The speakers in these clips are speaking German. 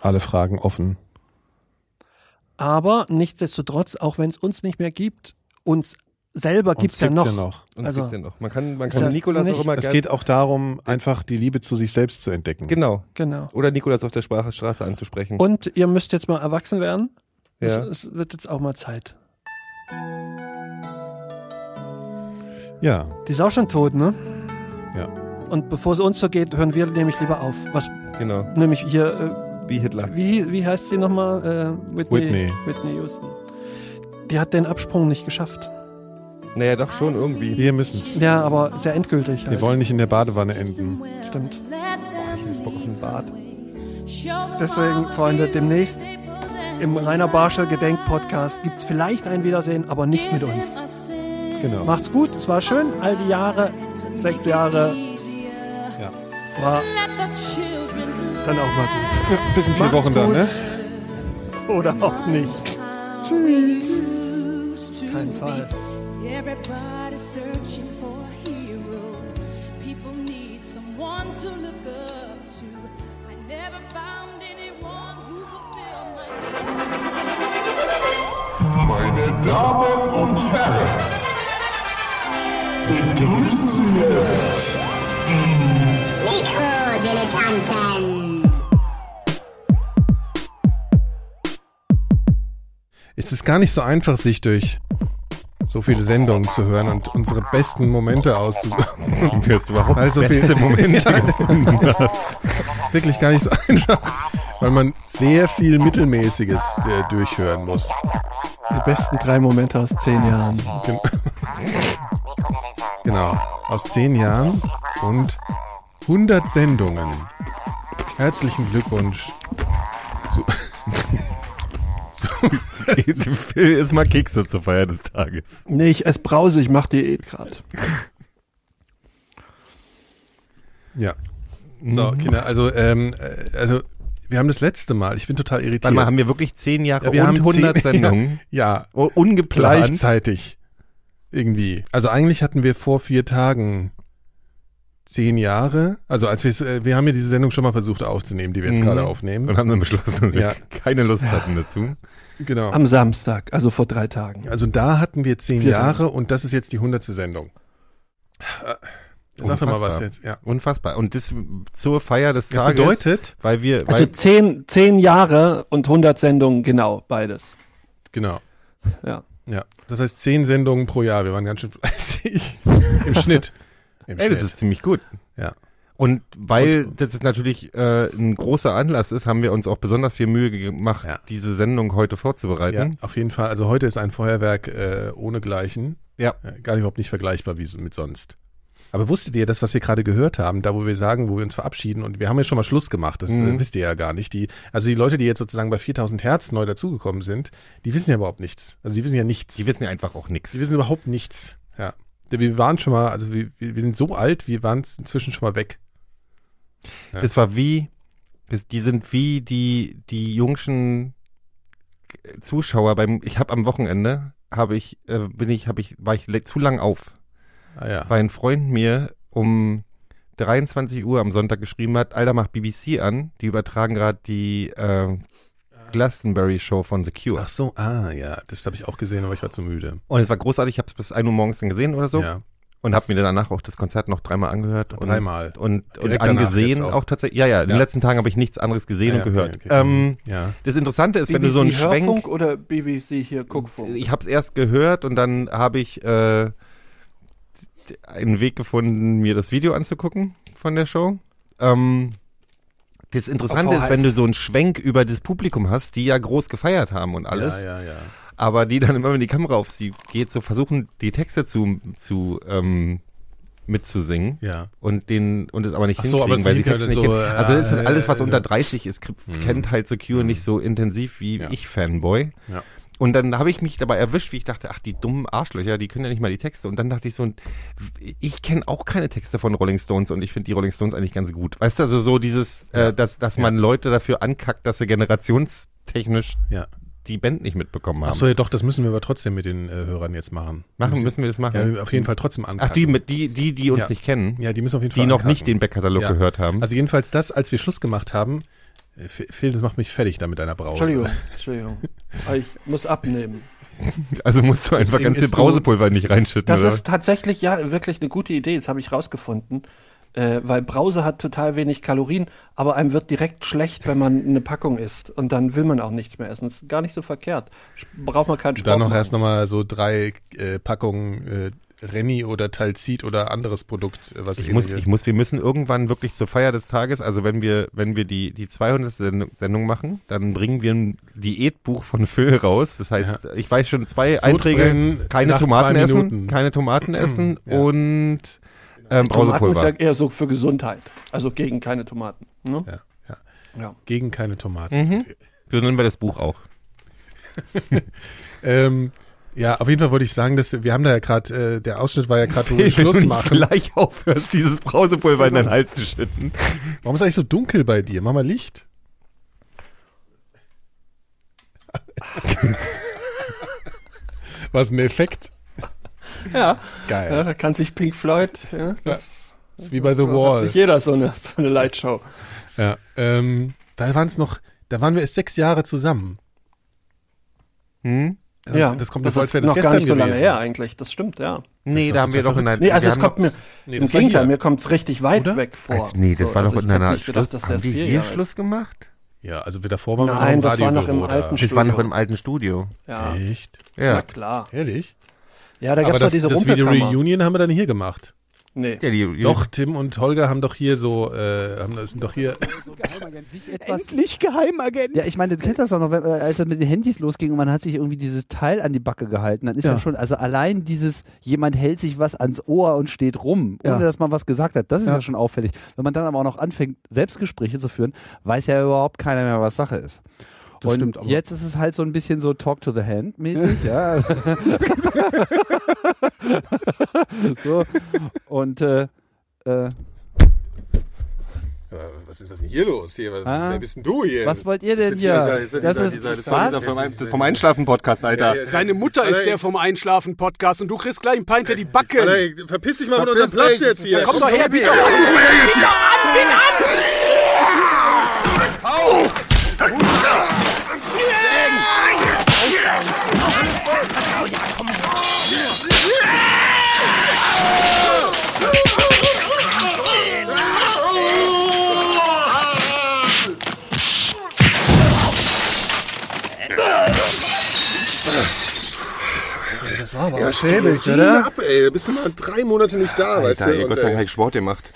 alle Fragen offen. Aber nichtsdestotrotz, auch wenn es uns nicht mehr gibt, uns selber gibt es ja noch. Uns Also- gibt's ja noch. Man kann, man Ist kann das Nikolas nicht- auch immer Es gern- geht auch darum, einfach die Liebe zu sich selbst zu um entdecken. Genau. Genau. Oder Nikolas auf der Sprache Straße anzusprechen. Und ihr müsst jetzt mal erwachsen werden. ja. Es, es wird jetzt auch mal Zeit. Ja, Die ist auch schon tot, ne? Ja. Und bevor es uns so geht, hören wir nämlich lieber auf. Was Genau. nämlich hier, Wie Hitler. äh, wie, wie heißt sie nochmal? Äh, Whitney. Whitney Houston. Die hat den Absprung nicht geschafft. Naja, doch Ah, schon irgendwie. wir müssen es. Ja, aber sehr endgültig. Wir Halt. wollen nicht in der Badewanne enden. Stimmt. Ich hab jetzt Bock auf ein Bad. Deswegen, Freunde, demnächst Im Rainer Barschel Gedenk-Podcast gibt es vielleicht ein Wiedersehen, aber nicht mit uns. Genau. Macht's gut, es war schön, all die Jahre, sechs Jahre, Ja. war dann auch mal Bis in vier Macht's Wochen dann, gut. ne? gut. Oder auch nicht. Tschüss. Kein Fall. Everybody searching for a hero. People need someone to look up to. I never found anyone who fulfilled my need. Meine Damen und Herren, begrüßen Sie jetzt Mikrodilettanten. Es ist gar nicht so einfach, sich durch so viele Sendungen zu hören und unsere besten Momente auszusuchen. Jetzt überhaupt weil Also so beste Momente gefunden Ist wirklich gar nicht so einfach, weil man sehr viel Mittelmäßiges äh, durchhören muss. Die besten drei Momente aus zehn Jahren. Gen- genau. Aus zehn Jahren und 100 Sendungen. Herzlichen Glückwunsch. Zu Phil isst mal Kekse zur Feier des Tages. Nee, ich esse Brause, ich mach Diät gerade. ja. Mhm. So, Kinder, also, ähm, äh, also, wir haben das letzte Mal, ich bin total irritiert. Warte mal, haben wir wirklich 10 Jahre Ja, wir und haben 100 zehn- Sendungen? ja, Oh, Ungeplant. gleichzeitig. Irgendwie. Also eigentlich hatten wir vor vier Tagen zehn Jahre. Also als wir äh, wir haben ja diese Sendung schon mal versucht aufzunehmen, die wir jetzt Mhm. gerade aufnehmen. Und haben dann beschlossen, dass wir Ja. keine Lust hatten dazu. Genau. Am Samstag, also vor drei Tagen. Also da hatten wir zehn Vier Jahre und das ist jetzt die hundertste Sendung. Äh, Sag doch mal Unfassbar. was jetzt. Ja. Unfassbar. Und das zur Feier des Das Tages. bedeutet, weil wir, weil, Also zehn, zehn Jahre und 100 Sendungen, genau, beides. genau. Ja. Ja. Das heißt zehn Sendungen pro Jahr. Wir waren ganz schön fleißig. Im Schnitt. Im ey, das Schnitt. ist ziemlich gut. Ja. Und weil das ist natürlich äh, ein großer Anlass ist, haben wir uns auch besonders viel Mühe gemacht, Ja. diese Sendung heute Ja, vorzubereiten. auf jeden Fall. Also heute ist ein Feuerwerk äh, ohnegleichen. Ja. Äh, Gar überhaupt nicht vergleichbar wie so- mit sonst. Aber wusstet ihr, das, was wir gerade gehört haben, da wo wir sagen, wo wir uns verabschieden und wir haben ja schon mal Schluss gemacht, das Mhm. äh, wisst ihr ja gar nicht. Die, also die Leute, die jetzt sozusagen bei 4000 Hertz neu dazugekommen sind, die wissen ja überhaupt nichts. Also die wissen ja nichts. Die wissen ja einfach auch nichts. Die wissen überhaupt nichts. Ja. Wir waren schon mal, also wir, wir wir sind so alt, wir waren inzwischen schon mal weg. Ja. Das war wie, das, die sind wie die, die jungschen Zuschauer beim, ich habe am Wochenende, habe ich, äh, bin ich, habe ich, war ich le- zu lang auf, Ah, ja. weil ein Freund mir um 23 Uhr am Sonntag geschrieben hat, Alter, mach BBC an, die übertragen gerade die äh, Glastonbury-Show von The Cure. Ach so, ah ja, das habe ich auch gesehen, aber ich war zu müde. Und es war großartig, ich habe es bis 1 Uhr morgens dann gesehen oder so Ja, und habe mir danach auch das Konzert noch dreimal angehört. und- dreimal. Und, und Direkt danach angesehen jetzt auch. auch. tatsächlich. Ja, ja, in den Ja. Ah, letzten Tagen habe ich nichts anderes Ja, gesehen und ja, gehört. okay, okay. Ähm, ja. Das Interessante ist, wenn du so einen Hörfunk Schwenk. oder BBC hier Guckfunk? Ich habe es erst gehört und dann habe ich äh, einen Weg gefunden, mir das Video anzugucken von der Show. Ähm, das Interessante Auf ist, VHS. wenn du so einen Schwenk über das Publikum hast, die ja groß gefeiert haben und alles, Ja, ja, ja. aber die dann immer, wenn die Kamera auf sie geht, so versuchen, die Texte zu, zu ähm, mitzusingen ja. und den und es aber nicht Ach so, aber hinkriegen, es weil sie liegt halt Texte nicht so, äh, kennen. Also es ist halt alles, was äh, unter so. 30 ist, kri- kennt halt Secure nicht so intensiv wie Ja. ich Fanboy. Ja. Und dann habe ich mich dabei erwischt, wie ich dachte, ach, die dummen Arschlöcher, die können ja nicht mal die Texte. Und dann dachte ich so, ich kenne auch keine Texte von Rolling Stones und ich finde die Rolling Stones eigentlich ganz gut. Weißt du, also so dieses, äh, dass, dass man Leute dafür ankackt, dass sie generationstechnisch ja. die Band nicht mitbekommen haben. Ach so, ja doch, das müssen wir aber trotzdem mit den äh, Hörern jetzt machen. machen müssen wir das machen. Ja, auf jeden Fall trotzdem Ach, ankacken. die, mit- die, die, die uns Ja. nicht kennen, Ja, die müssen auf jeden Fall die noch ankacken. nicht den Backkatalog Ja. gehört haben. Also jedenfalls das, als wir Schluss gemacht haben, äh, Äh, Phil, Phil, das macht mich fertig da mit deiner Brause. Entschuldigung, Entschuldigung. Aber Ich muss abnehmen. Also musst du einfach Deswegen ganz viel isst du- Brausepulver nicht reinschütten. Das oder? ist tatsächlich ja wirklich eine gute Idee, das habe ich rausgefunden. Äh, weil Brause hat total wenig Kalorien, aber einem wird direkt schlecht, wenn man eine Packung isst. Und dann will man auch nichts mehr essen. Das ist gar nicht so verkehrt. Sch- Braucht man keinen Sport. Dann noch machen. erst nochmal so drei äh, Packungen äh, Renny oder Talzit oder anderes Produkt, äh, was Ich muss, ich muss, wir müssen irgendwann wirklich zur Feier des Tages, also wenn wir, wenn wir die, die 200. Sendung, Sendung machen, dann bringen wir ein Diätbuch von Phil raus. Das heißt, ich weiß schon zwei Einträge, brennen keine nach Tomaten zwei essen, Minuten. keine Tomaten essen Ja. und ähm, Tomaten ist ja Brausepulver. eher so für Gesundheit. Also gegen keine Tomaten. Ne? ja, ja. Ja. Gegen keine Tomaten. Mhm. So nennen wir das Buch auch. Ähm, ja, auf jeden Fall wollte ich sagen, dass wir haben da ja gerade, äh, der Ausschnitt war ja gerade, wo wir Schluss Wenn du machen. Genau. Gleich aufhörst, dieses Brausepulver in deinen Hals zu schütten. Warum ist eigentlich so dunkel bei dir? Mach mal Licht. Was ein Effekt. Ja. Geil. ja, da kann sich Pink Floyd. Ja, das Das ist wie bei The hat Wall. nicht jeder so eine, so eine Lightshow. Ja, ähm, da waren es noch, da waren wir erst sechs Jahre zusammen. Hm? Und das kommt mir vor, als wäre das noch gestern gar nicht so lange gewesen. her eigentlich. Das stimmt, ja. Nee, ist doch da haben wir total doch in einer. Nee, also wir es haben kommt mir, Nee, im das war Gegenteil, hier. mir kommt es richtig weit Oder? weg vor. Doch, nee, das So, war also doch ich in hab einer. nicht gedacht, dass Schluss- das haben wir vier hier Jahre Schluss ist. gemacht? Ja, also wir davor waren wir Nein, noch das im war noch Radiobüro im da. alten Ich war noch Studio. im alten Studio. Ja, Echt? Ja. na klar. Ehrlich? Ja, da gab Aber es doch das, diese das Video Rumpelkammer. Reunion haben wir dann hier gemacht. Nee. Ja, die, die, Doch, Tim und Holger haben doch hier so, äh, haben das sind doch hier. Endlich Geheimagent! Ja, ich meine, du kennst das auch noch, wenn, äh, als das mit den Handys losging und man hat sich irgendwie dieses Teil an die Backe gehalten, dann ist ja, schon, also allein dieses, jemand hält sich was ans Ohr und steht rum, ohne dass man was gesagt hat, das ist ja. schon auffällig. Wenn man dann aber auch noch anfängt, Selbstgespräche zu führen, weiß ja überhaupt keiner mehr, was Sache ist. und stimmt, aber- jetzt ist es halt so ein bisschen so Talk to the Hand mäßig, ja. so. Und äh, äh, Was ist denn hier los? Hier, Ah. wer bist denn du hier? was wollt ihr denn hier? Das ist was? Vom Einschlafen-Podcast, Alter. Deine Mutter ist der vom Einschlafen-Podcast und du kriegst gleich ein paar hinter die Backe. verpiss dich mal von unserem Platz jetzt hier. Komm doch her, bitte. Ja, stell dich oder? ab, ey. Da bist du mal drei Monate nicht da, weißt Alter, du? ey, Und, Gott sei Dank äh, habe ich Sport gemacht.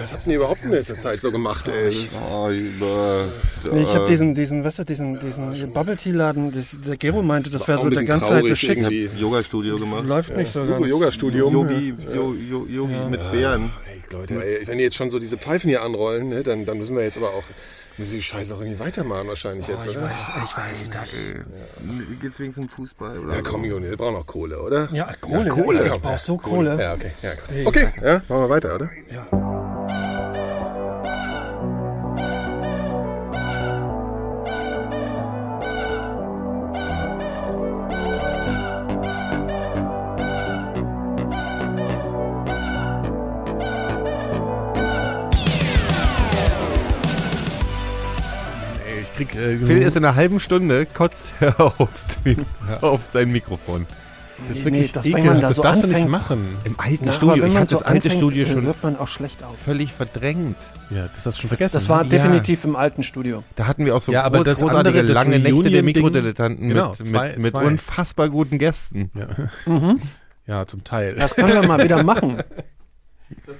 was habt ihr überhaupt in letzter Zeit so gemacht, ey? Ah, Oh, über, Nee, ich habe diesen, diesen, weißt du, diesen, diesen Bubble Tea Laden, das, der Gero meinte, das wäre auch so ein der bisschen ganz heiße traurig Shit. irgendwie. Äh, Yoga-Studio gemacht. Läuft nicht so ganz. Yoga-Studium. Yogi, Yo- Yo- Yogi mit Bären. Ah, Ey, Leute, ey, wenn die jetzt schon so diese Pfeifen hier anrollen, ne, dann, dann müssen wir jetzt aber auch, müssen die Scheiße auch irgendwie weitermachen wahrscheinlich jetzt, oder? Ich weiß nicht. Geht's wegen zum Fußball oder? Ja, komm, Juni, wir brauchen noch Kohle, oder? Ja, Kohle. Ja, Kohle. Ich brauch so Kohle. Ja, okay. Ja, gut. okay, ja, machen wir weiter, oder? Ey, ich krieg, äh, Phil ist in einer halben Stunde, kotzt er auf, den, auf sein Mikrofon. das ist Nee, wirklich das, wenn man ekelhaft. da Das so darfst du nicht anfängt- machen. Im alten Na, Studio, aber wenn ich man habe so das alte anfängt, Studio dann schon wirkt man auch schlecht auf. völlig verdrängt. Ja, das hast du schon vergessen. Das war ja. definitiv im alten Studio. Da hatten wir auch so Ja, aber das großartige andere, das lange Nächte der Reunion-Ding- Mikrodilettanten Genau, mit, zwei- mit, mit zwei. unfassbar guten Gästen. Ja. Mhm. ja, zum Teil. Das können wir mal wieder machen.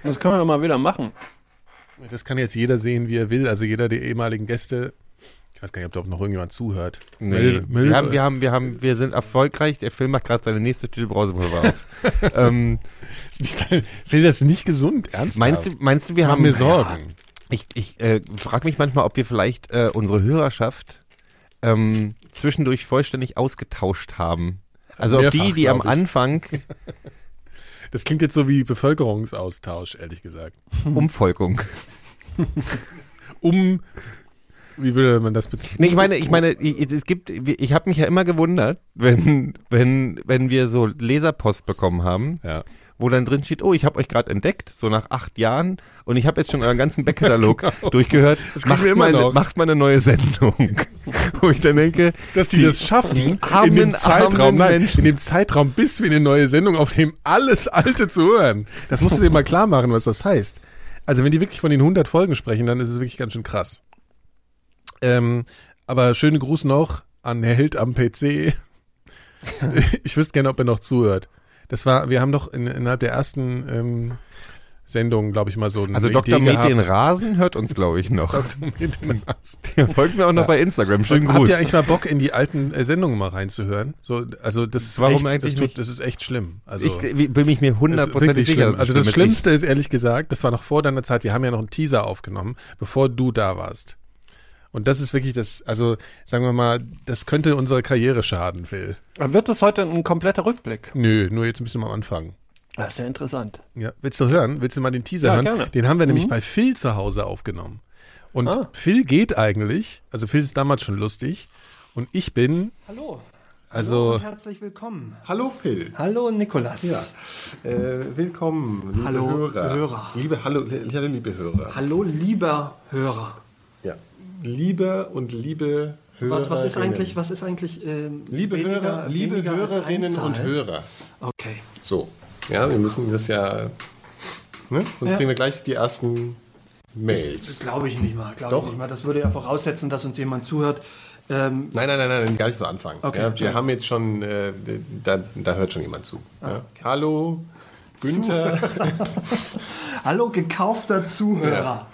Das können wir doch mal wieder machen. Das kann jetzt jeder sehen, wie er will. Also jeder der ehemaligen Gäste. Ich weiß gar nicht, ob da auch noch irgendjemand zuhört. Mel- Mel- wir, haben, wir, haben, wir, haben, wir sind erfolgreich. Der Film macht gerade seine nächste Tüte Brausepulver auf. ähm, Will das nicht gesund? Ernsthaft? meinst, du, meinst du, wir Wir haben. haben mir Sorgen. Ich, ich äh, frage mich manchmal, ob wir vielleicht äh, unsere Hörerschaft ähm, zwischendurch vollständig ausgetauscht haben. Also ob die, Mehrfach, die am glaub ich. Anfang Das klingt jetzt so wie Bevölkerungsaustausch, ehrlich gesagt. Umvolkung. Um, wie würde man das bezeichnen? Nee, ich meine, ich meine, ich, es gibt, ich habe mich ja immer gewundert, wenn, wenn, wenn wir so Leserpost bekommen haben Ja. wo dann drin steht, oh, ich habe euch gerade entdeckt, so nach acht Jahren und ich habe jetzt schon euren ganzen Backkatalog durchgehört. Das kriegen macht, wir immer mal, noch. macht mal eine neue Sendung. wo ich dann denke, Dass die, das schaffen, armen, in dem armen Zeitraum, nein, Menschen. in dem Zeitraum, bis wir eine neue Sendung aufnehmen, alles Alte zu hören. Das musst du dir mal klar machen, was das heißt. Also wenn die wirklich von den 100 Folgen sprechen, dann ist es wirklich ganz schön krass. Ähm, aber schöne Gruß noch an Held am PC. ich wüsste gerne, ob er noch zuhört. Das war, wir haben doch in, innerhalb der ersten ähm, Sendung, glaube ich, mal so eine Also Dr. Idee Med den gehabt. Rasen hört uns, glaube ich, noch. Med den Rast. Der folgt mir auch noch bei Instagram. Schönen Habt Gruß. ihr eigentlich mal Bock, in die alten äh, Sendungen mal reinzuhören? So, also das ist Warum echt, eigentlich das, nicht? tut, das ist echt schlimm. Also ich wie- bin mich mir das ist hundertprozentig wirklich sicher. schlimm. dass es Also das stimmt. Schlimmste ist ehrlich gesagt, das war noch vor deiner Zeit. Wir haben ja noch einen Teaser aufgenommen, bevor du da warst. Und das ist wirklich das, also sagen wir mal, das könnte unserer Karriere schaden, Phil. Wird das heute ein kompletter Rückblick? Nö, nur jetzt ein bisschen am Anfang. Das ist ja interessant. Ja, willst du hören? Willst du mal den Teaser Ja, hören? gerne. Den haben wir nämlich bei Phil zu Hause aufgenommen. Und Ah. Phil geht eigentlich, also Phil ist damals schon lustig. Und ich bin, Hallo. also. herzlich willkommen. Hallo Phil. Hallo Nikolas. Ja. Äh, willkommen, liebe Hallo, Hörer. Hörer. Liebe, hallo, li- hallo, liebe Hörer. Hallo lieber Hörer. Ja. Liebe und liebe Hörer. Was, was ist eigentlich, was ist eigentlich ähm, Liebe weniger- Hörer, liebe weniger als Hörerinnen und Einzahl? Hörer. Okay. So. Ja, wir müssen das ja. Ne? Sonst Ja. kriegen wir gleich die ersten Mails. Glaube ich nicht mal. Glaube ich Doch. nicht mal. Das würde ja voraussetzen, dass uns jemand zuhört. Ähm, Nein, nein, nein, nein, gar nicht so anfangen. Okay, ja, wir Entschuldigung. haben jetzt schon, äh, da, da hört schon jemand zu. Ah, ja. Hallo, Günther. Hallo gekaufter Zuhörer.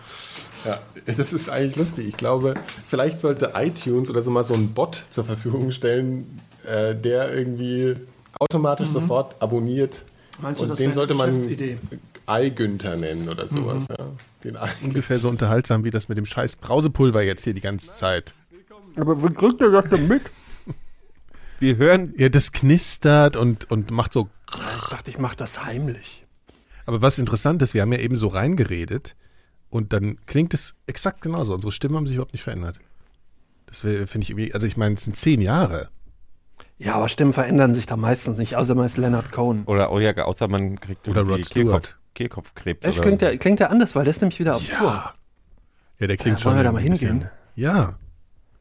Ja, das ist eigentlich lustig. Ich glaube, vielleicht sollte iTunes oder so mal so einen Bot zur Verfügung stellen, äh, der irgendwie automatisch sofort aboniert. Mhm. Meinst du, und das den wäre sollte eine man Geschäftsidee? Mhm. Ei-Günther nennen oder sowas. Ja. Den Ei ungefähr so unterhaltsam wie das mit dem scheiß Brausepulver jetzt hier die ganze Zeit. Aber wie kriegt ihr das denn mit? Wir hören. Ja, das knistert und, und macht so. Ich dachte, ich mache das heimlich. Aber was interessant ist, wir haben ja eben so reingeredet und dann klingt es exakt genauso. Unsere Stimmen haben sich überhaupt nicht verändert. Das wär- finde ich irgendwie, also ich meine, es sind zehn Jahre. Ja, aber Stimmen verändern sich da meistens nicht, außer man ist Leonard Cohen. Oder, oh ja, außer man kriegt Oder irgendwie Rod Stewart. Kehlkopf, Kehlkopfkrebs. Das oder klingt so. ja, klingt ja anders, weil der ist nämlich wieder auf Tour. Ja, der klingt Ja, schon. wollen wir da mal ein bisschen- hingehen? Ja,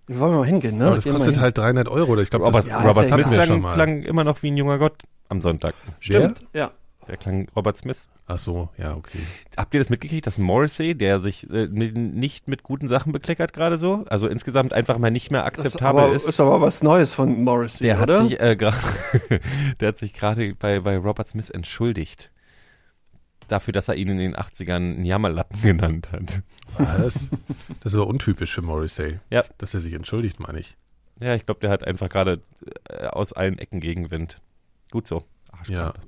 Wir wollen mal hingehen, ne? aber das Gehen wir kostet hin. halt 300 Euro. oder Ich glaube, Robert, das ja, Robert ist ja Smith hatten wir schon klang, mal. klang immer noch wie ein junger Gott am Sonntag. Stimmt, ja. Der klang Robert Smith. Ach so, ja, okay. Habt ihr das mitgekriegt, dass Morrissey, der sich äh, mit- nicht mit guten Sachen bekleckert gerade so, also insgesamt einfach mal nicht mehr akzeptabel aber, ist, ist aber was Neues von Morrissey, der, oder? hat sich, äh, gra- der hat sich gerade bei, bei Robert Smith entschuldigt. Dafür, dass er ihn in den 80ern einen Jammerlappen genannt hat. Was? Das ist aber untypisch für Morrissey. Ja. Dass er sich entschuldigt, meine ich. Ja, ich glaube, der hat einfach gerade äh, aus allen Ecken Gegenwind. Gut so. Arschkrampe. Ja.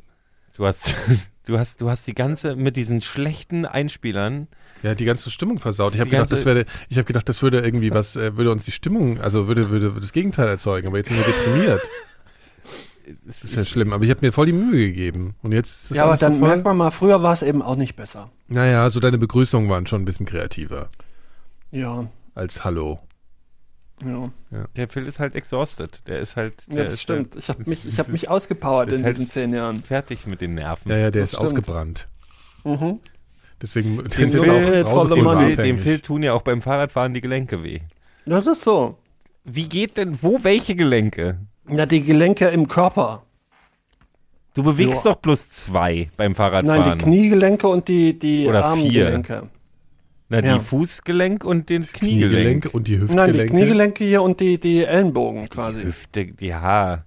Du hast, du hast, du hast die ganze mit diesen schlechten Einspielern. Ja, die ganze Stimmung versaut. Ich habe Die gedacht, das ganze- wäre, ich habe gedacht, das würde irgendwie was, äh, würde uns die Stimmung, also würde, würde das Gegenteil erzeugen. Aber jetzt sind wir deprimiert. Das ist ja schlimm. Aber ich habe mir voll die Mühe gegeben. Und jetzt ist das ja, aber alles dann so voll. merkt man mal, früher war es eben auch nicht besser. Naja, so deine Begrüßungen waren schon ein bisschen kreativer Ja, als Hallo. ja. Der Phil ist halt exhausted. Der ist halt. Der Ja, das ist stimmt. Ich habe mich, ich hab mich ausgepowert Das in hält- diesen zehn Jahren. halt Fertig mit den Nerven. Ja, ja, der Das ist stimmt. ausgebrannt. Mhm. Deswegen der Dem ist jetzt Phil, auch dem, Phil, rausgepulverabhängig. dem Phil tun ja auch beim Fahrradfahren die Gelenke weh. Das ist so. Wie geht denn, wo welche Gelenke? Na, die Gelenke im Körper. Du bewegst Joa. doch bloß zwei beim Fahrradfahren. Nein, die Kniegelenke und die, die Oder Armgelenke. Na, die ja. Fußgelenk und den Kniegelenk. Kniegelenk und die Nein, die Hüftgelenke. Kniegelenke hier und die, die Ellenbogen quasi. Hüfte, ja.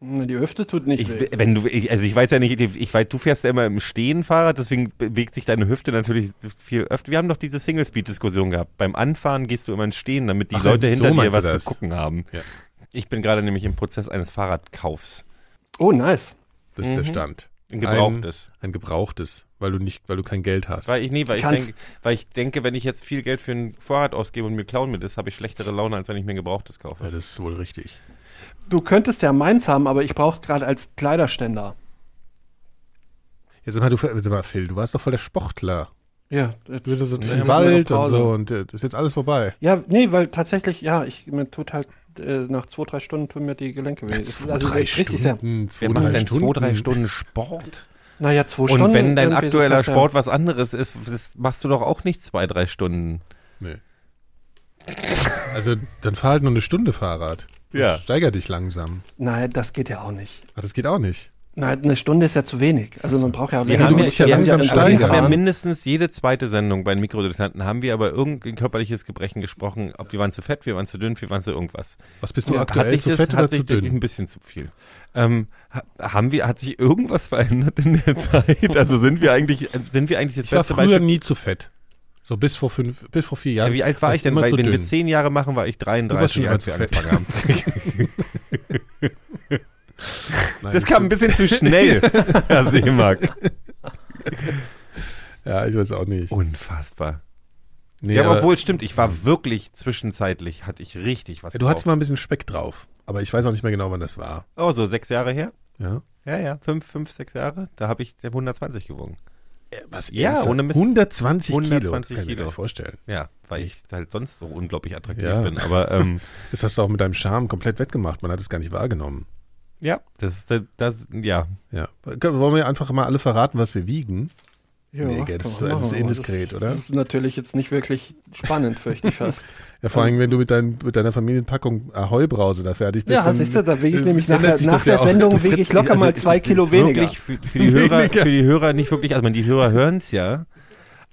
Na, die Hüfte tut nicht Ich, weh. wenn du, ich, also ich weiß ja nicht, ich weiß, du fährst ja immer im Stehen Fahrrad, deswegen bewegt sich deine Hüfte natürlich viel öfter. Wir haben doch diese Single-Speed-Diskussion gehabt. Beim Anfahren gehst du immer ins Stehen, damit die Ach, Leute so hinter dir meinst du was das? zu gucken haben. Ja. Ich bin gerade nämlich im Prozess eines Fahrradkaufs. Oh, nice. Das Mhm. ist der Stand. Ein gebrauchtes. Ein, ein gebrauchtes, weil du nicht, weil du kein Geld hast. Weil ich, nee, weil ich, Kannst- denke, weil ich denke, wenn ich jetzt viel Geld für ein Fahrrad ausgebe und mir klauen mir das, habe ich schlechtere Laune, als wenn ich mir ein gebrauchtes kaufe. ja, das ist wohl richtig. Du könntest ja meins haben, aber ich brauche gerade als Kleiderständer. Ja, sag mal, du, sag mal, Phil, du warst doch voll der Sportler. Ja, jetzt, Du bist so durch naja, den machen wir Wald eine und Pause. so und äh, das ist jetzt alles vorbei. Ja, nee, weil tatsächlich, ja, ich mir tut halt äh, nach zwei, drei Stunden tun mir die Gelenke weh. Das ist- also, das ist richtig sehr. Stunden, zwei, Wer macht drei denn Stunden? zwei, drei Stunden Sport? Naja, zwei Stunden. Und wenn dein aktueller Sport was anderes ist, das machst du doch auch nicht zwei, drei Stunden. Nee. Also dann fahr halt nur eine Stunde Fahrrad. Ja. Steiger dich langsam. Nein, das geht ja auch nicht. Ah, das geht auch nicht. Nein, eine Stunde ist ja zu wenig. Also man braucht ja auch Wir haben ja, wir haben ja, wir haben ja mindestens jede zweite Sendung bei den Mikrodilettanten haben wir aber irgendein körperliches Gebrechen gesprochen. Ob wir waren zu fett, wir waren zu dünn, wir waren zu irgendwas. Was bist du aktuell zu das, fett hat oder sich zu dünn? ein bisschen zu viel. Ähm, ha- haben wir, hat sich irgendwas verändert in der Zeit? Also sind wir eigentlich, sind wir eigentlich das Ich war beste früher Beispiel? nie zu fett. So bis vor fünf, bis vor vier Jahren. Ja, wie alt war ich denn? immer Weil, zu wenn wir dünn. zehn Jahre machen, war ich 33, als wir immer zu angefangen haben. Nein, Das kam ein bisschen zu schnell, Herr Seemark. Ja, ich weiß auch nicht. Unfassbar. Nee, ja, aber aber- obwohl, stimmt, ich war wirklich zwischenzeitlich, hatte ich richtig was du hattest mal drauf. ein bisschen Speck drauf, aber ich weiß auch nicht mehr genau, wann das war. Oh, so sechs Jahre her? Ja. Ja, ja, fünf, fünf, sechs Jahre, da habe ich 120 gewogen. Was ernsthaft? 120 Kilo. das 120 kann ich mir Kilo. nicht vorstellen. Ja, weil ich halt sonst so unglaublich attraktiv Ja. bin, aber ähm, Das hast du auch mit deinem Charme komplett wettgemacht. Man hat es gar nicht wahrgenommen. ja, das, das, das, ja. Ja. Wollen wir einfach mal alle verraten, was wir wiegen? Ja, Nee, kann das ist, man das ist machen, aber indiskret, das oder? ist natürlich jetzt nicht wirklich spannend, fürchte ich fast. Ja, vor also allem, wenn du mit, dein, mit deiner Familienpackung Ahoi-Brause da fertig bist. Ja, dann- siehst du, da wiege ich äh, nämlich nach, ändert der- sich nach das der ja auch. Sendung Du wiege ich locker mal es zwei Also ist- Kilo es ist weniger. Wirklich für, für, die Hörer, für die Hörer nicht wirklich, also man, die Hörer hören es ja,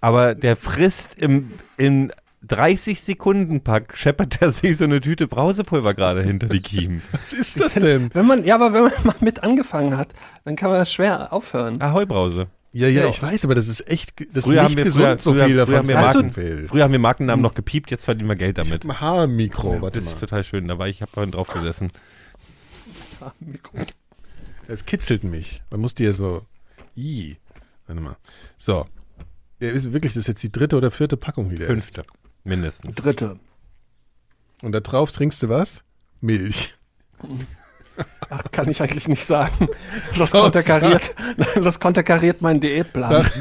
aber der frisst im, im 30-Sekunden-Pack, scheppert er sich so eine Tüte Brausepulver gerade hinter die Kiemen. Was ist das denn? Wenn man, ja, aber wenn man mal mit angefangen hat, dann kann man das schwer aufhören. Ahoi Brause. Ja, ja, Ja. ich weiß, aber das ist echt, ge- das Früher ist haben nicht wir- gesund, früher- so früher- viel früher davon haben wir zu Marken- essen will. Früher haben wir Markennamen noch gepiept, jetzt verdienen wir Geld damit. Ein Haarmikro, warte Das ist mal. total schön, da war ich, ich habe vorhin drauf gesessen. Es kitzelt mich. Man muss dir so, i, warte mal. So. Ja, ist wirklich, das ist jetzt die dritte oder vierte Packung wieder. Fünfte. Mindestens. Dritte. Und da drauf trinkst du was? Milch. Ach, kann ich eigentlich nicht sagen. Das Doch, konterkariert, Nein, das konterkariert meinen Diätplan. Sag,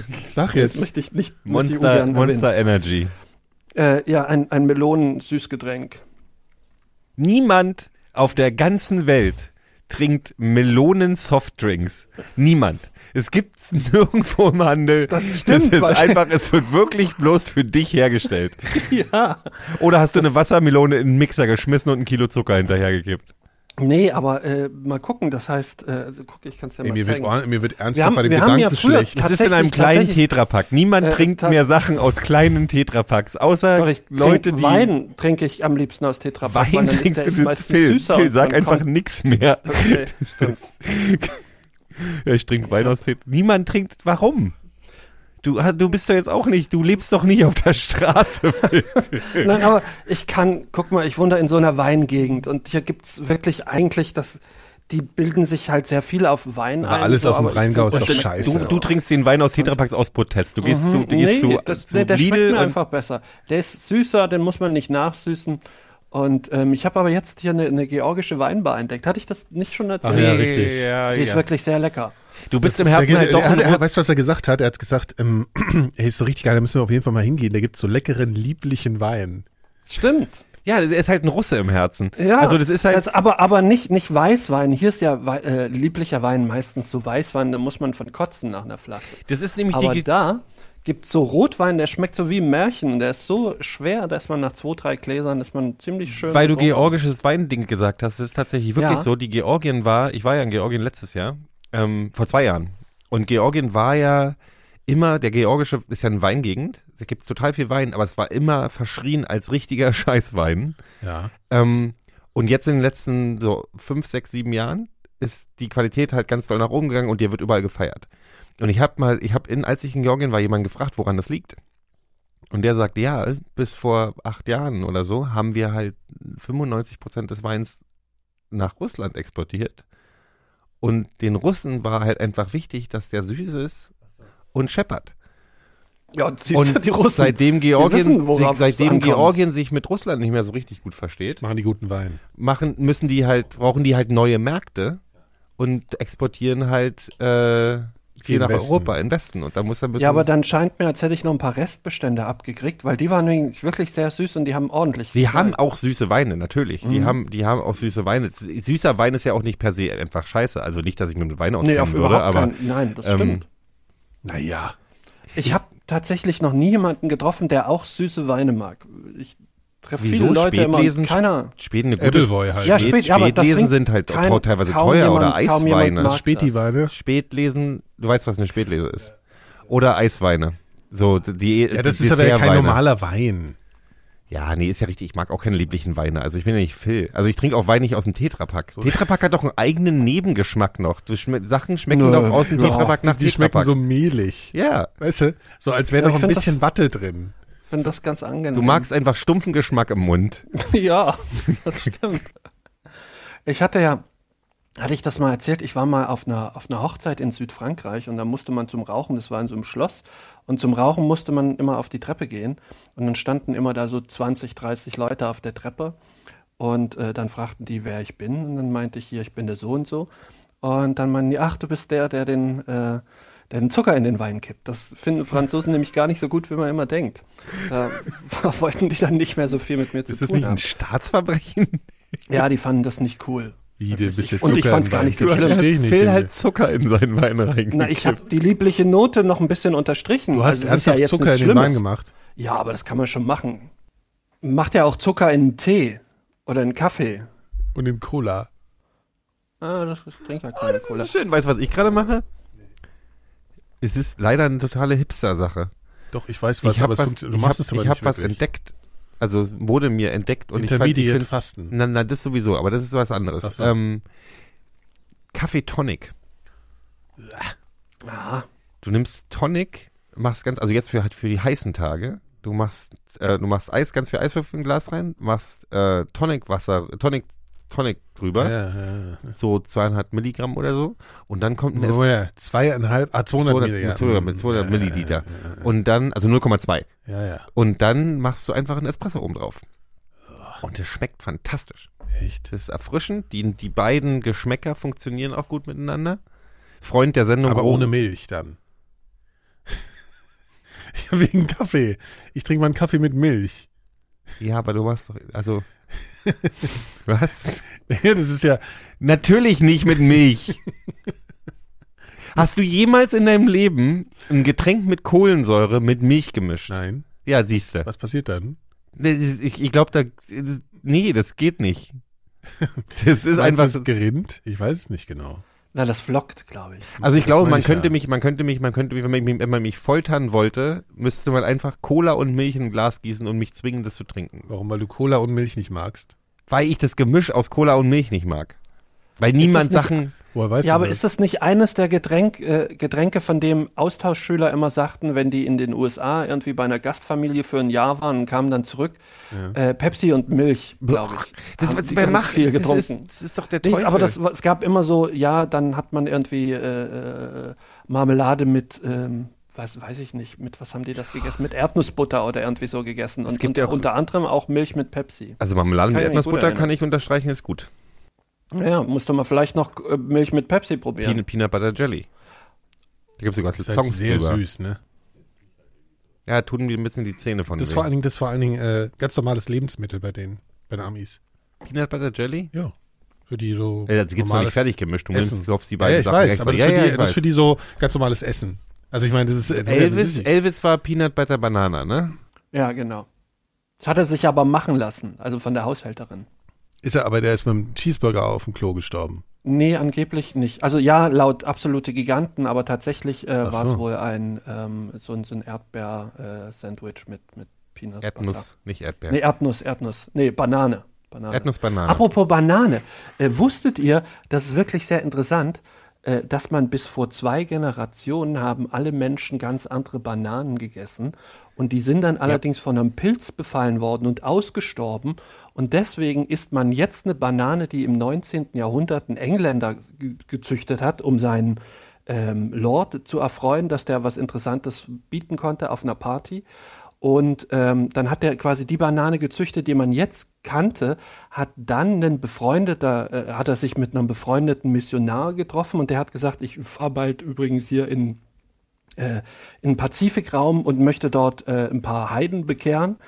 sag Jetzt jetzt. möchte ich nicht muss ich Monster, ungern erwähnen. Monster Energy. Äh, ja, ein, ein Melonen-Süßgetränk. Niemand auf der ganzen Welt trinkt Melonen-Softdrinks. Niemand. Es gibt's nirgendwo im Handel. Das stimmt, Es weil- ist einfach, es wird wirklich bloß für dich hergestellt. Ja. Oder hast du eine Wassermelone in den Mixer geschmissen und ein Kilo Zucker hinterhergekippt? Nee, aber äh, mal gucken, das heißt, äh, guck, ich kann es dir Ey, mal mir, wird, zeigen. or- mir wird ernsthaft Wir haben- bei den wir haben Gedanken ja früher- schlecht. Das ist in Tatsächlich, einem kleinen tatsächlich. Tetrapack. Niemand Äh, trinkt ta- mehr Sachen aus kleinen Tetrapacks, außer Doch, ich Leute, trink die Wein trinke ich am liebsten aus Tetra Pak, weil Wein dann ist trinkst der du jetzt meistens Phil. süßer Phil, und sag dann einfach kommt- nichts mehr. Okay, stimmt. Ja, ich trinke Wein aus Pep. Niemand trinkt. Warum? Du, ha- du bist doch jetzt auch nicht, du lebst doch nicht auf der Straße. Phil. Nein, aber ich kann, guck mal, ich wohne in so einer Weingegend und hier gibt's wirklich eigentlich das, die bilden sich halt sehr viel auf Wein Aber ein. alles so, aus dem aber ich Rheingau ist find- doch scheiße. du, du trinkst den Wein aus Tetrapacks aus Protest. Du gehst zu, du gehst Mhm. nee, zu, das, zu der, der schmeckt Lidl mir und einfach besser. Der ist süßer, den muss man nicht nachsüßen. Und ähm, ich habe aber jetzt hier eine, eine georgische Weinbar entdeckt. Hatte ich das nicht schon erzählt? Ach ja, richtig. Ja, Die ist ja. wirklich sehr lecker. Du bist im Der Herzen geht- halt er, doch hat- ein er, weißt du, was er gesagt hat? Er hat gesagt, ähm, hey, ist so richtig geil, da müssen wir auf jeden Fall mal hingehen. Da gibt es so leckeren, lieblichen Wein. Stimmt. Ja, er ist halt ein Russe im Herzen. Ja, also das ist halt. aber aber nicht, nicht Weißwein. Hier ist ja Wei- äh, lieblicher Wein meistens so Weißwein, da muss man von kotzen nach einer Flasche. das ist nämlich Aber die. da gibt's so Rotwein, der schmeckt so wie ein Märchen. Der ist so schwer, dass man nach zwei, drei Gläsern ist man ziemlich schön. Weil du betrunken. georgisches Weinding gesagt hast, das ist tatsächlich wirklich Ja. so. Die Georgien war, ich war ja in Georgien letztes Jahr, ähm, vor zwei Jahren. Und Georgien war ja immer, der georgische ist ja eine Weingegend, da gibt's total viel Wein, aber es war immer verschrien als richtiger Scheißwein. Ja. Ähm, und jetzt in den letzten so fünf, sechs, sieben Jahren ist die Qualität halt ganz doll nach oben gegangen und dir wird überall gefeiert. Und ich habe mal, ich habe in, als ich in Georgien war, jemanden gefragt, woran das liegt. Und der sagt, ja, bis vor acht Jahren oder so haben wir halt 95 Prozent des Weins nach Russland exportiert. Und den Russen war halt einfach wichtig, dass der süß ist und scheppert. Ja, und siehst du Und die Russen. seitdem Georgien, wissen, worauf es seitdem ankommt. Georgien sich mit Russland nicht mehr so richtig gut versteht, Machen die guten Wein. machen, müssen die halt, brauchen die halt neue Märkte und exportieren halt äh, viel Im nach Westen. Europa, in den Westen. Und da muss er ein bisschen. ja, aber dann scheint mir, als hätte ich noch ein paar Restbestände abgekriegt, weil die waren nämlich wirklich sehr süß und die haben ordentlich. die geschmeckt. haben auch süße Weine, natürlich. Mhm. Die, haben, die haben auch süße Weine. Süßer Wein ist ja auch nicht per se einfach scheiße. Also nicht, dass ich mir mit Wein Nee, auskennen auf würde, überhaupt aber keinen. Nein, das ähm, stimmt. Naja. Ich habe tatsächlich noch nie jemanden getroffen, der auch süße Weine mag. Ich treffe Wieso? viele Leute immer Spätlesen? und keiner. Spät eine gute Appleboy halt. Ja, Spät- spät, ja, aber das Spätlesen trinkt sind halt kein- auch teilweise kaum teuer oder jemand- kaum jemand Eisweine. mag Spät- Späti-Weine. Spätlesen, du weißt, was eine Spätlese ist. Oder Eisweine. So, die Ja, das ist aber ja kein normaler Wein. Ja, nee, ist ja richtig. Ich mag auch keine lieblichen Weine. Also ich bin ja nicht Phil. Also ich trinke auch Wein nicht aus dem Tetrapack. Tetrapack hat doch einen eigenen Nebengeschmack noch. Du schme Sachen schmecken Nö, doch aus dem ja, Tetrapack nach Die schmecken Tetrapack. so mehlig. ja. Weißt du? So als wäre Ja, noch ich ein find bisschen das- Watte drin. Ich finde das ganz angenehm. Du magst einfach stumpfen Geschmack im Mund. Ja, das stimmt. Ich hatte ja, hatte ich das mal erzählt, ich war mal auf einer, auf einer Hochzeit in Südfrankreich und da musste man zum Rauchen, das war in so einem Schloss, und zum Rauchen musste man immer auf die Treppe gehen und dann standen immer da so 20, 30 Leute auf der Treppe und äh, dann fragten die, wer ich bin und dann meinte ich hier, ich bin der so und so und dann meinten die, ach, du bist der, der den, äh, der den Zucker in den Wein kippt. Das finden Franzosen nämlich gar nicht so gut, wie man immer denkt. Da wollten die dann nicht mehr so viel mit mir zu Ist das tun nicht haben. ein Staatsverbrechen? Ja, die fanden das nicht cool. Wie, der bisschen und ich Zucker fand's im gar Wein. nicht so Du hast- schlimm. Versteh ich nicht, Phil Junge. hat Zucker in seinen Wein reingekippt. Na, ich habe die liebliche Note noch ein bisschen unterstrichen. Du hast Also, es ist ernsthaft Zucker in nichts den Wein Schlimmes. gemacht. Ja, aber das kann man schon machen. Macht ja auch Zucker in einen Tee oder in einen Kaffee. Und in Cola. Ah, das das trinkt ja keine Cola. Schön, weißt du, was ich gerade mache? Es ist leider eine totale Hipster-Sache. Doch, ich weiß was, Ich aber habe es was, funktioniert. ich Du machst es hab, aber ich hab nicht was wirklich. entdeckt. Also es wurde mir entdeckt und ich fand- ich Intermediate find's- Hm? Fasten. Na, na, das sowieso, aber das ist was anderes. Ach so. Ähm, Kaffee Tonic. Ah, Du nimmst Tonic, machst ganz, also jetzt für, halt für die heißen Tage, du machst, äh, du machst Eis, ganz viel Eiswürfel in ein Glas rein, machst äh, Tonicwasser, Tonic, Tonic drüber, Ja, ja, ja. so zweieinhalb Milligramm oder so, und dann kommt ein Oh, ja. Zweieinhalb, ah, 200 Milliliter. mit 200, mit 200 Milliliter. Und dann, also 0,2. Ja, ja. Und dann machst du einfach einen Espresso oben drauf. Und es schmeckt fantastisch. Echt? Das ist erfrischend. Die, die beiden Geschmäcker funktionieren auch gut miteinander. Freund der Sendung. Aber Ro- ohne Milch dann. ja, wegen Kaffee. Ich trinke mal einen Kaffee mit Milch. Ja, aber du machst doch. Also. was? Ja, das ist ja. Natürlich nicht mit Milch. Hast du jemals in deinem Leben ein Getränk mit Kohlensäure mit Milch gemischt? Nein. Ja, siehst du. Was passiert dann? Nee, das- Ich, ich glaube, da. das- Nee, das geht nicht. Meinst Das ist du, einfach. es gerinnt? Ich weiß es nicht genau. na, das flockt, glaube ich. Also ich Das glaube, meine man ich könnte ja. mich, man könnte mich, man könnte mich, wenn man mich, wenn man mich foltern wollte, müsste man einfach Cola und Milch in ein Glas gießen und mich zwingen, das zu trinken. Warum? Weil du Cola und Milch nicht magst. Weil ich das Gemisch aus Cola und Milch nicht mag. Weil niemand das nicht- Sachen. Woher weißt Ja, du aber das? ist das nicht eines der Getränk, äh, Getränke, von dem Austauschschüler immer sagten, wenn die in den USA irgendwie bei einer Gastfamilie für ein Jahr waren und kamen dann zurück? Äh, Pepsi und Milch, glaube ich. Das, haben was, die wer ganz macht viel Das getrunken. ist, das ist doch der Nee, Teufel. aber das, war- es gab immer so, ja, dann hat man irgendwie äh, äh, Marmelade mit, ähm, was weiß ich nicht, mit was haben die das gegessen? Mit Erdnussbutter oder irgendwie so gegessen. Und, gibt und ja auch- unter anderem auch Milch mit Pepsi. also Marmelade Kann mit ich mich gut Erdnussbutter erinnern. kann ich unterstreichen, ist gut. Ja, musste man vielleicht noch äh, Milch mit Pepsi probieren. Peanut, Peanut Butter Jelly. Da gibt es sogar Das ist halt Songs sehr drüber. süß, ne? Ja, tun mir ein bisschen die Zähne von Das ist weh. vor allen Dingen, das ist vor allen Dingen äh, ganz normales Lebensmittel bei den, bei den Amis. Peanut Butter Jelly? Ja. Für die so. Äh, Das gibt's noch nicht normales- fertig gemischt. Du nimmst, Essen. kaufst die Ja, beiden ja, ich Sachen weiß, extra. aber das, ja, ist für ja, die, ich das ist weiß. für die so ganz normales Essen. Also ich meine, das ist. äh, Das Elvis, ist ja, Elvis war Peanut Butter Banana, ne? Ja, genau. Das hat er sich aber machen lassen, also von der Haushälterin. ist er, aber der ist mit dem Cheeseburger auf dem Klo gestorben. Nee, angeblich nicht. Also ja, laut absolute Giganten, aber tatsächlich äh, Ach war es so. wohl ein, ähm, so, ein- so ein Erdbeer-Sandwich mit, mit Peanut Butter. Erdnuss, nicht Erdbeer. Nee, Erdnuss, Erdnuss. Nee, Banane. äh, Banane. Erdnussbanane. Apropos Banane. Äh, wusstet ihr, das ist wirklich sehr interessant, äh, dass man bis vor zwei Generationen haben alle Menschen ganz andere Bananen gegessen und die sind dann allerdings von einem Pilz befallen worden und ausgestorben und deswegen isst man jetzt eine Banane, die im 19. Jahrhundert ein Engländer ge- gezüchtet hat, um seinen ähm, Lord zu erfreuen, dass der was Interessantes bieten konnte auf einer Party. Und ähm, dann hat er quasi die Banane gezüchtet, die man jetzt kannte, hat dann einen befreundeter, äh, hat er sich mit einem befreundeten Missionar getroffen und der hat gesagt, ich fahre bald übrigens hier in äh, in den Pazifikraum und möchte dort äh, ein paar Heiden bekehren. Und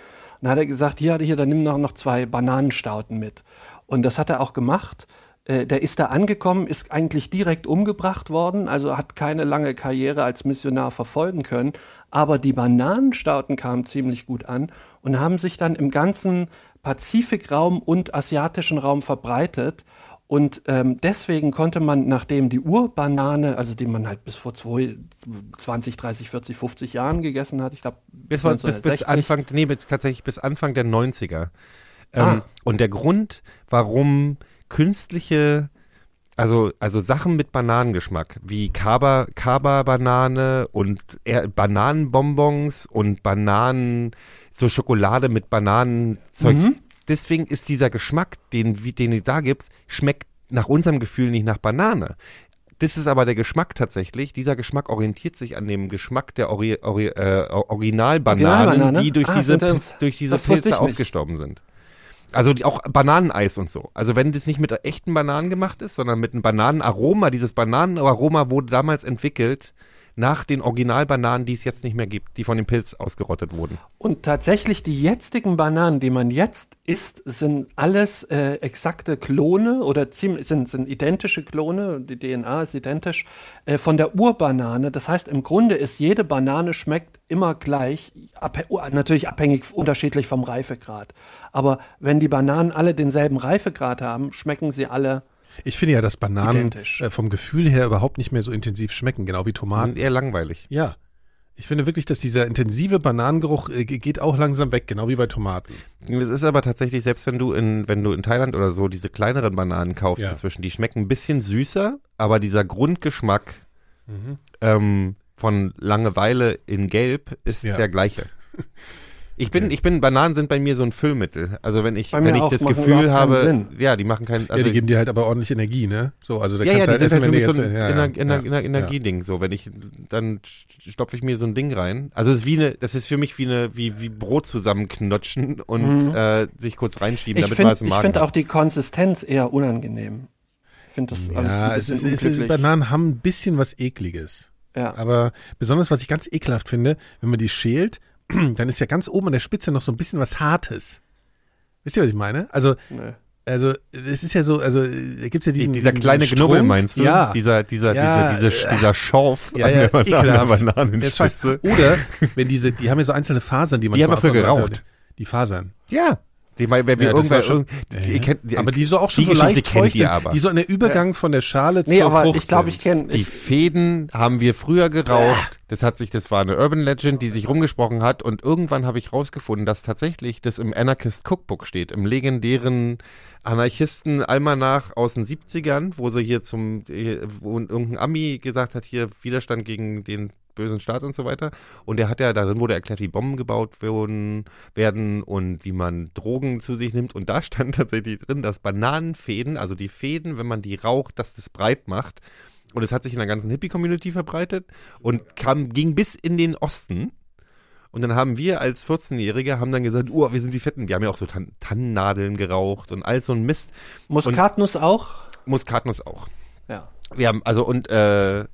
dann hat er gesagt, hier, hier, dann nimm noch, noch zwei Bananenstauden mit. Und das hat er auch gemacht. äh, der ist da angekommen, ist eigentlich direkt umgebracht worden, also hat keine lange Karriere als Missionar verfolgen können. Aber die Bananenstaaten kamen ziemlich gut an und haben sich dann im ganzen Pazifikraum und asiatischen Raum verbreitet. Und ähm, deswegen konnte man, nachdem die Urbanane, also die man halt bis vor zwei, 20, 30, 40, 50 Jahren gegessen hat, ich glaube bis, bis, bis Anfang, nee, bis, tatsächlich bis Anfang der 90er. Ähm, ah. Und der Grund, warum künstliche, also, also Sachen mit Bananengeschmack, wie Kaba, Kaba-Banane und er, Bananenbonbons und Bananen, so Schokolade mit Bananenzeug, mhm deswegen ist dieser Geschmack, den, wie, den du da gibst, schmeckt nach unserem Gefühl nicht nach Banane. Das ist aber der Geschmack tatsächlich. Dieser Geschmack orientiert sich an dem Geschmack der Ori Ori äh, Originalbananen, Originalbanane? die durch ah, diese, das, durch diese Pilze ausgestorben sind. Also die, auch Bananeneis und so. Also wenn das nicht mit echten Bananen gemacht ist, sondern mit einem Bananenaroma, dieses Bananenaroma wurde damals entwickelt, nach den Originalbananen, die es jetzt nicht mehr gibt, die von dem Pilz ausgerottet wurden. Und tatsächlich die jetzigen Bananen, die man jetzt isst, sind alles äh, exakte Klone oder ziemlich, sind, sind identische Klone, die DNA ist identisch, äh, von der Urbanane. Das heißt, im Grunde ist jede Banane schmeckt immer gleich, ab, natürlich abhängig unterschiedlich vom Reifegrad. Aber wenn die Bananen alle denselben Reifegrad haben, schmecken sie alle ich finde ja, dass Bananen Identisch. vom Gefühl her überhaupt nicht mehr so intensiv schmecken, genau wie Tomaten. eher langweilig. Ja. Ich finde wirklich, dass dieser intensive Bananengeruch äh, geht auch langsam weg, genau wie bei Tomaten. Es ist aber tatsächlich, selbst wenn du in, wenn du in Thailand oder so diese kleineren Bananen kaufst ja. inzwischen, die schmecken ein bisschen süßer, aber dieser Grundgeschmack mhm. ähm, von Langeweile in Gelb ist ja. der gleiche. Ich bin, okay. ich bin, Bananen sind bei mir so ein Füllmittel. Also wenn ich, wenn ich das Gefühl habe, ja, die machen keinen, also ja, die geben dir halt aber ordentlich Energie, ne? So, also da ja, kannst ja, du halt essen, wenn du jetzt, so ein, ja, ja, Ener Energieding, so, wenn ich, dann stopfe ich mir so ein Ding rein. Also es ist wie eine, das ist für mich wie eine, wie, wie Brot zusammenknutschen und mhm. äh, sich kurz reinschieben, ich damit man es im Magen Ich finde auch die Konsistenz eher unangenehm. Ich finde das alles ein bisschen es ist, ist, Bananen haben ein bisschen was Ekliges. Ja. Aber besonders, was ich ganz ekelhaft finde, wenn man die schält, dann ist ja ganz oben an der Spitze noch so ein bisschen was Hartes. Wisst ihr, was ich meine? Also, nee. also das ist ja so, also da gibt es ja diesen. Dieser diesen kleine Knubbel, meinst du? Ja. Dieser, dieser, ja. Diese, diese, dieser Schorf ja, ja, an der Bananenspitze. Oder wenn diese, die haben ja so einzelne Fasern, die man Die haben dafür geraucht. Die Fasern. Ja. Die, weil, weil ja, irgendwann, schon, äh, kennt, die, aber die so auch schon so leicht feucht sind, aber. die so in der Übergang von der Schale nee, zur aber Frucht ich glaube, ich kenne die Fäden haben wir früher geraucht. Das hat sich, das war eine Urban Legend, die sich rumgesprochen hat und irgendwann habe ich rausgefunden, dass tatsächlich das im Anarchist Cookbook steht, im legendären Anarchisten Almanach aus den 70ern, wo sie hier zum, wo irgendein Ami gesagt hat, hier Widerstand gegen den bösen Staat und so weiter. Und der hat ja, darin wurde erklärt, wie Bomben gebaut werden, werden und wie man Drogen zu sich nimmt. Und da stand tatsächlich drin, dass Bananenfäden, also die Fäden, wenn man die raucht, dass das breit macht. Und es hat sich in der ganzen Hippie-Community verbreitet und kam, ging bis in den Osten. Und dann haben wir als 14-Jährige haben dann gesagt, oh, wir sind die Fetten. Wir haben ja auch so Tan Tannennadeln geraucht und all so ein Mist. Muskatnuss und auch? Muskatnuss auch. Ja. Wir haben, also und äh,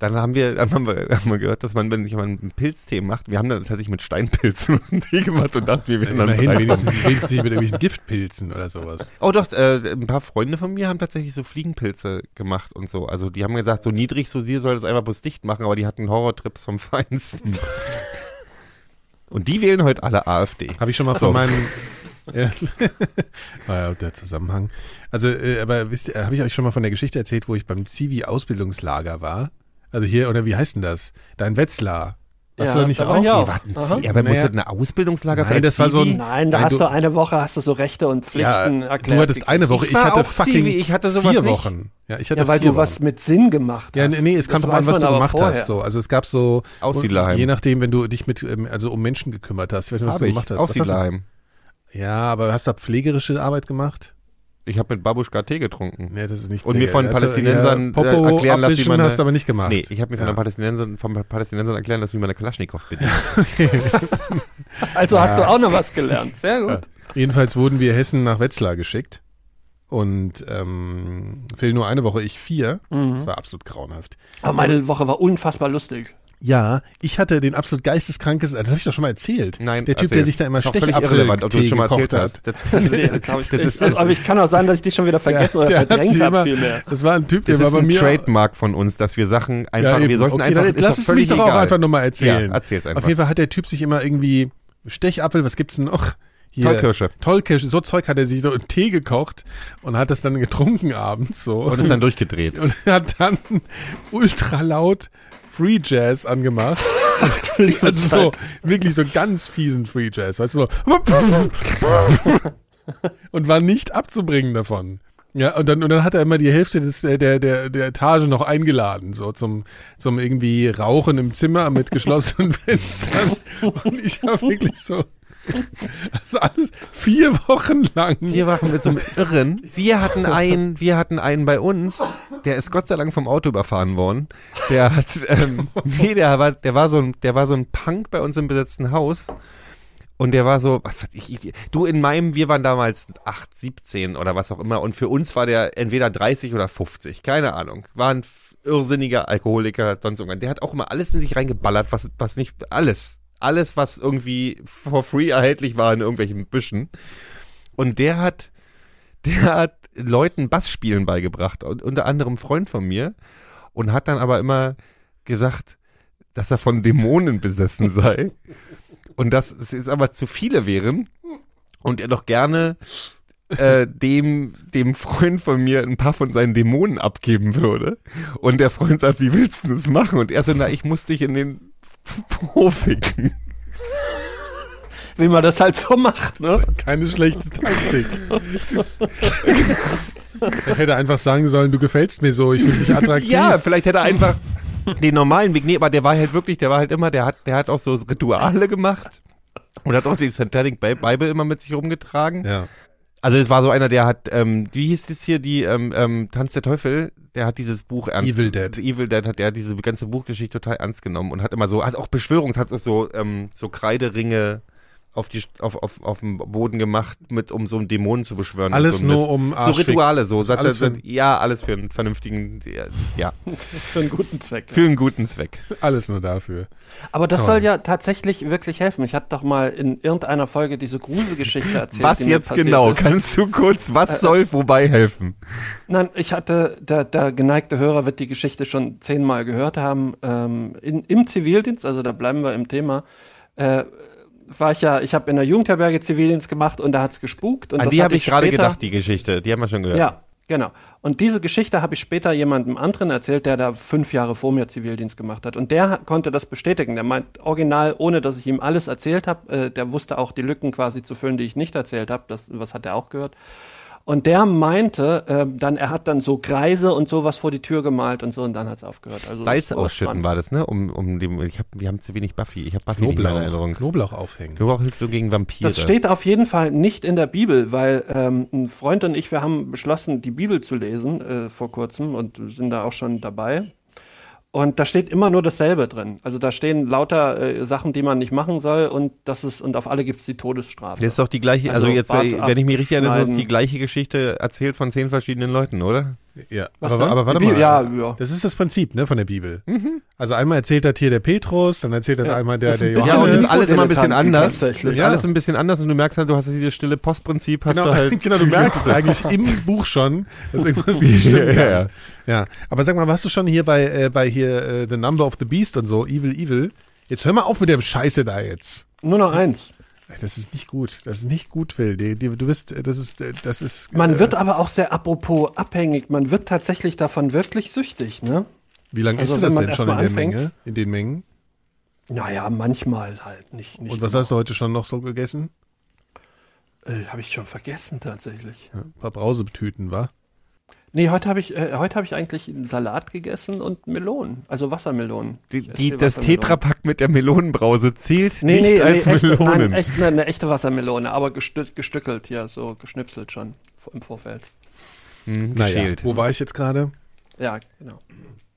dann haben wir, dann haben wir, haben wir gehört, dass man, wenn sich mal einen Pilztee macht, wir haben dann tatsächlich mit Steinpilzen einen Tee gemacht und dachten, wir werden dann Immerhin wenigstens Pilz nicht mit irgendwelchen Giftpilzen oder sowas. Oh doch, äh, ein paar Freunde von mir haben tatsächlich so Fliegenpilze gemacht und so. Also die haben gesagt, so niedrig so sie soll das einfach bloß dicht machen, aber die hatten Horrortrips vom Feinsten. und die wählen heute alle AfD. Habe ich schon mal von so. meinem ja. War ja auch der Zusammenhang. Also, äh, aber wisst ihr, habe ich euch schon mal von der Geschichte erzählt, wo ich beim Zivi-Ausbildungslager war? Also hier, oder wie heißt denn das? Dein Wetzlar. Hast ja, du nicht da auch? war ich auch. Nee, warten Sie, aber naja. musst du eine Ausbildungslager Nein, das war so ein, Nein, da Nein, hast du, du eine Woche, hast du so Rechte und Pflichten ja, erklärt. Du hattest eine Woche, ich, war hatte auch fucking Zivi, ich hatte sowas vier nicht. Wochen. Ja, ich hatte ja, weil vier du was Wochen. mit Sinn gemacht hast. Ja, nee, nee es kam Das drauf an, weiß was man du aber gemacht vorher. hast. So. Also es gab so, Aussiedlerheim. je nachdem, wenn du dich mit, ähm, also um Menschen gekümmert hast. Ich weiß nicht, was Habe du ich. gemacht hast. Was hast du? Aussiedlerheim. Ja, aber hast du da pflegerische Arbeit gemacht? Ich habe mit Babuschka Tee getrunken. Nee, das ist nicht Und mir von Pflege. Also, Palästinensern, ja, äh, Popo erklären lassen, wie abwischen man eine- hast du aber nicht gemacht. Nee, ich habe mir von Ja. den Palästinensern, vom Palästinensern erklären lassen, wie man eine Kalaschnikow bedient. Also hast du auch noch was gelernt. Sehr gut. Jedenfalls wurden wir Hessen nach Wetzlar geschickt. Und Mhm. ähm, fehlen nur eine Woche, ich vier. Das war absolut grauenhaft. Aber meine Woche war unfassbar lustig. Ja, ich hatte den absolut geisteskrankesten, das habe ich doch schon mal erzählt. Nein, der Typ, erzähl. der sich da immer Ist auch völlig Stechapfel irrelevant, ob du es schon mal gekocht erzählt hat. hast. Das- Nee, glaub ich nicht. Also, aber ich kann auch sein, dass ich die schon wieder vergessen oder der hat verdrängt sie habe immer- vielmehr. Das war ein Typ, der Das war ist bei ein mir. Trademark von uns, dass wir Sachen Ja, einfach, wir eben. sollten Okay, einfach, dann ist lass doch es völlig mich doch auch egal. einfach nochmal erzählen. Ja, erzähl's einfach. Auf jeden Fall hat der Typ sich immer irgendwie Stechapfel, was gibt's denn noch? Hier, Tollkirsche. Tollkirsche, so Zeug hat er sich so in Tee gekocht und hat das dann getrunken abends so. Und ist dann durchgedreht. und hat dann ultra laut Free Jazz angemacht. also so, wirklich so ganz fiesen Free Jazz, weißt du, so. und war nicht abzubringen davon. Ja, und dann, und dann hat er immer die Hälfte des, äh, der, der, der Etage noch eingeladen, so zum, zum irgendwie Rauchen im Zimmer mit geschlossenen Fenstern. Und ich war wirklich so, also alles vier Wochen lang. Wir waren mit so einem Irren. Wir hatten einen, wir hatten einen bei uns, der ist Gott sei Dank vom Auto überfahren worden. Der hat, ähm, nee, der war, der war so ein, der war so ein Punk bei uns im besetzten Haus. Und der war so, was weiß ich, ich- du in meinem, wir waren damals 8, 17 oder was auch immer. Und für uns war der entweder 30 oder 50, keine Ahnung. War ein f- irrsinniger Alkoholiker, sonst irgendwas. Der hat auch immer alles in sich reingeballert, was, was nicht, alles. Alles, was irgendwie for free erhältlich war in irgendwelchen Büschen. Und der hat, der hat Leuten Bassspielen beigebracht, und unter anderem ein Freund von mir, und hat dann aber immer gesagt, dass er von Dämonen besessen sei und dass es jetzt aber zu viele wären und er doch gerne äh, dem, dem Freund von mir ein paar von seinen Dämonen abgeben würde. Und der Freund sagt, wie willst du das machen? Und er so, na, ich muss dich in den Po ficken. Wie man das halt so macht, ne? Keine schlechte Taktik. ich hätte einfach sagen sollen, du gefällst mir so, ich finde dich attraktiv. Ja, vielleicht hätte er einfach den normalen Weg. Nee, aber der war halt wirklich, der war halt immer, der hat, der hat auch so Rituale gemacht. Und hat auch die Satanic Bi- Bible immer mit sich rumgetragen. Ja. Also es war so einer, der hat, ähm, wie hieß das hier, die ähm, ähm, Tanz der Teufel, der hat dieses Buch ernst. Evil Dead. Evil Dead hat der hat diese ganze Buchgeschichte total ernst genommen und hat immer so, hat auch Beschwörungs, hat so, ähm, so Kreideringe auf die St- auf, auf, auf dem Boden gemacht, mit um so einen Dämonen zu beschwören. und Alles so ein nur Mist. um So Arschfick. Rituale, so. Sagt Alles er, für- ja, alles für einen vernünftigen, ja, Für einen guten Zweck. für einen guten Zweck. Alles nur dafür. Aber das Toll. soll ja tatsächlich wirklich helfen. Ich hatte doch mal in irgendeiner Folge diese Gruselgeschichte erzählt. was die mir jetzt passiert genau? ist. Kannst du kurz, was soll wobei helfen? Nein, ich hatte, der, der geneigte Hörer wird die Geschichte schon zehnmal gehört haben. Ähm, in, Im Zivildienst, also da bleiben wir im Thema, äh, war ich ja, ich habe in der Jugendherberge Zivildienst gemacht und da hat's gespukt. Und An das die hatte habe ich gerade später- gedacht, die Geschichte. Die haben wir schon gehört. Ja, genau. Und diese Geschichte habe ich später jemandem anderen erzählt, der da fünf Jahre vor mir Zivildienst gemacht hat. Und der hat- konnte das bestätigen. Der meint original, ohne dass ich ihm alles erzählt habe, äh, der wusste auch die Lücken quasi zu füllen, die ich nicht erzählt habe. Das was hat er auch gehört. Und der meinte, ähm, dann er hat dann so Kreise und sowas vor die Tür gemalt und so und dann hat's aufgehört. Also Salz so ausschütten spannend. war das, ne? Um, um dem, ich hab, wir haben zu wenig Buffy. Ich habe Buffy nicht mehr in Knoblauch. Erinnerung. Knoblauch aufhängen. Knoblauch hilft nur gegen Vampire. Das steht auf jeden Fall nicht in der Bibel, weil ähm, ein Freund und ich, wir haben beschlossen, die Bibel zu lesen äh, vor kurzem und sind da auch schon dabei. Und da steht immer nur dasselbe drin. Also da stehen lauter äh, Sachen, die man nicht machen soll und das ist und auf alle gibt's die Todesstrafe. Das ist doch die gleiche, also, Also jetzt, Bart äh, wenn ich mich richtig erinnere, ist abschneiden. die gleiche Geschichte erzählt von zehn verschiedenen Leuten, oder? Ja. Was aber, denn? aber warte Die mal. Bibel- ja, ja. Das ist das Prinzip ne, von der Bibel. Also einmal erzählt das hier der Petrus, dann erzählt das Ja. einmal der, Das ist ein der bisschen- Ja, und Johannes. das ist alles immer ein bisschen Dilettanten anders. tatsächlich. Ist Ja. alles ein bisschen anders und du merkst halt, du hast dieses stille Postprinzip, hast Genau, du halt. genau, du merkst eigentlich im Buch schon, dass irgendwas nicht stimmt. Ja, ja. ja, aber sag mal, warst du schon hier bei, äh, bei hier äh, The Number of the Beast und so, Evil, Evil? Jetzt hör mal auf mit dem Scheiße da jetzt. nur noch eins. Ey, Das ist nicht gut. Das ist nicht gut, Will. Die, die, du bist, äh, das ist, äh, das ist. Man äh, wird aber auch sehr apropos abhängig. Man wird tatsächlich davon wirklich süchtig, ne? Wie lange also isst du wenn das man denn schon in erstmal der anfängt- Menge? In den Mengen? Naja, manchmal halt nicht. nicht Und was hast du heute schon noch so gegessen? äh, habe ich schon vergessen tatsächlich. Ein paar Brausetüten, wa? Nee, heute habe ich, äh, heute habe ich eigentlich einen Salat gegessen und Melonen, also Wassermelonen. Die, Ich die, esse das Wassermelonen. Tetrapack mit der Melonenbrause zählt Nee, nicht nee, nee, als echte, Melonen. nein, echt, nein, eine echte Wassermelone, aber gestü- gestückelt hier, so geschnipselt schon vor- im Vorfeld. Hm, geschält. Wo war ich jetzt gerade? Ja, genau.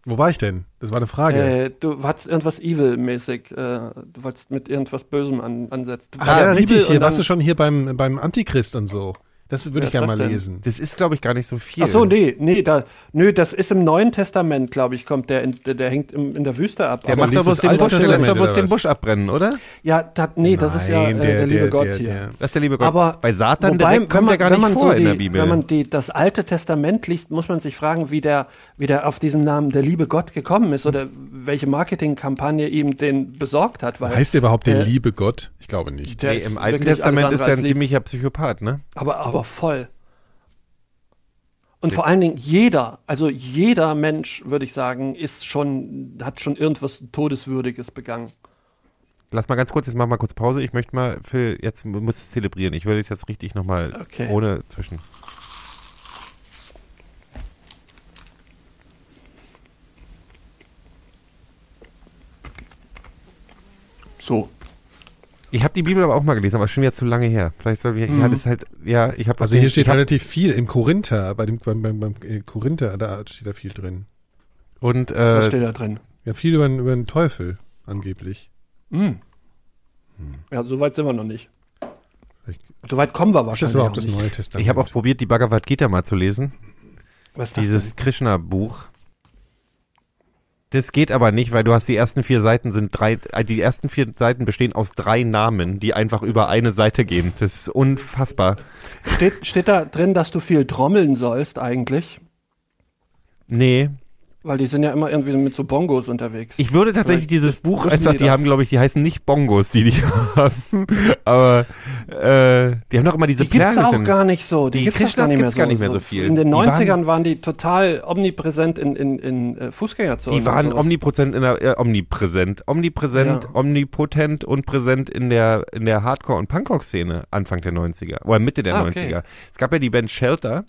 Wo war ich denn? Das war eine Frage. Äh, du hattest irgendwas Evil-mäßig, äh, du wolltest mit irgendwas Bösem an, ansetzen. Du Ah, warst ja, Evil richtig. und Hier warst dann- du schon hier beim, beim Antichrist und so. Das würde ich gerne mal denn? lesen. Das ist, glaube ich, gar nicht so viel. Ach so, nee, nee, da, nö, das ist im Neuen Testament, glaube ich, kommt der, in, der, der hängt im, in der Wüste ab. Der Aber- macht doch bloß liest das den Alte Busch, der lässt Testament doch bloß oder den was? Busch abbrennen, oder? ja, da, nee, das ist ja äh, der, liebe Gott hier. Das ist der liebe Oh Gott. Aber bei Satan wobei, direkt wenn kommt man, der gar wenn nicht man vor so in die, der Bibel. Wenn man die, das Alte Testament liest, muss man sich fragen, wie der, wie der auf diesen Namen der liebe Gott gekommen ist oder welche Marketingkampagne ihm den besorgt hat. Weil, Heißt der überhaupt der äh, liebe Gott? Ich glaube nicht. der nee, ist Im Alten wirklich Testament alles andere ist er ein als lieb. ziemlicher Psychopath, ne? Aber, aber voll. Und vor allen Dingen jeder, also jeder Mensch, würde ich sagen, ist schon, hat schon irgendwas Todeswürdiges begangen. Lass mal ganz kurz, jetzt machen wir kurz Pause. Ich möchte mal, Phil, jetzt muss es zelebrieren. Ich würde es jetzt richtig nochmal Okay. ohne zwischen. So. Ich habe die Bibel aber auch mal gelesen, aber schon wieder zu lange her. Vielleicht soll ich, ja, das ist halt, ja, ich habe Also hier steht halt, relativ viel im Korinther, bei dem beim, beim, beim äh, Korinther, da steht da viel drin. und Was äh, steht da drin? Ja, viel über, den- über den Teufel angeblich. Ja, so weit sind wir noch nicht. Vielleicht- So weit kommen wir Was ist wahrscheinlich auch überhaupt das nicht. Neue Testament? ich habe auch probiert, die Bhagavad Gita mal zu lesen. Was ist das Dieses Krishna-Buch. Das geht aber nicht, weil du hast die ersten vier Seiten sind drei, äh, die ersten vier Seiten bestehen aus drei Namen, die einfach über eine Seite gehen. Das ist unfassbar. denn? Steht, steht da drin, dass du viel trommeln sollst eigentlich? Nee, Weil die sind ja immer irgendwie mit so Bongos unterwegs. Ich würde tatsächlich Vielleicht dieses wissen- Buch wissen einfach, die die, das. haben, glaube ich, die heißen nicht Bongos, die die haben, aber äh, die haben doch immer diese die gibt's Perlen auch drin. gar nicht so. Die gibt's auch Krishnas gibt's gar nicht mehr so viel. In den Die waren- 90ern waren die total omnipräsent in, in, in äh, Fußgängerzonen. Die waren und sowas. omnipräsent in der, äh, omnipräsent, omnipräsent, Ja. omnipotent und präsent in der, in der Hardcore- und Punkrock-Szene Anfang der 90er oder Mitte der Ah, okay. 90er. Es gab ja die Band Shelter,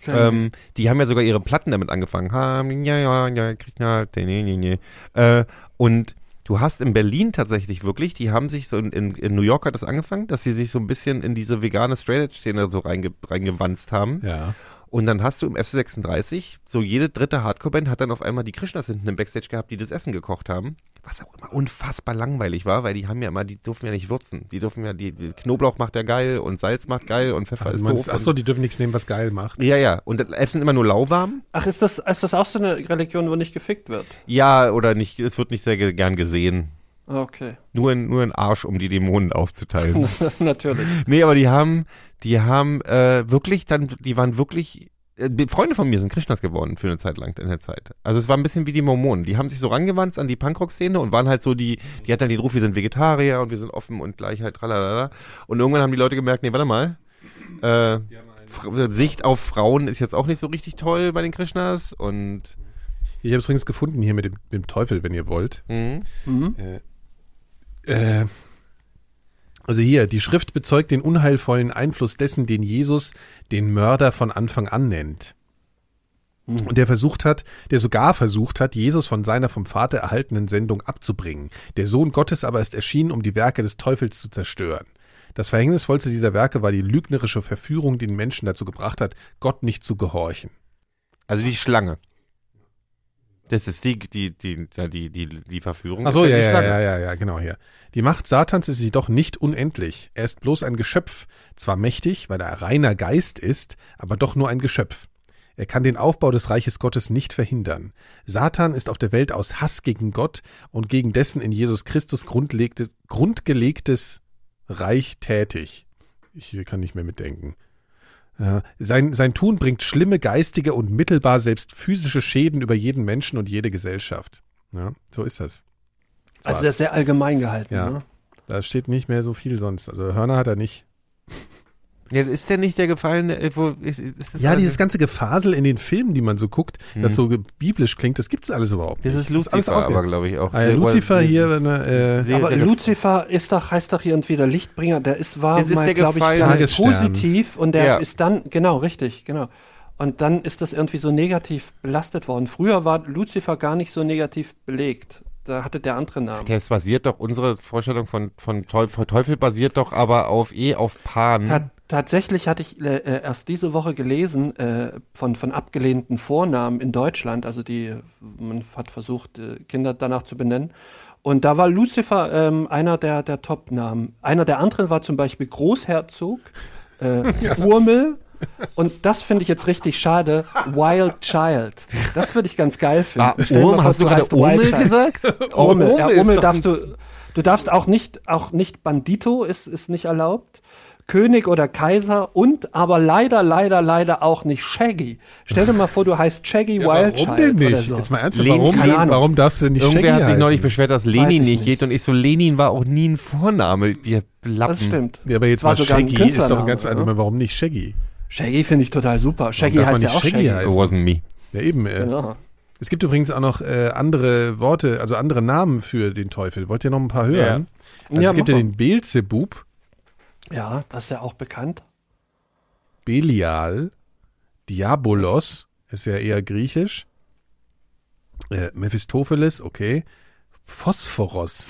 Okay. ähm, die haben ja sogar ihre Platten damit angefangen. Ha, ja, ja, ja, Krishna, ne, ne, ne, ne. Äh, Und du hast in Berlin tatsächlich wirklich, die haben sich so in, in, in New York hat das angefangen, dass sie sich so ein bisschen in diese vegane Straight Edge Szene so reinge, reingewanzt haben. Ja. Und dann hast du im S36 so jede dritte Hardcore-Band hat dann auf einmal die Krishnas hinten im Backstage gehabt, die das Essen gekocht haben. Was auch immer unfassbar langweilig war, weil die haben ja immer, die dürfen ja nicht würzen. Die dürfen ja, die, die Knoblauch macht ja geil und Salz macht geil und Ah, Pfeffer ist doof. Achso, die dürfen nichts nehmen, was geil macht. und, ja, ja. Und das Essen immer nur lauwarm. Ach, ist das, ist das auch so eine Religion, wo nicht gefickt wird? Ja, oder nicht, es wird nicht sehr ge- gern gesehen. Ah, Okay, Nur ein, nur ein Arsch, um die Dämonen aufzuteilen. natürlich. nee, aber die haben, die haben äh, wirklich dann, die waren wirklich, äh, die Freunde von mir sind Krishnas geworden für eine Zeit lang in der Zeit. Also es war ein bisschen wie die Mormonen. Die haben sich so rangewandt an die Punkrock-Szene und waren halt so die, die hatten dann den Ruf, wir sind Vegetarier und wir sind offen und Gleichheit, tralala. Und irgendwann haben die Leute gemerkt, nee, warte mal, äh, Fra- Sicht auf Frauen ist jetzt auch nicht so richtig toll bei den Krishnas und Ich habe es übrigens gefunden hier mit dem, dem Teufel, wenn ihr wollt. mhm. Äh, also hier, die Schrift bezeugt den unheilvollen Einfluss dessen, den Jesus den Mörder von Anfang an nennt. Und der versucht hat, der sogar versucht hat, Jesus von seiner vom Vater erhaltenen Sendung abzubringen. Der Sohn Gottes aber ist erschienen, um die Werke des Teufels zu zerstören. Das Verhängnisvollste dieser Werke war die lügnerische Verführung, die den Menschen dazu gebracht hat, Gott nicht zu gehorchen. Also die Schlange. Das ist die, die, die, ja, die, die, die Verführung. Ach so, ist ja, die ja, Schlange. ja, ja, ja, genau hier. Die Macht Satans ist jedoch nicht unendlich. Er ist bloß ein Geschöpf, zwar mächtig, weil er reiner Geist ist, aber doch nur ein Geschöpf. Er kann den Aufbau des Reiches Gottes nicht verhindern. Satan ist auf der Welt aus Hass gegen Gott und gegen dessen in Jesus Christus grundlegte, grundgelegtes Reich tätig. Ich hier kann nicht mehr mitdenken. Ja, Sein, sein Tun bringt schlimme geistige und mittelbar selbst physische Schäden über jeden Menschen und jede Gesellschaft. Ja, so ist das. Also das ist sehr allgemein gehalten. Ja. Ne? Da steht nicht mehr so viel sonst. Also Hörner hat er nicht. Ja, ist der nicht der gefallene? äh, Wo, ist, ist das Ja, alles- dieses ganze Gefasel in den Filmen, die man so guckt, das Hm. so ge- biblisch klingt, das gibt's alles überhaupt Das nicht. ist alles Lucifer, aber ausgedacht. glaube ich auch. ah, ja, Sehr- Lucifer sehr- hier, wenn er, äh, sehr- Aber der Gef- Lucifer ist doch, heißt doch hier entweder Lichtbringer, der ist war Das ist mal, der glaube ich, Gefallene. ganz Tagesstern. positiv und der Ja. ist dann, genau, richtig, genau. Und dann ist das irgendwie so negativ belastet worden. Früher war Lucifer gar nicht so negativ belegt. Da hatte der andere Namen. Das basiert doch, unsere Vorstellung von, von, Teufel, von Teufel basiert doch aber auf eh auf Pan. Ta tatsächlich hatte ich äh, äh, erst diese Woche gelesen äh, von, von abgelehnten Vornamen in Deutschland. Also die, man hat versucht, äh, Kinder danach zu benennen. Und da war Lucifer ähm, einer der, der Top-Namen. Einer der anderen war zum Beispiel Großherzog äh, Urmel. Und das finde ich jetzt richtig schade. Wild Child. Das würde ich ganz geil finden. Ah, Urm, hast du gerade Urmel gesagt? Urmel, ja, Urmel darfst du, du darfst auch nicht, auch nicht Bandito ist, ist nicht erlaubt. König oder Kaiser und aber leider, leider, leider auch nicht Shaggy. Stell dir mal vor, du heißt Shaggy Wild warum Child. denn nicht? Oder so. Jetzt mal ernsthaft, Lenin, warum, keine Ahnung. warum darfst du nicht Irgendwer Shaggy hat sich neulich heißen? beschwert, dass Weiß ich Lenin nicht nicht. geht und ich so, Lenin war auch nie ein Vorname, ihr Lappen. Das stimmt. Ja, aber jetzt War mal sogar ein Shaggy ist doch Künstlername, ganz, also oder? warum nicht Shaggy? Shaggy finde ich total super. Shaggy darf man heißt ja nicht auch Shaggy Shaggy. It heißen? wasn't me. Ja, eben. Äh, Genau. Es gibt übrigens auch noch äh, andere Worte, also andere Namen für den Teufel. Wollt ihr noch ein paar hören? Also Ja, es gibt mach ja mal. den Beelzebub, Ja, das ist ja auch bekannt. Belial, Diabolos, ist ja eher griechisch. Äh, Mephistopheles, okay. Phosphoros.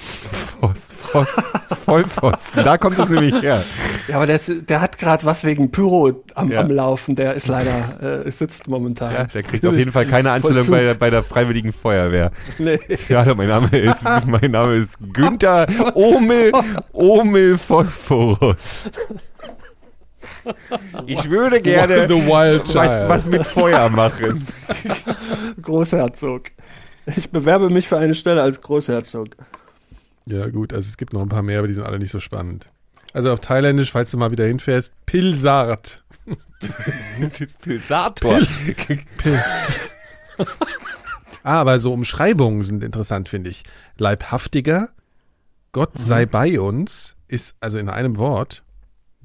Vollpfosten. Vollpfosten. Da kommt es nämlich her. Ja, aber der, ist, der hat gerade was wegen Pyro am, Ja. am Laufen. Der ist leider, äh, sitzt momentan. Ja, der kriegt auf jeden Fall keine Anstellung Vollzug. bei, der- bei der Freiwilligen Feuerwehr. Nee. Ja, hallo, mein Name ist, mein Name ist Günther Omel, Omel Phosphorus. Ich würde gerne The Wild Child. was, was mit Feuer machen. Großherzog. Ich bewerbe mich für eine Stelle als Großherzog. Ja, gut, also es gibt noch ein paar mehr, aber die sind alle nicht so spannend. Also auf Thailändisch, falls du mal wieder hinfährst, Pilsart. Pilsator. Ah, aber so Umschreibungen sind interessant, finde ich. Leibhaftiger, Gott sei bei uns, ist also in einem Wort.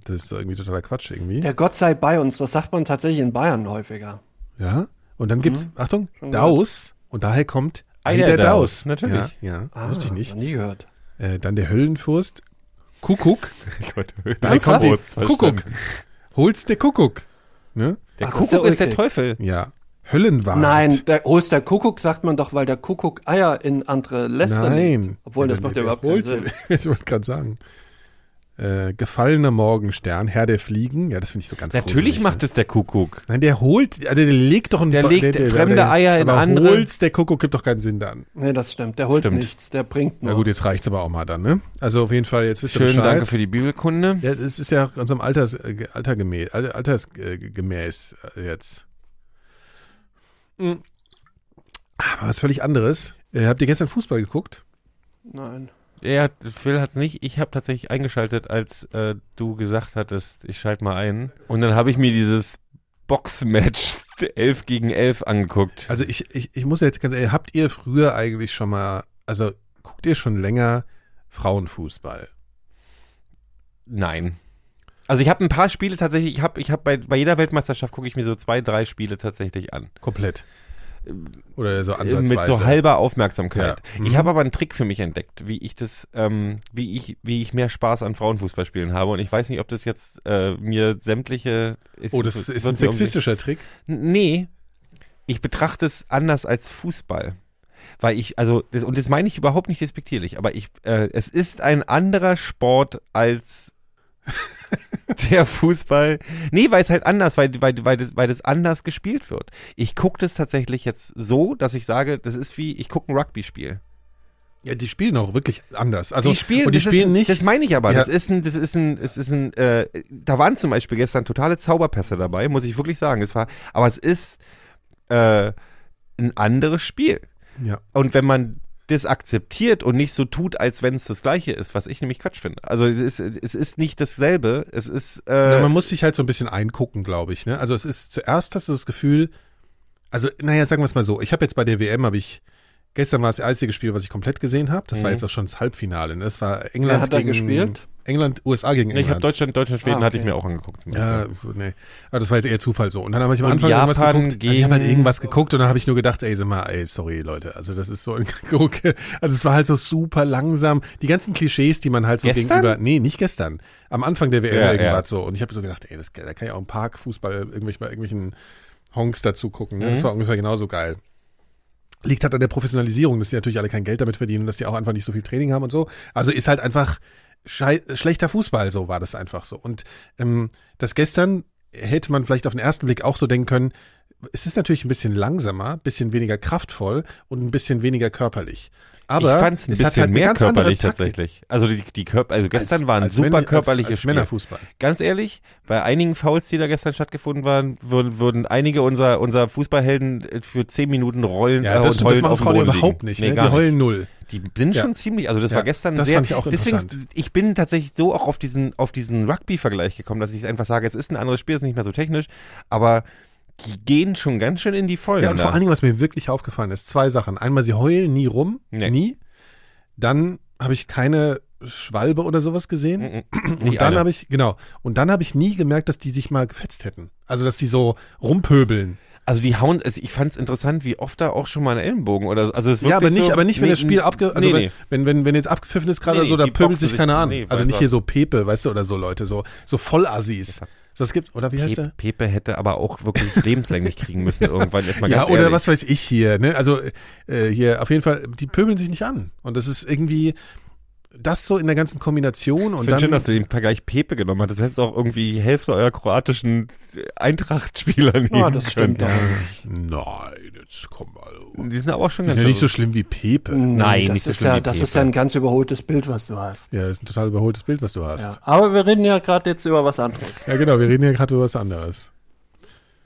Das ist doch irgendwie totaler Quatsch irgendwie. Der Gott sei bei uns, das sagt man tatsächlich in Bayern häufiger. Ja. Und dann Mhm. gibt's, Achtung, Daus. Und daher kommt Ei Eider der Daus, Daus. natürlich. Ah. Ja, ja wusste ich nicht. Ah, Noch nie gehört. Äh, dann der Höllenfürst, Kuckuck. Daher Ernsthaft? kommt die Kuckuck. Kuckuck. Holst der Kuckuck. Ne? Der Ach, Ah, das ist Kuckuck ja ist der Ulrich. Teufel. Ja. Höllenwart. Nein, der, holst der Kuckuck, sagt man doch, weil der Kuckuck Eier in andere Läster Nein. legt. Obwohl, das Ja, macht ja der überhaupt keinen holte- Sinn. ich wollte gerade sagen. Äh, gefallener Morgenstern, Herr der Fliegen. Ja, das finde ich so ganz Natürlich gruselig, macht ne? es der Kuckuck. Nein, der holt, also der legt doch ein Der legt fremde Eier in aber andere- Holz, der Kuckuck gibt doch keinen Sinn dann. Nee, das stimmt. Der holt Stimmt. nichts, der bringt nur. Na gut, jetzt reicht's aber auch mal dann, ne? Also auf jeden Fall, jetzt wisst ihr Schön, Bescheid. danke für die Bibelkunde. Ja, es ist ja unserem Alters, äh, ge- Alter gemä- Al- altersgemäß äh, jetzt. Mhm. Hm. Aber Ah, was völlig anderes. Äh, habt ihr gestern Fußball geguckt? Nein. Er hat, Phil hat's nicht. Ich habe tatsächlich eingeschaltet, als äh, du gesagt hattest, ich schalte mal ein. Und dann habe ich mir dieses Boxmatch 11 gegen 11 angeguckt. Also ich, ich, ich muss jetzt ganz ehrlich, habt ihr früher eigentlich schon mal, also guckt ihr schon länger Frauenfußball? Nein. Also ich habe ein paar Spiele tatsächlich, ich habe ich hab bei, bei jeder Weltmeisterschaft gucke ich mir so zwei, drei Spiele tatsächlich an. Komplett. Oder so Äh, ansatzweise. Mit so halber Aufmerksamkeit. Ja. Mhm. Ich habe aber einen Trick für mich entdeckt, wie ich das, ähm, wie ich, wie ich mehr Spaß an Frauenfußballspielen habe. Und ich weiß nicht, ob das jetzt äh, mir sämtliche. oh, das ist ein wird mir irgendwie- sexistischer Trick. N- Nee, ich betrachte es anders als Fußball. Weil ich, also, das, und das meine ich überhaupt nicht despektierlich, aber ich, äh, es ist ein anderer Sport als der Fußball. Nee, weil es halt anders, weil, weil, weil, das, weil das anders gespielt wird. Ich gucke das tatsächlich jetzt so, dass ich sage, das ist wie, ich gucke ein Rugby-Spiel. Ja, die spielen auch wirklich anders. Also, die spielen, und die das ist spielen ein, nicht. Das meine ich aber. Ja. Das ist ein, das ist ein, es ist ein, äh, da waren zum Beispiel gestern totale Zauberpässe dabei, muss ich wirklich sagen. Es war, aber es ist äh, ein anderes Spiel. ja. Und wenn man das akzeptiert und nicht so tut, als wenn es das Gleiche ist, was ich nämlich Quatsch finde. Also es ist, es ist nicht dasselbe. Es ist äh, Na, man muss sich halt so ein bisschen eingucken, glaube ich. Ne? Also es ist zuerst hast du das Gefühl, also naja, sagen wir es mal so. Ich habe jetzt bei der WM habe ich gestern war das einzige Spiel, was ich komplett gesehen habe. Das war Mhm. jetzt auch schon das Halbfinale. Ne? Das war Wer England hat da gegen gespielt? England, USA gegen Nee, England. ich habe Deutschland, Deutschland, Schweden Ah, okay. hatte ich mir auch angeguckt. Zum Ja, Beispiel. nee. Aber das war jetzt eher Zufall so. Und dann habe ich am Und Anfang Japan irgendwas geguckt. also ich habe halt gegen- irgendwas geguckt und dann habe ich nur gedacht, ey, sag mal, ey, sorry, Leute. Also das ist so ein Gucke. Also es war halt so super langsam. Die ganzen Klischees, die man halt so Gestern? gegenüber. Nee, nicht gestern. Am Anfang der WM Ja, irgendwas so. Und ich habe so gedacht, ey, das, da kann ich auch im Park Fußball irgendwelchen, bei irgendwelchen Honks dazu gucken. Ne? Mhm. Das war ungefähr genauso geil. Liegt halt an der Professionalisierung, dass die natürlich alle kein Geld damit verdienen und dass die auch einfach nicht so viel Training haben und so. Also ist halt einfach schei- schlechter Fußball, so war das einfach so. Und ähm, das gestern hätte man vielleicht auf den ersten Blick auch so denken können, es ist natürlich ein bisschen langsamer, ein bisschen weniger kraftvoll und ein bisschen weniger körperlich. Aber ich fand es ein bisschen halt eine mehr ganz andere körperlich Taktik. tatsächlich. Also die, die Körper, also gestern Als- war ein als super Männer- körperliches als- als Spiel. Männerfußball. Ganz ehrlich, bei einigen Fouls, die da gestern stattgefunden waren, würden, würden einige unserer, unserer Fußballhelden äh, für zehn Minuten rollen Ja, äh, das, und stimmt, das heulen machen auf dem Frauen Boden überhaupt liegen. nicht. Nee, ne? gar Die heulen null. Die sind Ja. schon ziemlich, also das Ja, war gestern das sehr, fand ich auch deswegen, interessant. ich bin tatsächlich so auch auf diesen, auf diesen Rugby-Vergleich gekommen, dass ich einfach sage, es ist ein anderes Spiel, es ist nicht mehr so technisch, aber die gehen schon ganz schön in die Vollen. Ja, und da. vor allen Dingen, was mir wirklich aufgefallen ist, zwei Sachen. Einmal, sie heulen nie rum, Nee. nie. Dann habe ich keine Schwalbe oder sowas gesehen. Mhm. Und Nicht dann alle. habe ich, genau, und dann habe ich nie gemerkt, dass die sich mal gefetzt hätten. Also, dass die so rumpöbeln. Also die hauen, also ich fand es interessant, wie oft da auch schon mal ein Ellenbogen oder so. Also es ist Ja, aber wirklich nicht, so, aber nicht, wenn nee, das Spiel nee, abge, also nee, wenn, nee. wenn, wenn, wenn jetzt abgepfiffen ist gerade Nee, oder so, nee, da die pöbelt boxen sich sich- keiner an. nee, also weiß nicht hier was. so Pepe, weißt du, oder so Leute, so, so Vollassis. So, es gibt, oder wie heißt Pe- der? Pepe hätte aber auch wirklich lebenslänglich kriegen müssen irgendwann. Jetzt mal Ja, ganz oder ehrlich. was weiß ich hier, ne? Also, äh, hier, auf jeden Fall, die pöbeln sich nicht an. Und das ist irgendwie, das so in der ganzen Kombination Ich und finde dann. schön, dass du den Vergleich Pepe genommen hast. Das hättest auch irgendwie die Hälfte eurer kroatischen Eintracht-Spieler nehmen Ja, das stimmt können. doch. Nein, jetzt komm mal. um. Mm. Die sind aber auch schon Das ganz ist ja nicht so schön. schlimm wie Pepe. Nein, das nicht so ist schlimm ja, wie Das Pepe. ist ja ein ganz überholtes Bild, was du hast. Ja, das ist ein total überholtes Bild, was du hast. Ja. Ja, Aber wir reden ja gerade jetzt über was anderes. genau, wir reden hier gerade über was anderes.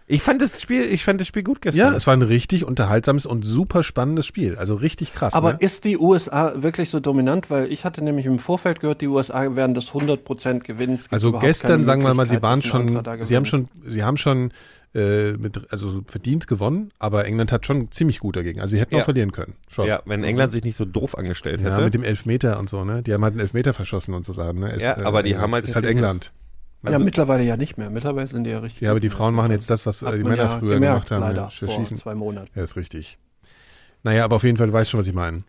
Ich fand das Spiel, ich fand das Spiel gut Ja, gestern. es war ein richtig unterhaltsames und super spannendes Spiel. Also richtig krass. Aber ne? ist die USA wirklich so dominant? Weil ich hatte nämlich im Vorfeld gehört, die USA werden das 100% gewinnen. Es gibt Also überhaupt keine gestern, sagen wir mal, sie Möglichkeit, waren dass ein schon, anderer da sie haben gewinnt. schon, sie haben schon äh, mit, also verdient gewonnen, aber England hat schon ziemlich gut dagegen. Also sie hätten Ja. auch verlieren können. Schon. Ja, wenn England sich nicht so doof angestellt Ja, hätte. mit dem Elfmeter und so, ne? Die haben halt einen Elfmeter verschossen und so Sachen, ne? Elf- Ja, aber die England. haben halt Ist halt gefehlt. England. ja, mittlerweile ja nicht mehr. Mittlerweile sind die ja richtig. also- Ja, aber die Frauen machen jetzt das, was Hat äh, die man Männer ja früher gemerkt, gemacht haben. Leider, ja, für vor Schießen. zwei Monaten. Ja, ist richtig. Naja, aber auf jeden Fall weiß schon, was ich meine.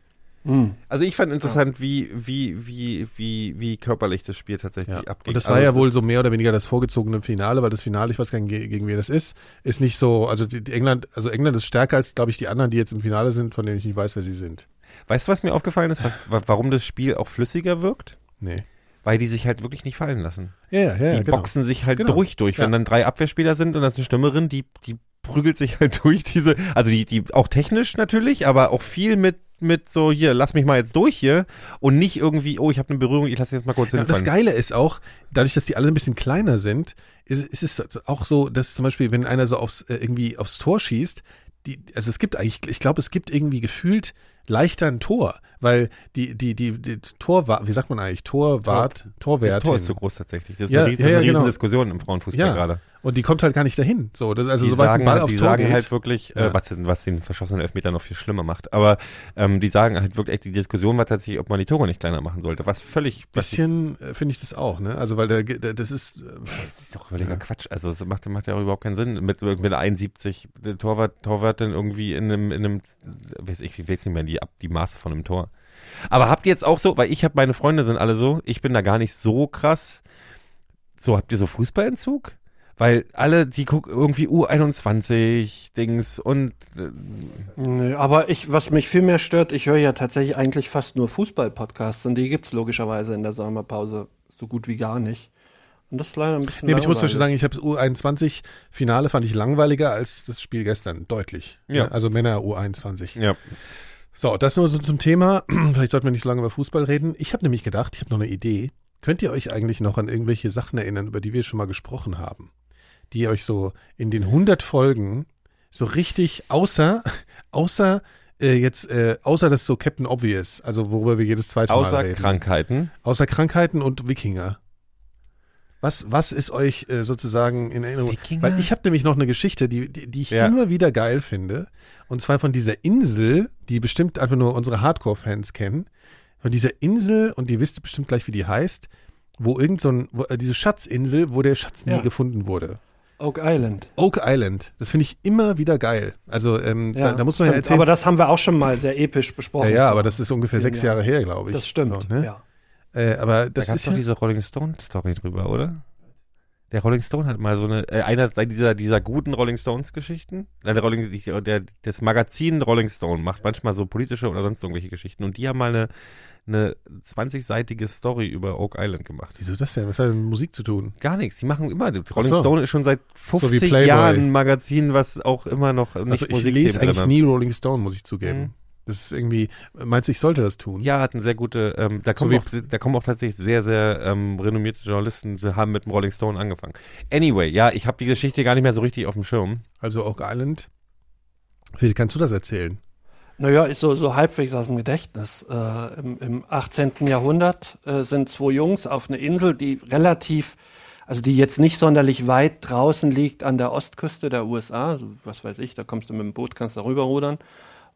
Also ich fand interessant, wie, wie, wie, wie, wie körperlich das Spiel tatsächlich Ja. abging. Und das war Also ja es wohl ist- so mehr oder weniger das vorgezogene Finale, weil das Finale, ich weiß gar nicht, ge- gegen wen das ist, ist nicht so, also die, die England, also England ist stärker als, glaube ich, die anderen, die jetzt im Finale sind, von denen ich nicht weiß, wer sie sind. Weißt du, was mir aufgefallen ist, was, wa- warum das Spiel auch flüssiger wirkt? Nee. Weil die sich halt wirklich nicht fallen lassen. Ja, ja, ja. die genau. boxen sich halt Genau. durch durch. Wenn Ja. dann drei Abwehrspieler sind und das ist eine Stürmerin, die, die prügelt sich halt durch diese, also die, die auch technisch natürlich, aber auch viel mit, mit so, hier, lass mich mal jetzt durch hier und nicht irgendwie, oh, ich habe eine Berührung, ich lasse jetzt mal kurz Ja, und das hinfallen. Geile ist auch, dadurch, dass die alle ein bisschen kleiner sind, ist, ist es auch so, dass zum Beispiel, wenn einer so aufs, äh, irgendwie aufs Tor schießt, die, also es gibt eigentlich, ich glaube, es gibt irgendwie gefühlt leichter ein Tor, weil die, die, die, die Torwart, wie sagt man eigentlich, Torwart, das Torwert. Tor ist so groß tatsächlich. Das ist Ja, eine riesen, ja, ja, eine riesen genau. Diskussion im Frauenfußball ja, gerade. und die kommt halt gar nicht dahin. So, das, also die sobald sagen, ein Ball halt, aufs die Tor sagen geht, halt wirklich, Ja. äh, was, den- was den verschossenen Elfmeter noch viel schlimmer macht. Aber ähm, die sagen halt wirklich, die Diskussion war tatsächlich, ob man die Tore nicht kleiner machen sollte. Was völlig, was bisschen äh, finde ich das auch, ne? Also weil der, der das ist äh, Das ist doch völliger Quatsch. Also das macht, macht ja auch überhaupt keinen Sinn. Mit, mit einer 71 der Torwart, Torwart dann irgendwie in einem, in einem weiß ich, ich weiß nicht mehr die, Ab- die Maße von einem Tor. Aber habt ihr jetzt auch so, weil ich habe meine Freunde sind alle so, ich bin da gar nicht so krass. So, habt ihr so Fußballentzug? Weil alle, die gucken irgendwie U21-Dings und äh, Nö, aber ich, was mich viel mehr stört, ich höre ja tatsächlich eigentlich fast nur Fußball-Podcasts und die gibt es logischerweise in der Sommerpause so gut wie gar nicht. Und das ist leider ein bisschen. Nee, aber ich muss zum Beispiel sagen, langweilig. ich habe das U21-Finale fand ich langweiliger als das Spiel gestern. Deutlich. Ja. Also Männer U21. ja. So, das nur so zum Thema. Vielleicht sollten wir nicht so lange über Fußball reden. Ich habe nämlich gedacht, ich habe noch eine Idee. Könnt ihr euch eigentlich noch an irgendwelche Sachen erinnern, über die wir schon mal gesprochen haben? Die euch so in den 100 Folgen so richtig, außer, außer äh, jetzt, äh, außer das so Captain Obvious, also worüber wir jedes zweite Mal außer reden. Krankheiten. Außer Krankheiten und Wikinger. Was, was ist euch äh, sozusagen in Erinnerung? Wikinger? Weil ich habe nämlich noch eine Geschichte, die, die, die ich Ja. immer wieder geil finde. Und zwar von dieser Insel, die bestimmt einfach nur unsere Hardcore-Fans kennen. Von dieser Insel, und ihr wisst bestimmt gleich, wie die heißt, wo irgend so ein, wo, äh, diese Schatzinsel, wo der Schatz nie Ja. gefunden wurde. Oak Island. Oak Island. Das finde ich immer wieder geil. Also ähm, da, da muss man ja stimmt. erzählen. Aber das haben wir auch schon mal sehr episch ja, besprochen. ja, aber das ist ungefähr vielen sechs Jahre her, glaube ich. Das stimmt. So, ne? ja. äh, aber Da das gab es ist doch ja, diese Rolling Stone-Story drüber, oder? Der Rolling Stone hat mal so eine, äh, einer dieser, dieser guten Rolling Stones-Geschichten. Nein, Der Rolling, nicht, der, der, das Magazin Rolling Stone macht manchmal so politische oder sonst irgendwelche Geschichten. Und die haben mal eine, eine 20-seitige Story über Oak Island gemacht. Wieso das denn? Was hat denn mit Musik zu tun? Gar nichts. Die machen immer. die Rolling so. Stone ist schon seit So wie 50 Playboy. Jahren ein Magazin, was auch immer noch nicht Also ich Musikthemen lese drin eigentlich hat. nie Rolling Stone, muss ich zugeben. Mhm. Das ist irgendwie, meinst du, ich sollte das tun? Ja, hatten sehr gute, ähm, da, kommen wie- auch, da kommen auch tatsächlich sehr, sehr ähm, renommierte Journalisten, sie haben mit dem Rolling Stone angefangen. Anyway, ja, ich habe die Geschichte gar nicht mehr so richtig auf dem Schirm. Also Oak Island. Phil, kannst du das erzählen? Naja, ist so, so halbwegs aus dem Gedächtnis. Äh, im, Im 18. Jahrhundert äh, sind zwei Jungs auf einer Insel, die relativ, also die jetzt nicht sonderlich weit draußen liegt an der Ostküste der USA. Also, was weiß ich, da kommst du mit dem Boot, kannst da rüberrudern.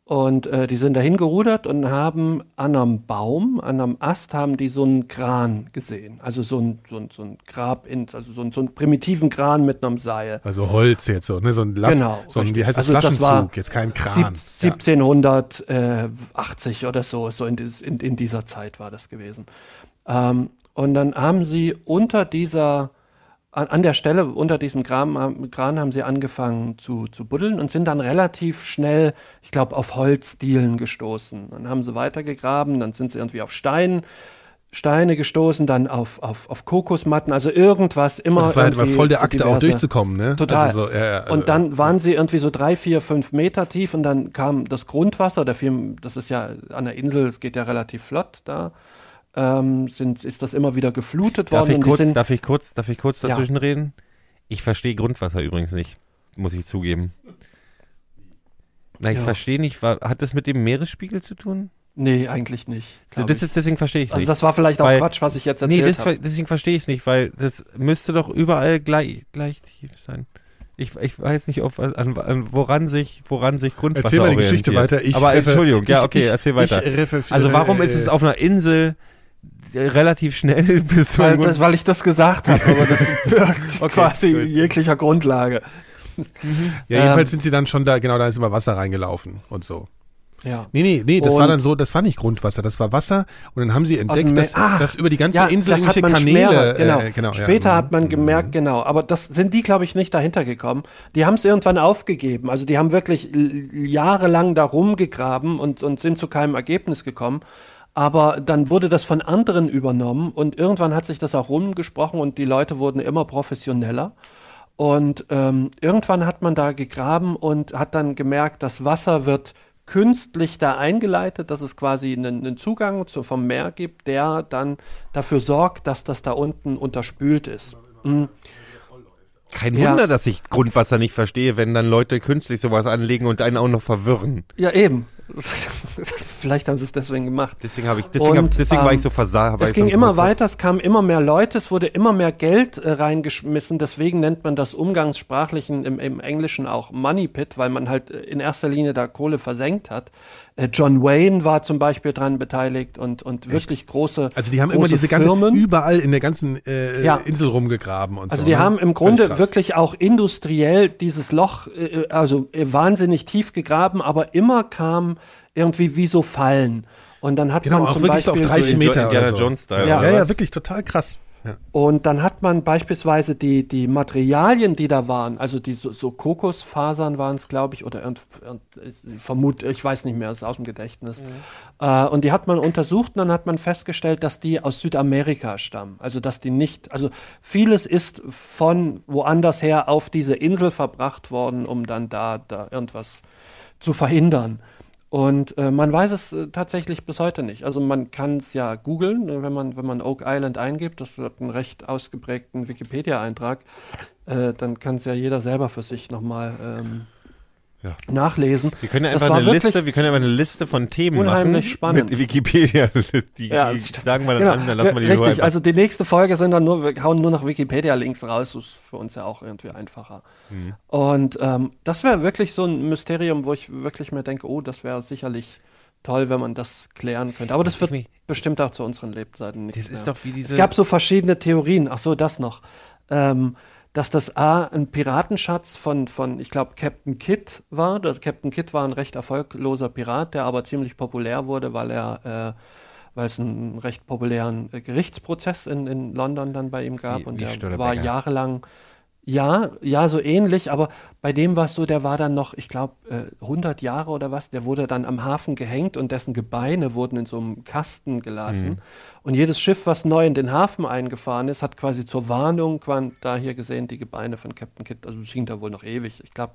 Und äh, die sind dahin gerudert und haben an einem Baum, an einem Ast, haben die so einen Kran gesehen. Also so ein, so ein, so ein Grab, in, also so, ein, so einen primitiven Kran mit einem Seil. Also Holz jetzt so, ne? So ein Last, Genau, so ein, wie richtig. heißt das, Also das Flaschenzug, war jetzt kein Kran. Sieb- 1780 oder so, so in, dies- in, in dieser Zeit war das gewesen. Ähm, und dann haben sie unter dieser, an, an der Stelle unter diesem Kram, haben- Kran haben sie angefangen zu, zu buddeln und sind dann relativ schnell, ich glaube, auf Holzdielen gestoßen. Dann haben sie weitergegraben, dann sind sie irgendwie auf Steinen. Steine gestoßen, dann auf, auf, auf Kokosmatten, also irgendwas immer. Und das war halt immer irgendwie voll der so Akte, auch diverse- durchzukommen, ne? Total. Also so, ja, ja, also- und dann waren sie irgendwie so drei, vier, fünf Meter tief und dann kam das Grundwasser, der Film, das ist ja an der Insel, es geht ja relativ flott da, ähm, sind, ist das immer wieder geflutet Darf worden. ich, und die kurz, sind, darf ich kurz, darf ich kurz Ja. dazwischen reden? Ich verstehe Grundwasser übrigens nicht, muss ich zugeben. Na, ich Ja. verstehe nicht, wa- hat das mit dem Meeresspiegel zu tun? nee, eigentlich nicht. glaub Also, das ich. ist, deswegen verstehe ich nicht. also das war vielleicht auch Weil- Quatsch, was ich jetzt Nee, erzählt das, ver- habe. deswegen verstehe ich es nicht, weil das müsste doch überall gleich, gleich tief sein. Ich, ich weiß nicht, ob, an, an, woran sich, woran sich Grundwasser Erzähl mal die Geschichte orientiert. weiter, ich Aber refer- Entschuldigung, ich- ja, okay, ich- erzähl ich äh, weiter. refer- also warum ist es auf einer Insel äh, relativ schnell bis zum Weil, Grund- das, weil ich das gesagt habe, aber das birgt quasi gut. jeglicher Grundlage. Ja, jedenfalls Ähm, sind sie dann schon da, genau, da ist immer Wasser reingelaufen und so. Ja. Nee, nee, nee, das Und- war dann so, das war nicht Grundwasser, das war Wasser und dann haben sie Aus dem entdeckt, Meer- dass, Ach, dass über die ganze ja, Insel das hat irgendwelche man Kanäle, schwerer, genau. äh, genau Später ja. Mhm. hat man gemerkt, genau. Aber das sind die, glaube ich, nicht dahinter gekommen. Die haben es irgendwann aufgegeben. Also die haben wirklich l- jahrelang da rumgegraben und, und sind zu keinem Ergebnis gekommen. Aber dann wurde das von anderen übernommen und irgendwann hat sich das auch rumgesprochen und die Leute wurden immer professioneller. Und ähm, irgendwann hat man da gegraben und hat dann gemerkt, das Wasser wird künstlich da eingeleitet, dass es quasi einen, einen Zugang zu, vom Meer gibt, der dann dafür sorgt, dass das da unten unterspült ist. Mhm. Kein Ja. Wunder, dass ich Grundwasser nicht verstehe, wenn dann Leute künstlich sowas anlegen und einen auch noch verwirren. Ja, eben. Vielleicht haben sie es deswegen gemacht. Deswegen habe ich, deswegen, hab, Und, deswegen war ähm, ich so versagt. Es ging immer weiter, es kamen immer mehr Leute, es wurde immer mehr Geld äh, reingeschmissen. Deswegen nennt man das umgangssprachlichen im, im Englischen auch Money Pit, weil man halt äh, in erster Linie da Kohle versenkt hat. Äh, John Wayne war zum Beispiel dran beteiligt und, und wirklich große Also die haben immer große diese ganze, Firmen. überall in der ganzen äh, Ja. Insel rumgegraben und Also so. die ne? haben im Völlig Grunde krass. wirklich auch industriell dieses Loch, äh, also äh, wahnsinnig tief gegraben, aber immer kam irgendwie wie so Fallen. Und dann hat Genau, man auch zum wirklich so Beispiel auf 30 Meter Indiana oder so. Jones-Style, Ja, oder ja, ja, was? wirklich total krass. Ja. Und dann hat man beispielsweise die, die Materialien, die da waren, also die so, so Kokosfasern waren es, glaube ich, oder irgend- irgend- ist- vermut, ich weiß nicht mehr, ist aus dem Gedächtnis. Äh, und die hat man untersucht und dann hat man festgestellt, dass die aus Südamerika stammen. Also dass die nicht, also vieles ist von woanders her auf diese Insel verbracht worden, um dann da, da irgendwas zu verhindern. Und äh, man weiß es äh, tatsächlich bis heute nicht. Also man kann es ja googeln, äh, wenn man, wenn man Oak Island eingibt, das hat einen recht ausgeprägten Wikipedia-Eintrag, äh, dann kann es ja jeder selber für sich nochmal ähm, Ja. nachlesen. Wir können ja Das einfach war eine wirklich Liste, wir können ja einfach eine Liste von Themen unheimlich machen. spannend. Mit Wikipedia. Die, Ja, die das stimmt. sagen wir dann Genau. an, dann lassen wir die Richtig, Leute also die nächste Folge sind dann nur, wir hauen nur noch Wikipedia-Links raus, das ist für uns ja auch irgendwie einfacher. Mhm. Und ähm, das wäre wirklich so ein Mysterium, wo ich wirklich mir denke, oh, das wäre sicherlich toll, wenn man das klären könnte. Aber das wird mich- bestimmt auch zu unseren Lebzeiten nicht Das ist mehr. doch wie diese- Es gab so verschiedene Theorien, ach so, das noch. Ähm, dass das A ein Piratenschatz von, von ich glaube, Captain Kidd war. Das Captain Kidd war ein recht erfolgloser Pirat, der aber ziemlich populär wurde, weil er äh, weil es einen recht populären äh, Gerichtsprozess in, in London dann bei ihm gab Wie- und wie der Störtebeker. war jahrelang ja, ja, so ähnlich, aber bei dem war es so, der war dann noch, ich glaube, äh, 100 Jahre oder was, der wurde dann am Hafen gehängt und dessen Gebeine wurden in so einem Kasten gelassen. Mhm. Und jedes Schiff, was neu in den Hafen eingefahren ist, hat quasi zur Warnung quan- da hier gesehen, die Gebeine von Captain Kidd, also es ging da wohl noch ewig. Ich glaube,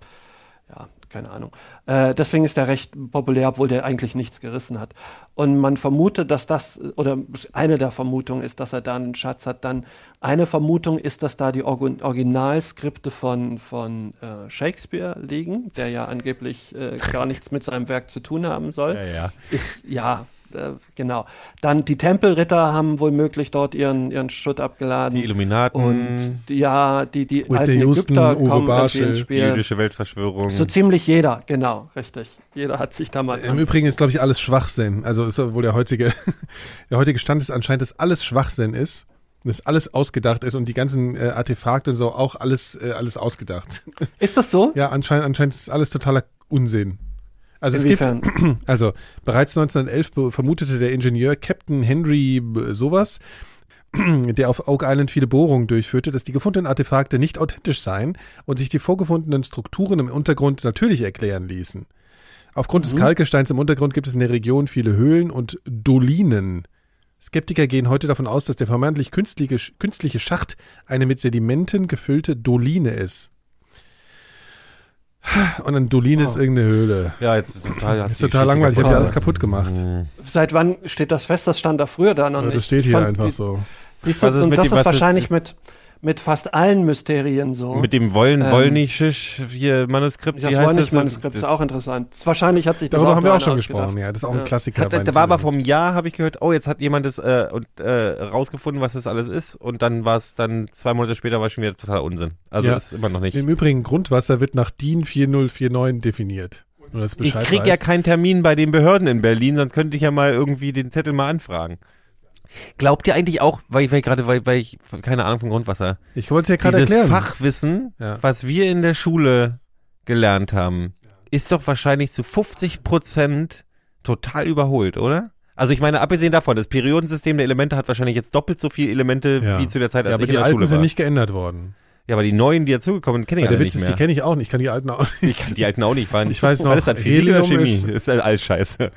ja, keine Ahnung. Äh, deswegen ist der recht populär, obwohl der eigentlich nichts gerissen hat. Und man vermutet, dass das, oder eine der Vermutungen ist, dass er da einen Schatz hat. Dann eine Vermutung ist, dass da die Orgu- Originalskripte von, von äh, Shakespeare liegen, der ja angeblich äh, gar nichts mit seinem Werk zu tun haben soll. Ja, ja. Ist, ja, äh, genau. Dann die Tempelritter haben wohl möglich dort ihren, ihren Schutt abgeladen. Die Illuminaten. Und ja, die, die Whitney alten Houston, Ägypter kommen Uwe irgendwie Barschel, ins die Spiel. jüdische Weltverschwörung. So ziemlich jeder, genau, richtig. Jeder hat sich da mal. Im Übrigen ist, glaube ich, alles Schwachsinn. Also ist ja wohl der heutige, der heutige Stand ist anscheinend, dass alles Schwachsinn ist. und Dass alles ausgedacht ist und die ganzen äh, Artefakte so auch alles, äh, alles ausgedacht. Ist das so? Ja, anscheinend, anscheinend ist alles totaler Unsinn. Also Inwiefern? es gibt, also bereits 1911 be- vermutete der Ingenieur Captain Henry b- sowas, der auf Oak Island viele Bohrungen durchführte, dass die gefundenen Artefakte nicht authentisch seien und sich die vorgefundenen Strukturen im Untergrund natürlich erklären ließen. Aufgrund des Mhm. Kalkgesteins im Untergrund gibt es in der Region viele Höhlen und Dolinen. Skeptiker gehen heute davon aus, dass der vermeintlich künstliche, künstliche Schacht eine mit Sedimenten gefüllte Doline ist. Und eine Doline ist irgendeine Höhle. Ja, jetzt ist total, hast Ist die total Geschichte langweilig, ich habe ja kaputt alles kaputt gemacht. Seit wann steht das fest? Das stand da früher da noch Ja, das nicht. steht hier Von- einfach die- so. Siehst du, Was ist und mit das dem- ist was ist- wahrscheinlich mit, mit fast allen Mysterien so. Mit dem wollen Ähm, wollen nicht Schisch hier Manuskript. Das wie heißt Wollnich-Manuskript ist auch interessant. Wahrscheinlich hat sich das Darüber haben wir nur auch schon einer gesprochen, ausgedacht. ja. Das ist auch ein Klassiker. Hat, bei da war aber Nintendo. vom Jahr habe ich gehört, oh, jetzt hat jemand das äh, und äh, rausgefunden, was das alles ist und dann war es dann zwei Monate später war schon wieder totaler Unsinn. Also Ja. das ist immer noch nicht. Im Übrigen, Grundwasser wird nach DIN 4049 definiert. Nur das Ich Bescheid krieg ja weiß. keinen Termin bei den Behörden in Berlin, sonst könnte ich ja mal irgendwie den Zettel mal anfragen. Glaubt ihr eigentlich auch, weil ich weil ich gerade, weil, weil ich keine Ahnung von Grundwasser, Ich wollte es ja gerade dieses erklären. Fachwissen, Ja. was wir in der Schule gelernt haben, ist doch wahrscheinlich zu 50 Prozent total überholt, oder? Also ich meine, abgesehen davon, das Periodensystem der Elemente hat wahrscheinlich jetzt doppelt so viele Elemente Ja. wie zu der Zeit, als ja, aber ich in die der alten Schule sind war. nicht geändert worden. ja, aber die neuen, die dazugekommen, sind, kenne ich Weil der alle Witz nicht ist, die mehr. kenne ich auch nicht. Ich kann die alten auch Die, nicht. die alten auch nicht waren. Ich weiß noch, Alles dann Physik oder Helium Chemie. ist- ist halt alles scheiße.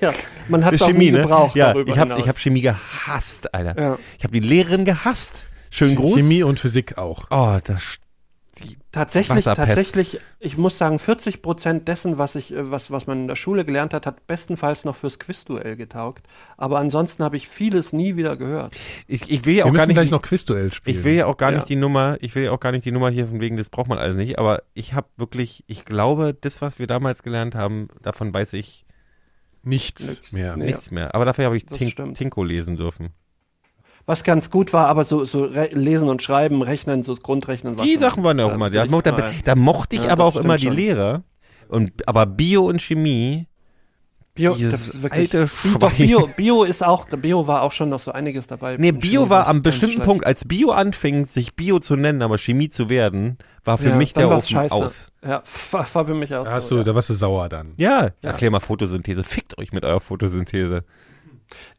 ja. Man hat es Ist ne? auch nie gebraucht. Ja, darüber ich habe hinaus. ich hab Chemie gehasst, Alter. Ja. Ich habe die Lehrerin gehasst. Schön groß. Chemie und Physik auch. Oh, das st- Tatsächlich, Wasserpest. tatsächlich, ich muss sagen, 40 Prozent dessen, was ich, äh, was, was man in der Schule gelernt hat, hat bestenfalls noch fürs Quizduell getaugt. Aber ansonsten habe ich vieles nie wieder gehört. ich, ich will ja Wir auch müssen gar nicht gleich noch Quizduell spielen. Ich will ja auch gar Ja. nicht die Nummer, ich will ja auch gar nicht die Nummer hier von wegen, das braucht man alles nicht, aber ich habe wirklich, ich glaube, das, was wir damals gelernt haben, davon weiß ich nichts Nix. mehr. Nee. nichts mehr. Aber dafür habe ich Das Tink stimmt. Tinko lesen dürfen. Was ganz gut war, aber so, so re lesen und schreiben, rechnen, so das Grundrechnen war Die schon- Sachen waren ja auch da immer, bin da, ich mo- da, mal- da mochte ich Ja, aber das auch immer die stimmt schon. Lehrer. Und, aber Bio und Chemie, Bio, dieses das ist wirklich, alte Bi- doch Schwein. Bio, Bio ist auch, Bio war auch schon noch so einiges dabei. Nee, Im Bio Schulbuch war am ganz bestimmten schlecht. Punkt, als Bio anfing, sich Bio zu nennen, aber Chemie zu werden, war für ja, mich dann der war's Ofen scheiße. aus. Ja, f- war für mich auch Da, hast so. du, ja. da warst du sauer dann. Ja, Ja. erklär mal Photosynthese. Fickt euch mit eurer Photosynthese.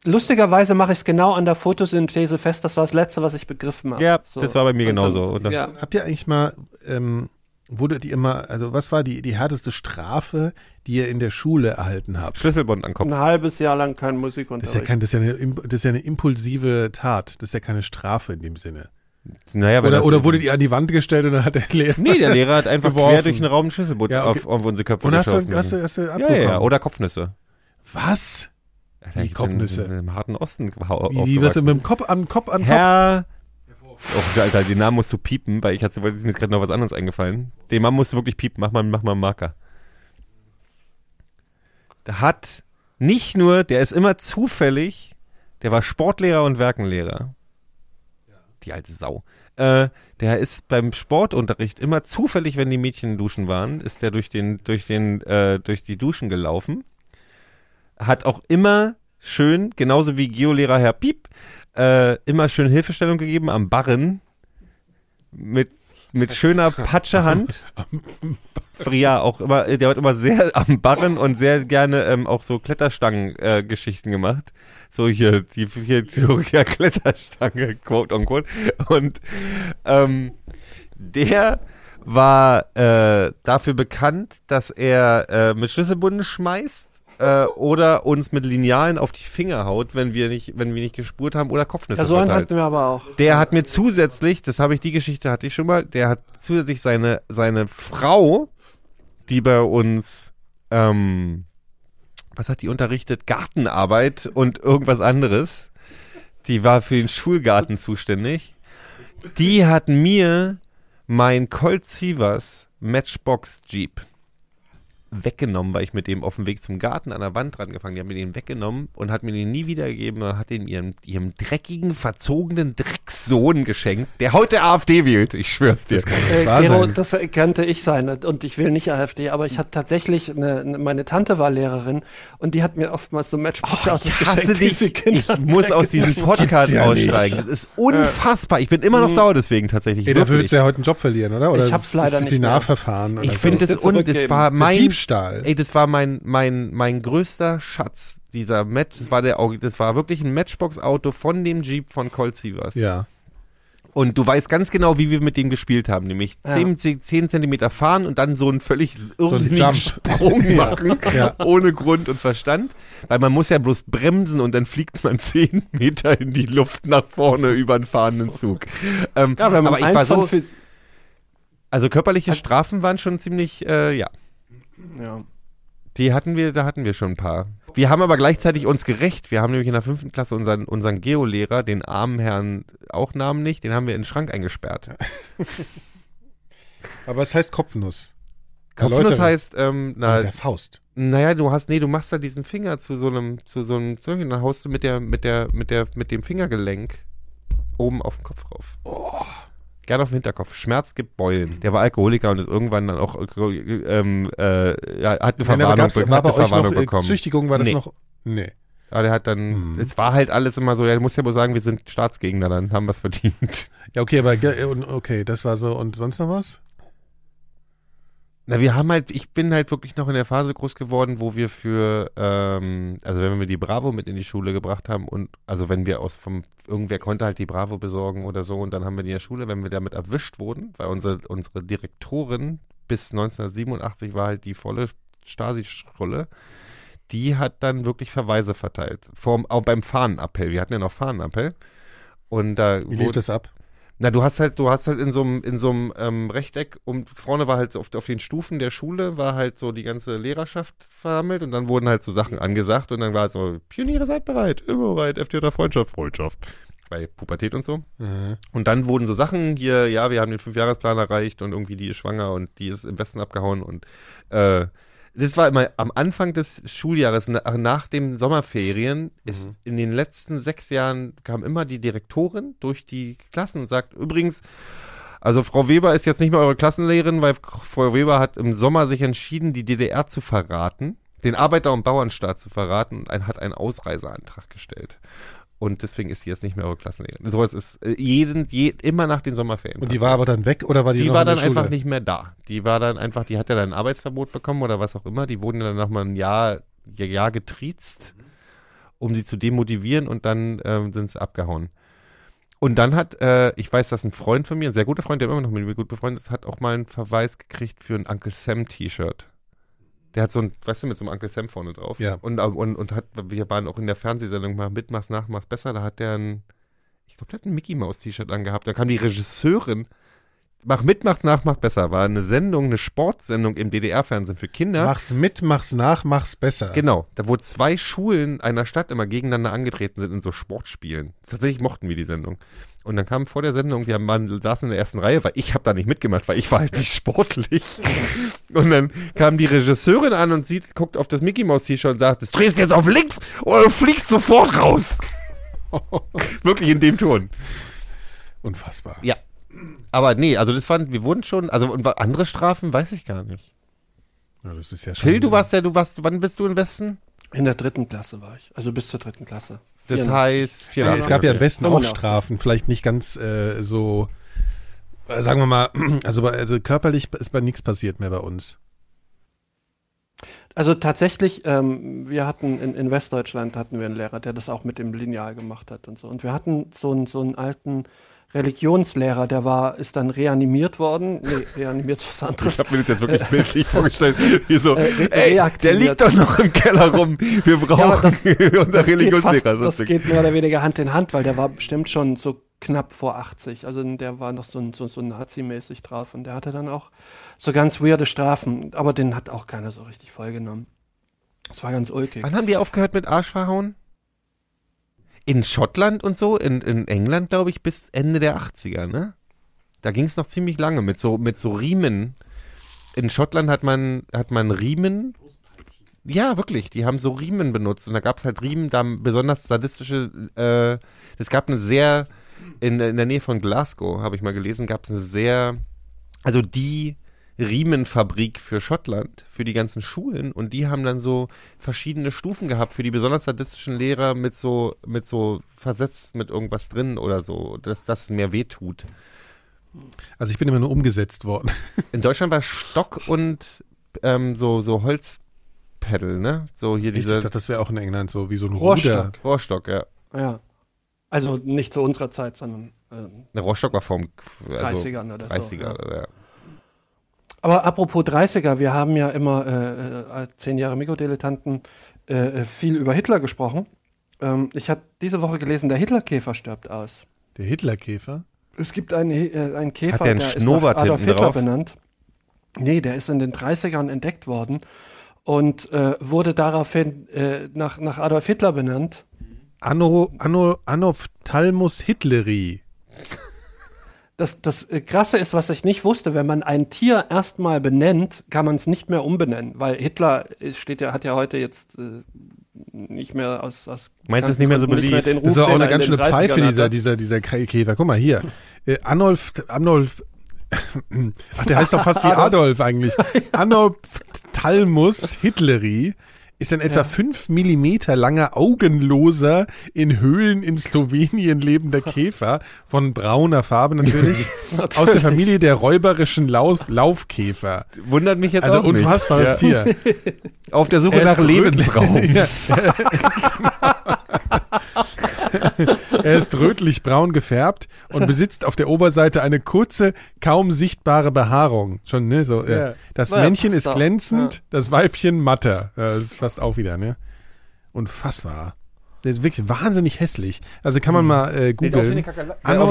Lustigerweise mache ich es genau an der Photosynthese fest. Das war das Letzte, was ich begriffen habe. Ja, das war bei mir Und genauso. Dann, Und dann- ja. Habt ihr eigentlich mal, ähm, wurdet ihr immer, also was war die, die härteste Strafe, die ihr in der Schule erhalten habt? Schlüsselbund an den Kopf. Ein halbes Jahr lang kein Das Musikunterricht. ist, ja kein, das, ist ja eine, imp- das ist ja eine impulsive Tat. Das ist ja keine Strafe in dem Sinne. Naja, wenn Oder, das- oder wurdet ihr an die Wand gestellt und dann hat der Lehrer. Nee, der Lehrer hat einfach Geworfen. quer durch den Raum einen Schlüsselbund Ja, okay. auf, auf unsere Köpfe Und hast geschossen. du, hast du, hast du ja, ja, ja, abbekommen? oder Kopfnüsse. Was? Alter, Wie ich bin Kopfnüsse? Im, im harten Osten wie, Wie, wie was aufgewachsen. mit dem Kopf am Kopf an Kopf? Herr... Oh, Alter, den Namen musst du piepen, weil ich hatte, weil mir ist gerade noch was anderes eingefallen. Den Namen musst du wirklich piepen. Mach mal, mach mal einen Marker. Der hat nicht nur, der ist immer zufällig, der war Sportlehrer und Werkenlehrer. Die alte Sau. Äh, der ist beim Sportunterricht immer zufällig, wenn die Mädchen duschen waren, ist der durch den, durch den, äh, durch die Duschen gelaufen. Hat auch immer schön, genauso wie Geolehrer Herr Piep, äh, immer schön Hilfestellung gegeben am Barren mit, mit schöner Patschehand. Fria auch immer, der hat immer sehr am Barren und sehr gerne ähm, auch so Kletterstangen-Geschichten gemacht. So hier, die hier Thüringer Kletterstange, quote on quote. Und ähm, der war äh, dafür bekannt, dass er äh, mit Schlüsselbunden schmeißt äh, oder uns mit Linealen auf die Finger haut, wenn wir nicht, wenn wir nicht gespurt haben oder Kopfnüsse Ja, so einen verteilt. hatten wir aber auch. Der hat mir zusätzlich, das habe ich, die Geschichte hatte ich schon mal, der hat zusätzlich seine, seine Frau, die bei uns, ähm, was hat die unterrichtet? Gartenarbeit und irgendwas anderes. Die war für den Schulgarten zuständig. Die hat mir mein Colt Sievers Matchbox Jeep weggenommen, weil ich mit dem auf dem Weg zum Garten an der Wand rangefangen. Die hat mir den weggenommen und hat mir den nie wiedergegeben und hat den ihrem, ihrem dreckigen, verzogenen Dreckssohn geschenkt, der heute AfD wählt. Ich schwör's dir. Äh, Gero, das äh, könnte ich sein und ich will nicht AfD, aber ich hatte tatsächlich eine, eine, meine Tante war Lehrerin und die hat mir oftmals so Matchbox-Autos Oh, ich geschenkt. hasse die sie dich. Ich Kindern muss aus diesem weggenommen hat. Podcast ja nicht. aussteigen. Das ist unfassbar. Ich bin immer noch sauer deswegen tatsächlich. Ey, dafür Wirklich. willst du ja heute einen Job verlieren, oder? oder Ich hab's leider nicht mehr. Disziplinarverfahren oder Ich finde Also, so. das un das zurückgeben. war Der mein Diebstahl. Ey, das war mein mein mein größter Schatz dieser Match. Das war der Orgi- das war wirklich ein Matchbox Auto von dem Jeep von Colt Sievers. ja. Und du weißt ganz genau, wie wir mit dem gespielt haben, nämlich Ja. 10, ze- 10 Zentimeter fahren und dann so einen völlig irrsinnigen Jump. Sprung Ja. machen, Ja. ohne Grund und Verstand, weil man muss ja bloß bremsen und dann fliegt man 10 Meter in die Luft nach vorne über einen fahrenden Zug. Ähm, Ja, wenn man aber ich eins war von so, Phys- also körperliche Strafen waren schon ziemlich, äh, ja. ja. Die hatten wir, da hatten wir schon ein paar. Wir haben aber gleichzeitig uns gerecht. Wir haben nämlich in der fünften Klasse unseren, unseren Geolehrer, den armen Herrn, auch Namen nicht, den haben wir in den Schrank eingesperrt. Aber es heißt Kopfnuss. Kopfnuss Erläutere. heißt, An halt ähm, na, der Faust. naja, du hast, nee, du machst da diesen Finger zu so einem, zu so einem Zeug und dann haust du mit der, mit der, mit der, mit dem Fingergelenk oben auf den Kopf rauf. Oh. Gerne auf den Hinterkopf. Schmerz gibt Beulen. Der war Alkoholiker und ist irgendwann dann auch, äh, ähm, äh, ja, hat eine Nein, aber Verwarnung, gab's- be- war hat bei eine euch Verwarnung noch äh, Mhm. bekommen. Züchtigung, war das Nee. noch? Nee. Aber der hat dann, es war halt alles immer so, der muss ja wohl sagen, wir sind Staatsgegner, dann haben was verdient. Ja, okay, aber ge- äh, und- okay, das war so. Und sonst noch was? Na, wir haben halt, ich bin halt wirklich noch in der Phase groß geworden, wo wir für, ähm, also wenn wir die Bravo mit in die Schule gebracht haben und, also wenn wir aus vom, irgendwer konnte halt die Bravo besorgen oder so und dann haben wir die in der Schule, wenn wir damit erwischt wurden, weil unsere, unsere Direktorin bis 1987 war halt die volle Stasi-Schrulle, die hat dann wirklich Verweise verteilt. Vorm, auch beim Fahnenappell, wir hatten ja noch Fahnenappell. Und da Wie wurde- lief das ab? Na, du hast halt, du hast halt in so einem, in so einem ähm, Rechteck und vorne war halt auf, auf den Stufen der Schule war halt so die ganze Lehrerschaft versammelt und dann wurden halt so Sachen angesagt und dann war halt so, Pioniere seid bereit, immer bereit, FDJ oder Freundschaft, Freundschaft. Bei Pubertät und so. Und dann wurden so Sachen hier, ja, wir haben den Fünfjahresplan erreicht und irgendwie die ist schwanger und die ist im Westen abgehauen und äh, das war immer am Anfang des Schuljahres, na- nach den Sommerferien, Mhm. ist in den letzten sechs Jahren kam immer die Direktorin durch die Klassen und sagt, übrigens, also Frau Weber ist jetzt nicht mehr eure Klassenlehrerin, weil Frau Weber hat im Sommer sich entschieden, die DDR zu verraten, den Arbeiter- und Bauernstaat zu verraten und ein, hat einen Ausreiseantrag gestellt. Und deswegen ist sie jetzt nicht mehr eure Klassenlehrerin. Sowas ist äh, jeden, je, immer nach den Sommerferien. Und die war aber dann weg oder war die, Also Die noch war in der dann Schule? einfach nicht mehr da. Die war dann einfach, die hat ja dann ein Arbeitsverbot bekommen oder was auch immer. Die wurden dann nochmal ein Jahr, Jahr getriezt, um sie zu demotivieren und dann ähm, sind sie abgehauen. Und dann hat, äh, ich weiß, dass ein Freund von mir, ein sehr guter Freund, der immer noch mit mir gut befreundet ist, hat auch mal einen Verweis gekriegt für ein Uncle Sam T-Shirt. Der hat so ein, weißt du, mit so einem Uncle Sam vorne drauf. Ja. Und, äh, und, und hat, wir waren auch in der Fernsehsendung mal mitmach's, nachmach's besser, da hat der ein, ich glaube, der hat ein Mickey Mouse T-Shirt angehabt. Da kam die Regisseurin Mach mit, mach's nach, mach besser. War eine Sendung, eine Sportsendung im DDR-Fernsehen für Kinder. Mach's mit, mach's nach, mach's besser. Genau, da wo zwei Schulen einer Stadt immer gegeneinander angetreten sind in so Sportspielen. Tatsächlich mochten wir die Sendung. Und dann kam vor der Sendung, wir haben, waren, saßen in der ersten Reihe, weil ich habe da nicht mitgemacht, weil ich war halt nicht sportlich. Und dann kam die Regisseurin an und sieht, guckt auf das Mickey Mouse T-Shirt und sagt, das drehst du jetzt auf links oder du fliegst sofort raus. Wirklich in dem Ton. Unfassbar. Ja. Aber nee, also das fand, wir wurden schon, also und wa- andere Strafen weiß ich gar nicht. Ja, das ist ja schon. Phil, du warst ja, du warst, wann bist du im Westen? In der dritten Klasse war ich, also bis zur dritten Klasse. Genau. Das Vier- heißt, Ja, es gab ja im Westen auch 85. Strafen, vielleicht nicht ganz äh, so, äh, sagen wir mal, also, bei- also körperlich ist bei nichts passiert mehr bei uns. Also tatsächlich, ähm, wir hatten in, in Westdeutschland hatten wir einen Lehrer, der das auch mit dem Lineal gemacht hat und so. Und wir hatten so einen, so einen alten Religionslehrer, der war, ist dann reanimiert worden. Nee, reanimiert ist was anderes. Ich habe mir das jetzt wirklich bildlich vorgestellt. Wie so, Äh, re- ey, der reaktiviert. liegt doch noch im Keller rum. Wir Ja, aber brauchen das, unser das, geht fast, Religionslehrer. das Ding. geht mehr oder weniger Hand in Hand, weil der war bestimmt schon so knapp vor 80. Also der war noch so, ein- so, so Nazi-mäßig drauf und der hatte dann auch so ganz weirde Strafen. Aber den hat auch keiner so richtig vollgenommen. Das war ganz ulkig. Wann haben die aufgehört mit Arsch verhauen? In Schottland und so, in, in England, glaube ich, bis Ende der 80er, ne? Da ging es noch ziemlich lange mit so, mit so Riemen. In Schottland hat man, hat man Riemen. Ja, wirklich. Die haben so Riemen benutzt. Und da gab es halt Riemen, da besonders sadistische. Äh, es gab eine sehr. In, in der Nähe von Glasgow, habe ich mal gelesen, gab es eine sehr. Also die Riemenfabrik für Schottland, für die ganzen Schulen. Und die haben dann so verschiedene Stufen gehabt für die besonders sadistischen Lehrer mit so, mit so versetzt mit irgendwas drin oder so, dass das mehr wehtut. Also ich bin immer nur umgesetzt worden. In Deutschland war Stock und ähm, so, so Holzpedal, ne? So hier Ich diese. dachte, das wäre auch in England so, wie so ein Ruder. Rohrstock. Rohrstock, ja. Ja. Also nicht zu unserer Zeit, sondern ähm, Der Rohrstock war vom also 30ern oder so, 30er, ja. oder, ja. Aber apropos 30er, wir haben ja immer äh, äh, zehn Jahre Mikrodilettanten äh, äh, viel über Hitler gesprochen. Ähm, ich habe diese Woche gelesen, der Hitlerkäfer stirbt aus. Der Hitlerkäfer? Es gibt einen, He- äh, einen Käfer, Hat der einen ist nach Schnurrbart Adolf hinten Hitler drauf? benannt. Nee, der ist in den 30ern entdeckt worden und äh, wurde daraufhin äh, nach, nach Adolf Hitler benannt. Anno, Anno, Anophthalmus Hitleri. Das, das äh, Krasse ist, was ich nicht wusste, wenn man ein Tier erstmal benennt, kann man es nicht mehr umbenennen, weil Hitler äh, steht ja, hat ja heute jetzt äh, nicht mehr aus, aus Meinst du, ist nicht mehr so Gründen beliebt? den Ruf, Das ist auch den eine er in ganz den schöne 30ern Pfeife, hatte. dieser, dieser, dieser K- Käfer. Guck mal hier. Äh, Anolf, Anolf, ach, der heißt doch fast wie Adolf eigentlich. Anophthalmus Hitleri ist ein etwa Ja. fünf Millimeter langer, augenloser, in Höhlen in Slowenien lebender Käfer, von brauner Farbe natürlich, aus der Natürlich. Familie der räuberischen Lauf Laufkäfer. Wundert mich jetzt Also auch nicht. unfassbares Ja. Tier. Auf der Suche Er ist nach Lebensraum. Ja. er ist rötlich-braun gefärbt und besitzt auf der Oberseite eine kurze, kaum sichtbare Behaarung. Schon, ne? So, äh, Das Ja, Männchen passt ist doch. glänzend, Ja. das Weibchen matter. Ja, Das passt auch wieder, ne? Unfassbar. Der ist wirklich wahnsinnig hässlich. Also kann man Mhm. mal äh, googeln. Sieht aus wie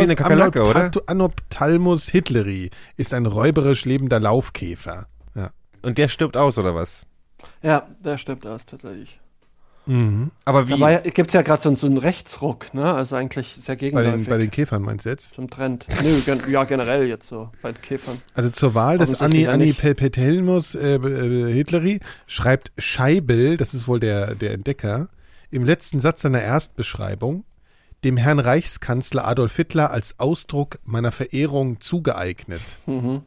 eine Kakerlake, Anop- oder? Tat- Anophthalmus hitleri ist ein räuberisch lebender Laufkäfer. Ja. Und der stirbt aus, oder was? Ja, der stirbt aus tatsächlich. Aber wie? Dabei gibt es ja gerade so, einen- so einen Rechtsruck, ne? Also eigentlich sehr Bei gegenläufig den, bei den Käfern meinst du jetzt? zum Trend. Nö, gen ja, generell jetzt so bei den Käfern. Also zur Wahl des Anni, Offensichtlich ja Anni nicht. Pelpetelmus äh, äh, Hitleri schreibt Scheibel, das ist wohl der, der Entdecker, im letzten Satz seiner Erstbeschreibung, dem Herrn Reichskanzler Adolf Hitler als Ausdruck meiner Verehrung zugeeignet. Hm,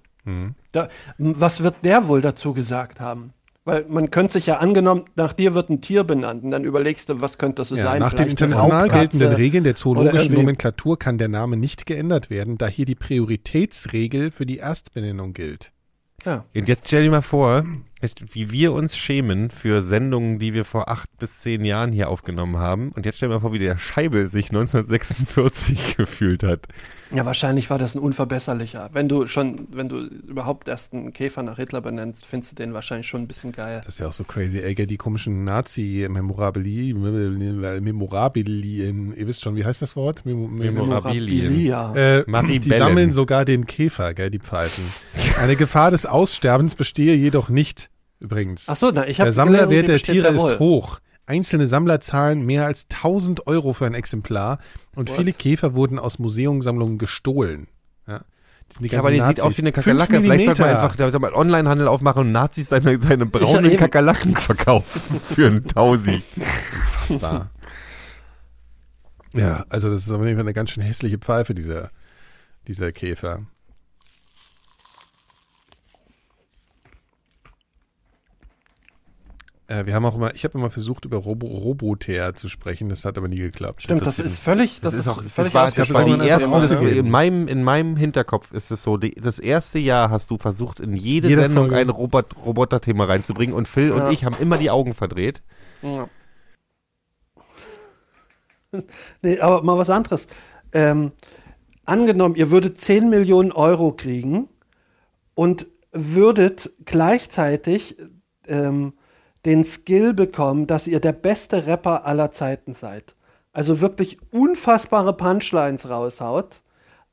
Da, m, was wird der wohl dazu gesagt haben? Weil man könnte sich ja angenommen, nach dir wird ein Tier benannt und dann überlegst du, was könnte das so Ja, sein? nach den Vielleicht eine international Raubkatze geltenden Regeln der oder zoologischen irgendwie- Nomenklatur kann der Name nicht geändert werden, da hier die Prioritätsregel für die Erstbenennung gilt. Ja. Und jetzt stell dir mal vor, jetzt, wie wir uns schämen für Sendungen, die wir vor acht bis zehn Jahren hier aufgenommen haben. Und jetzt stell dir mal vor, wie der Scheibel sich 1946 gefühlt hat. ja, wahrscheinlich war das ein unverbesserlicher. Wenn du schon, wenn du überhaupt erst einen Käfer nach Hitler benennst, findest du den wahrscheinlich schon ein bisschen geil. Das ist ja auch so crazy, ey, gell, die komischen Nazi-Memorabili, Memorabilien, ihr wisst schon, wie heißt das Wort? Mem Memorabilien. Bilia. Äh, Marie die Bellen. sammeln sogar den Käfer, gell, die Pfeifen. Eine Gefahr des Aussterbens bestehe jedoch nicht, übrigens. Achso, na, ich genau habe der Sammlerwert der Tiere ist hoch. Einzelne Sammler zahlen mehr als 1000 Euro für ein Exemplar und What? viele Käfer wurden aus Museumsammlungen gestohlen. Ja, die sind die Ja, aber die ganzen sieht aus Nazis. wie eine Fünf Kakerlake. Vielleicht sollte man Millimeter. einfach da soll man einen Onlinehandel aufmachen und Nazis seine, seine braunen eben. Kakerlaken verkaufen für einen Tausi. Unfassbar. ja, also das ist auf jeden Fall eine ganz schön hässliche Pfeife, dieser, dieser Käfer. Äh, wir haben auch immer, ich habe immer versucht, über Robo Roboter zu sprechen, das hat aber nie geklappt. Stimmt, das, ist völlig, das, ist auch völlig war, das war die ersten, das, ausgesprochen. in, meinem, in meinem Hinterkopf ist es so, die, das erste Jahr hast du versucht, in jede Jede Sendung Folge. ein Robot, Roboter-Thema reinzubringen und Phil Ja. und ich haben immer die Augen verdreht. Ja. Nee, aber mal was anderes. Ähm, angenommen, ihr würdet 10 Millionen Euro kriegen und würdet gleichzeitig ähm, den Skill bekommen, dass ihr der beste Rapper aller Zeiten seid. Also wirklich unfassbare Punchlines raushaut,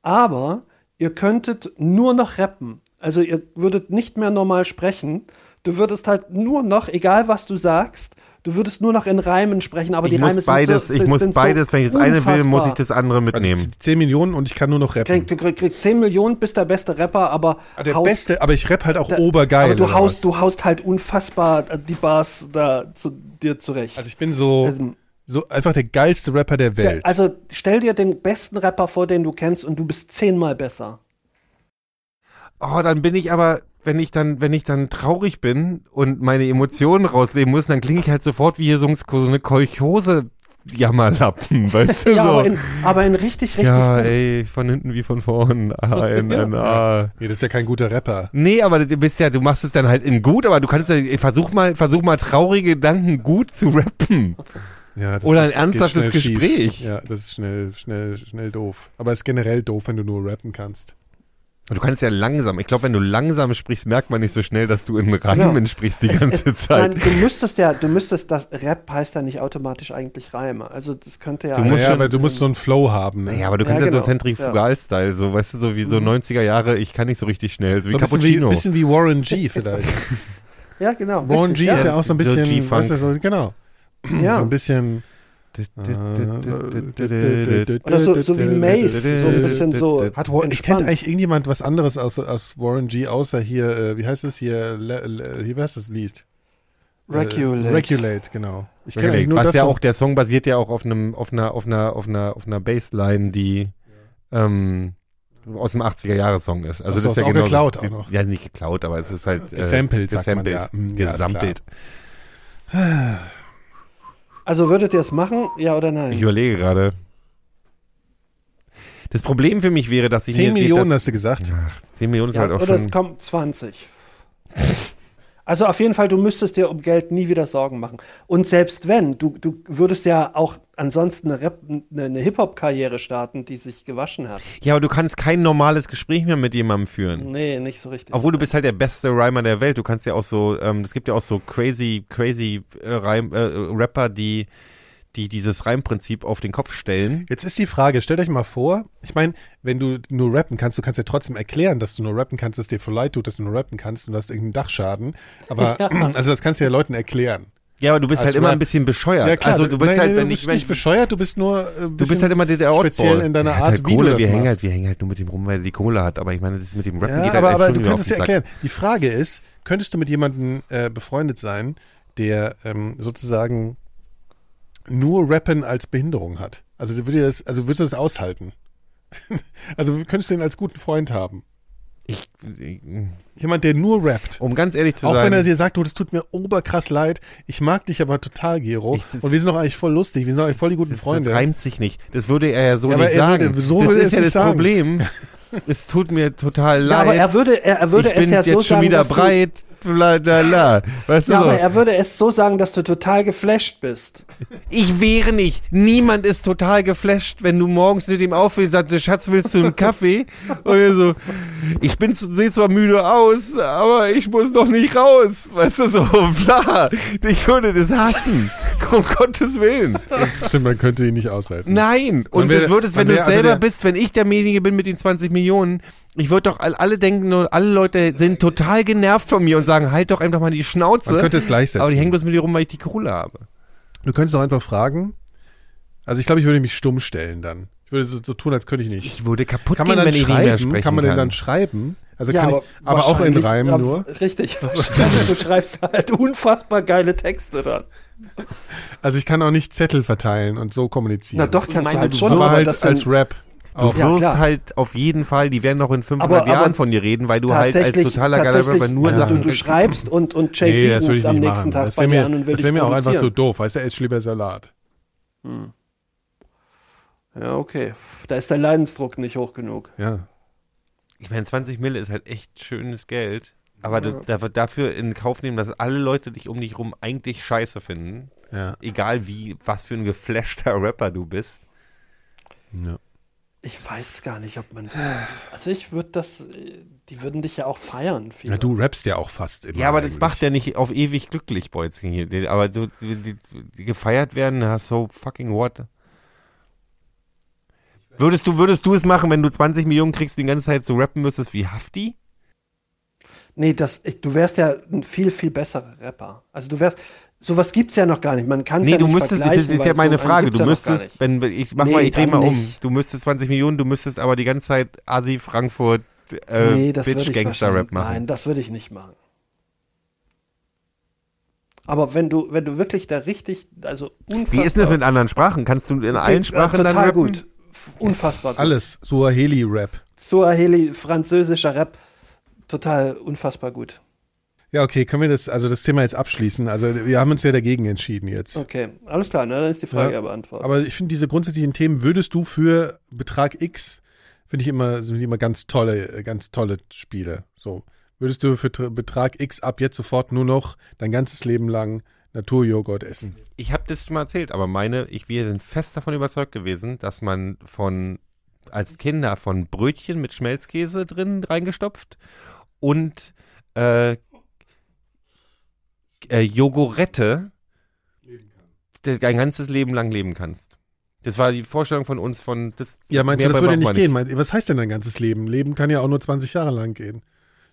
aber ihr könntet nur noch rappen. Also ihr würdet nicht mehr normal sprechen. Du würdest halt nur noch, egal was du sagst, du würdest nur noch in Reimen sprechen, aber die ich muss Reime beides, sind so, ich muss sind beides, so wenn ich das eine will, muss ich unfassbar. das andere Also mitnehmen. 10 Millionen und ich kann nur noch rappen. Krieg, du krieg, kriegst 10 Millionen, bist der beste Rapper, aber Ah, der Beste, aber ich rapp halt auch obergeil. aber du oder haust, was? du haust halt unfassbar äh, die Bars da zu dir zurecht. also ich bin so, Ähm, so einfach der geilste Rapper der Welt. der, also stell dir den besten Rapper vor, den du kennst und du bist zehnmal besser. Oh, dann bin ich aber, wenn ich dann, wenn ich dann traurig bin und meine Emotionen rausleben muss, dann klinge ich halt sofort wie hier so, ein- so eine Kolchose. Jammerlappen, weißt du Ja, Also, so. aber in, aber in richtig, richtig. ja, ey, von hinten wie von vorn. Ein, ein, ah. nee, das ist ja kein guter Rapper. Nee, aber du bist ja, du machst es dann halt in gut, aber du kannst ja, ey, versuch mal, versuch mal traurige Gedanken gut zu rappen. Ja, das Oder ein geht ernsthaftes schnell schief. Gespräch. Ja, das ist schnell, schnell, schnell doof. Aber es ist generell doof, wenn du nur rappen kannst. Und du kannst ja langsam, ich glaube, wenn du langsam sprichst, merkt man nicht so schnell, dass du in Reimen Ja. sprichst die ganze Zeit. Nein, du müsstest ja, du müsstest, das Rap heißt ja nicht automatisch eigentlich Reime. Also das könnte ja. Du musst ja, schon- aber du musst so einen Flow haben. Ne? Naja, aber du Ja, kannst ja, genau. so Zentrifugal-Style, so, weißt du, so wie so 90er Jahre, ich kann nicht so richtig schnell, so, so wie ein bisschen wie, Cappuccino. bisschen wie Warren G vielleicht. ja, genau. Warren richtig, G ist ja auch so ein So bisschen, G-Funk. weißt du, so, genau, so ein bisschen. Oder so, so wie Mace, so ein bisschen so. Hat Warren, ich kennt entspannt. eigentlich irgendjemand was anderes aus, aus Warren G, außer hier, äh, wie heißt es hier, Le, Le, hier, wie heißt das Lied? Regulate. Äh, Regulate, genau. Ich kenn eigentlich Was ja von- auch, der Song basiert ja auch auf einem, auf einer, auf einer, auf einer, auf einer Bassline, die, ähm, aus dem 80er-Jahre-Song ist. Also, Ach so, das ist ja ist auch genau geklaut auch noch. Ja, nicht geklaut, aber es ist halt äh, Gesampelt, sagt man gesampelt, ja. Mm, ja, ist gesampelt. Also würdet ihr es machen, ja oder nein? Ich überlege gerade. Das Problem für mich wäre, dass ich 10 mir Millionen das, hast du gesagt. 10 Millionen ist Ja, halt auch oder schon. es kommt 20. Also auf jeden Fall, du müsstest dir um Geld nie wieder Sorgen machen. Und selbst wenn, du, du würdest ja auch ansonsten eine, Rap- eine, eine Hip-Hop-Karriere starten, die sich gewaschen hat. Ja, aber du kannst kein normales Gespräch mehr mit jemandem führen. Nee, nicht so richtig. Obwohl du bist halt der beste Rhymer der Welt. Du kannst ja auch so, ähm, es gibt ja auch so crazy, crazy äh, Reim, äh, Rapper, die, die dieses Reimprinzip auf den Kopf stellen. Jetzt ist die Frage, stellt euch mal vor, ich meine, wenn du nur rappen kannst, du kannst ja trotzdem erklären, dass du nur rappen kannst, dass dir voll leid tut, dass du nur rappen kannst und du hast irgendeinen Dachschaden. Aber, also das kannst du ja Leuten erklären. Ja, aber du bist Als halt immer Rap- ein bisschen bescheuert. Ja, klar. also du bist Nein, halt, nee, wenn du ich, bist wenn nicht bescheuert, du bist nur. Äh, Du bist halt immer der, der Outball. Speziell in deiner Der hat Art, halt wie du Kohle, das wir hängen machst. halt, Wir hängen halt nur mit dem rum, weil er die Kohle hat. Aber ich meine, das mit dem Rappen Ja, geht aber, halt aber schon du wieder auf könntest ja den Sack. erklären. Die Frage ist, könntest du mit jemandem äh, befreundet sein, der ähm, sozusagen nur Rappen als Behinderung hat? Also würde dir das, also würdest du das aushalten? also könntest du ihn als guten Freund haben? Ich, ich, Jemand, der nur rappt. um ganz ehrlich zu Auch sein. wenn er dir sagt, du, das tut mir oberkrass leid, ich mag dich aber total, Gero. Ich- das- und wir sind doch eigentlich voll lustig, wir sind doch eigentlich voll die guten das Freunde. reimt sich nicht. Das würde er ja so Ja, aber nicht er sagen. würde- so das würde er es ist ja nicht das sagen. Problem. es tut mir total leid. ja, aber er würde, er, er würde ich es bin ja jetzt so schon sagen, wieder dass breit. Bla, bla, bla. Weißt Du, ja, du so? aber er würde es so sagen, dass du total geflasht bist. Ich wäre nicht. Niemand ist total geflasht, wenn du morgens mit ihm aufwählst und sagst, Schatz, willst du einen Kaffee? Und er so, ich bin zu, sehe zwar müde aus, aber ich muss noch nicht raus. Weißt du so, bla. Ich würde das hassen. um Gottes Willen. Stimmt, man könnte ihn nicht aushalten. Nein. Und Dann wäre- das würde es, wenn dann du wäre also selber der- bist, wenn ich derjenige bin mit den 20 Millionen, ich würde doch all- alle denken, nur alle Leute sind total genervt von mir und sagen, halt doch einfach mal die Schnauze. Man könnte es gleichsetzen. Aber die hängen bloß mit dir rum, weil ich die Kohle habe. Du könntest auch einfach fragen. Also ich glaube, ich würde mich stumm stellen dann. Ich würde so, so tun, als könnte ich nicht. Ich würde kaputt kann gehen, man dann wenn ich nicht mehr schreiben? sprechen Kann man denn dann kann. schreiben? Also kann aber, ich, aber auch in wahrscheinlich- Reimen ja, nur. Richtig. Wahrscheinlich, du schreibst halt unfassbar geile Texte dann. Also ich kann auch nicht Zettel verteilen und so kommunizieren. Na doch, kannst meine, du halt du schon, aber halt das dann- als Rap. Du wirst halt auf jeden Fall, die werden noch in 500 Aber- aber Jahren von dir reden, weil du halt als tatsächlich- totaler tatsächlich, Geilerbürger nur also Sachen du, du kriegst. schreibst und, und JC Nee, das würde ruft ich am nicht nächsten machen. Tag Das bei wäre mir an mir, und will das wär dich mir auch einfach zu provozieren. doof. Weißt du, ess lieber Salat. Hm. Ja, okay. Da ist der Leidensdruck nicht hoch genug. Ja. Ich meine, 20 Mille ist halt echt schönes Geld. Aber du- da, dafür in Kauf nehmen, dass alle Leute dich um dich rum eigentlich scheiße finden. Ja. Egal wie, was für ein geflashter Rapper du bist. Ich weiß gar nicht, ob man. Also ich würde das. äh, Die würden dich ja auch feiern. Viele. Na, du rappst ja auch fast immer. Ja, aber das eigentlich. macht ja nicht auf ewig glücklich, Beuzing hier. Aber du, die, die, die gefeiert werden, na, so fucking what? Würdest du, würdest du es machen, wenn du 20 Millionen kriegst und die ganze Zeit so rappen müsstest wie Hafti? Nee, das, ich, du wärst ja ein viel, viel besserer Rapper. Also du wärst. Sowas gibt's ja noch gar nicht. Man kann Nee, ja du nicht müsstest, das vergleichen, ist weil ja so meine einen Frage, gibt's du ja noch gar nicht. müsstest, wenn, ich mach Nee, mal, ich dreh dann mal um. nicht. Du müsstest 20 Millionen, du müsstest aber die ganze Zeit Asi, Frankfurt, äh, nee, das würde Bitch, ich Gangster Rap wahrscheinlich- machen. Nein, das würde ich nicht machen. Aber wenn du, wenn du wirklich da richtig, also unfassbar. äh, Wie ist denn das mit anderen Sprachen? Kannst du in allen Sprachen total dann rappen? gut. F- Unfassbar gut. Alles. Suaheli-Rap. Suaheli, französischer Rap, total unfassbar gut. Ja, okay, können wir das, also das Thema jetzt abschließen? Also wir haben uns ja dagegen entschieden jetzt. Okay, alles klar, ne? dann ist die Frage Ja. ja beantwortet. Aber ich finde diese grundsätzlichen Themen, würdest du für Betrag X, finde ich immer, sind immer ganz tolle, ganz tolle Spiele. So. Würdest du für Tr- Betrag X ab jetzt sofort nur noch dein ganzes Leben lang Naturjoghurt essen? ich habe das schon mal erzählt, aber meine, ich, wir sind fest davon überzeugt gewesen, dass man von, als Kinder von Brötchen mit Schmelzkäse drin reingestopft und äh, äh, Jogurette de- dein ganzes Leben lang leben kannst. Das war die Vorstellung von uns von das. Ja, meinst mehr du, das braucht würde nicht man gehen? Meinst- Was heißt denn dein ganzes Leben? Leben kann ja auch nur 20 Jahre lang gehen.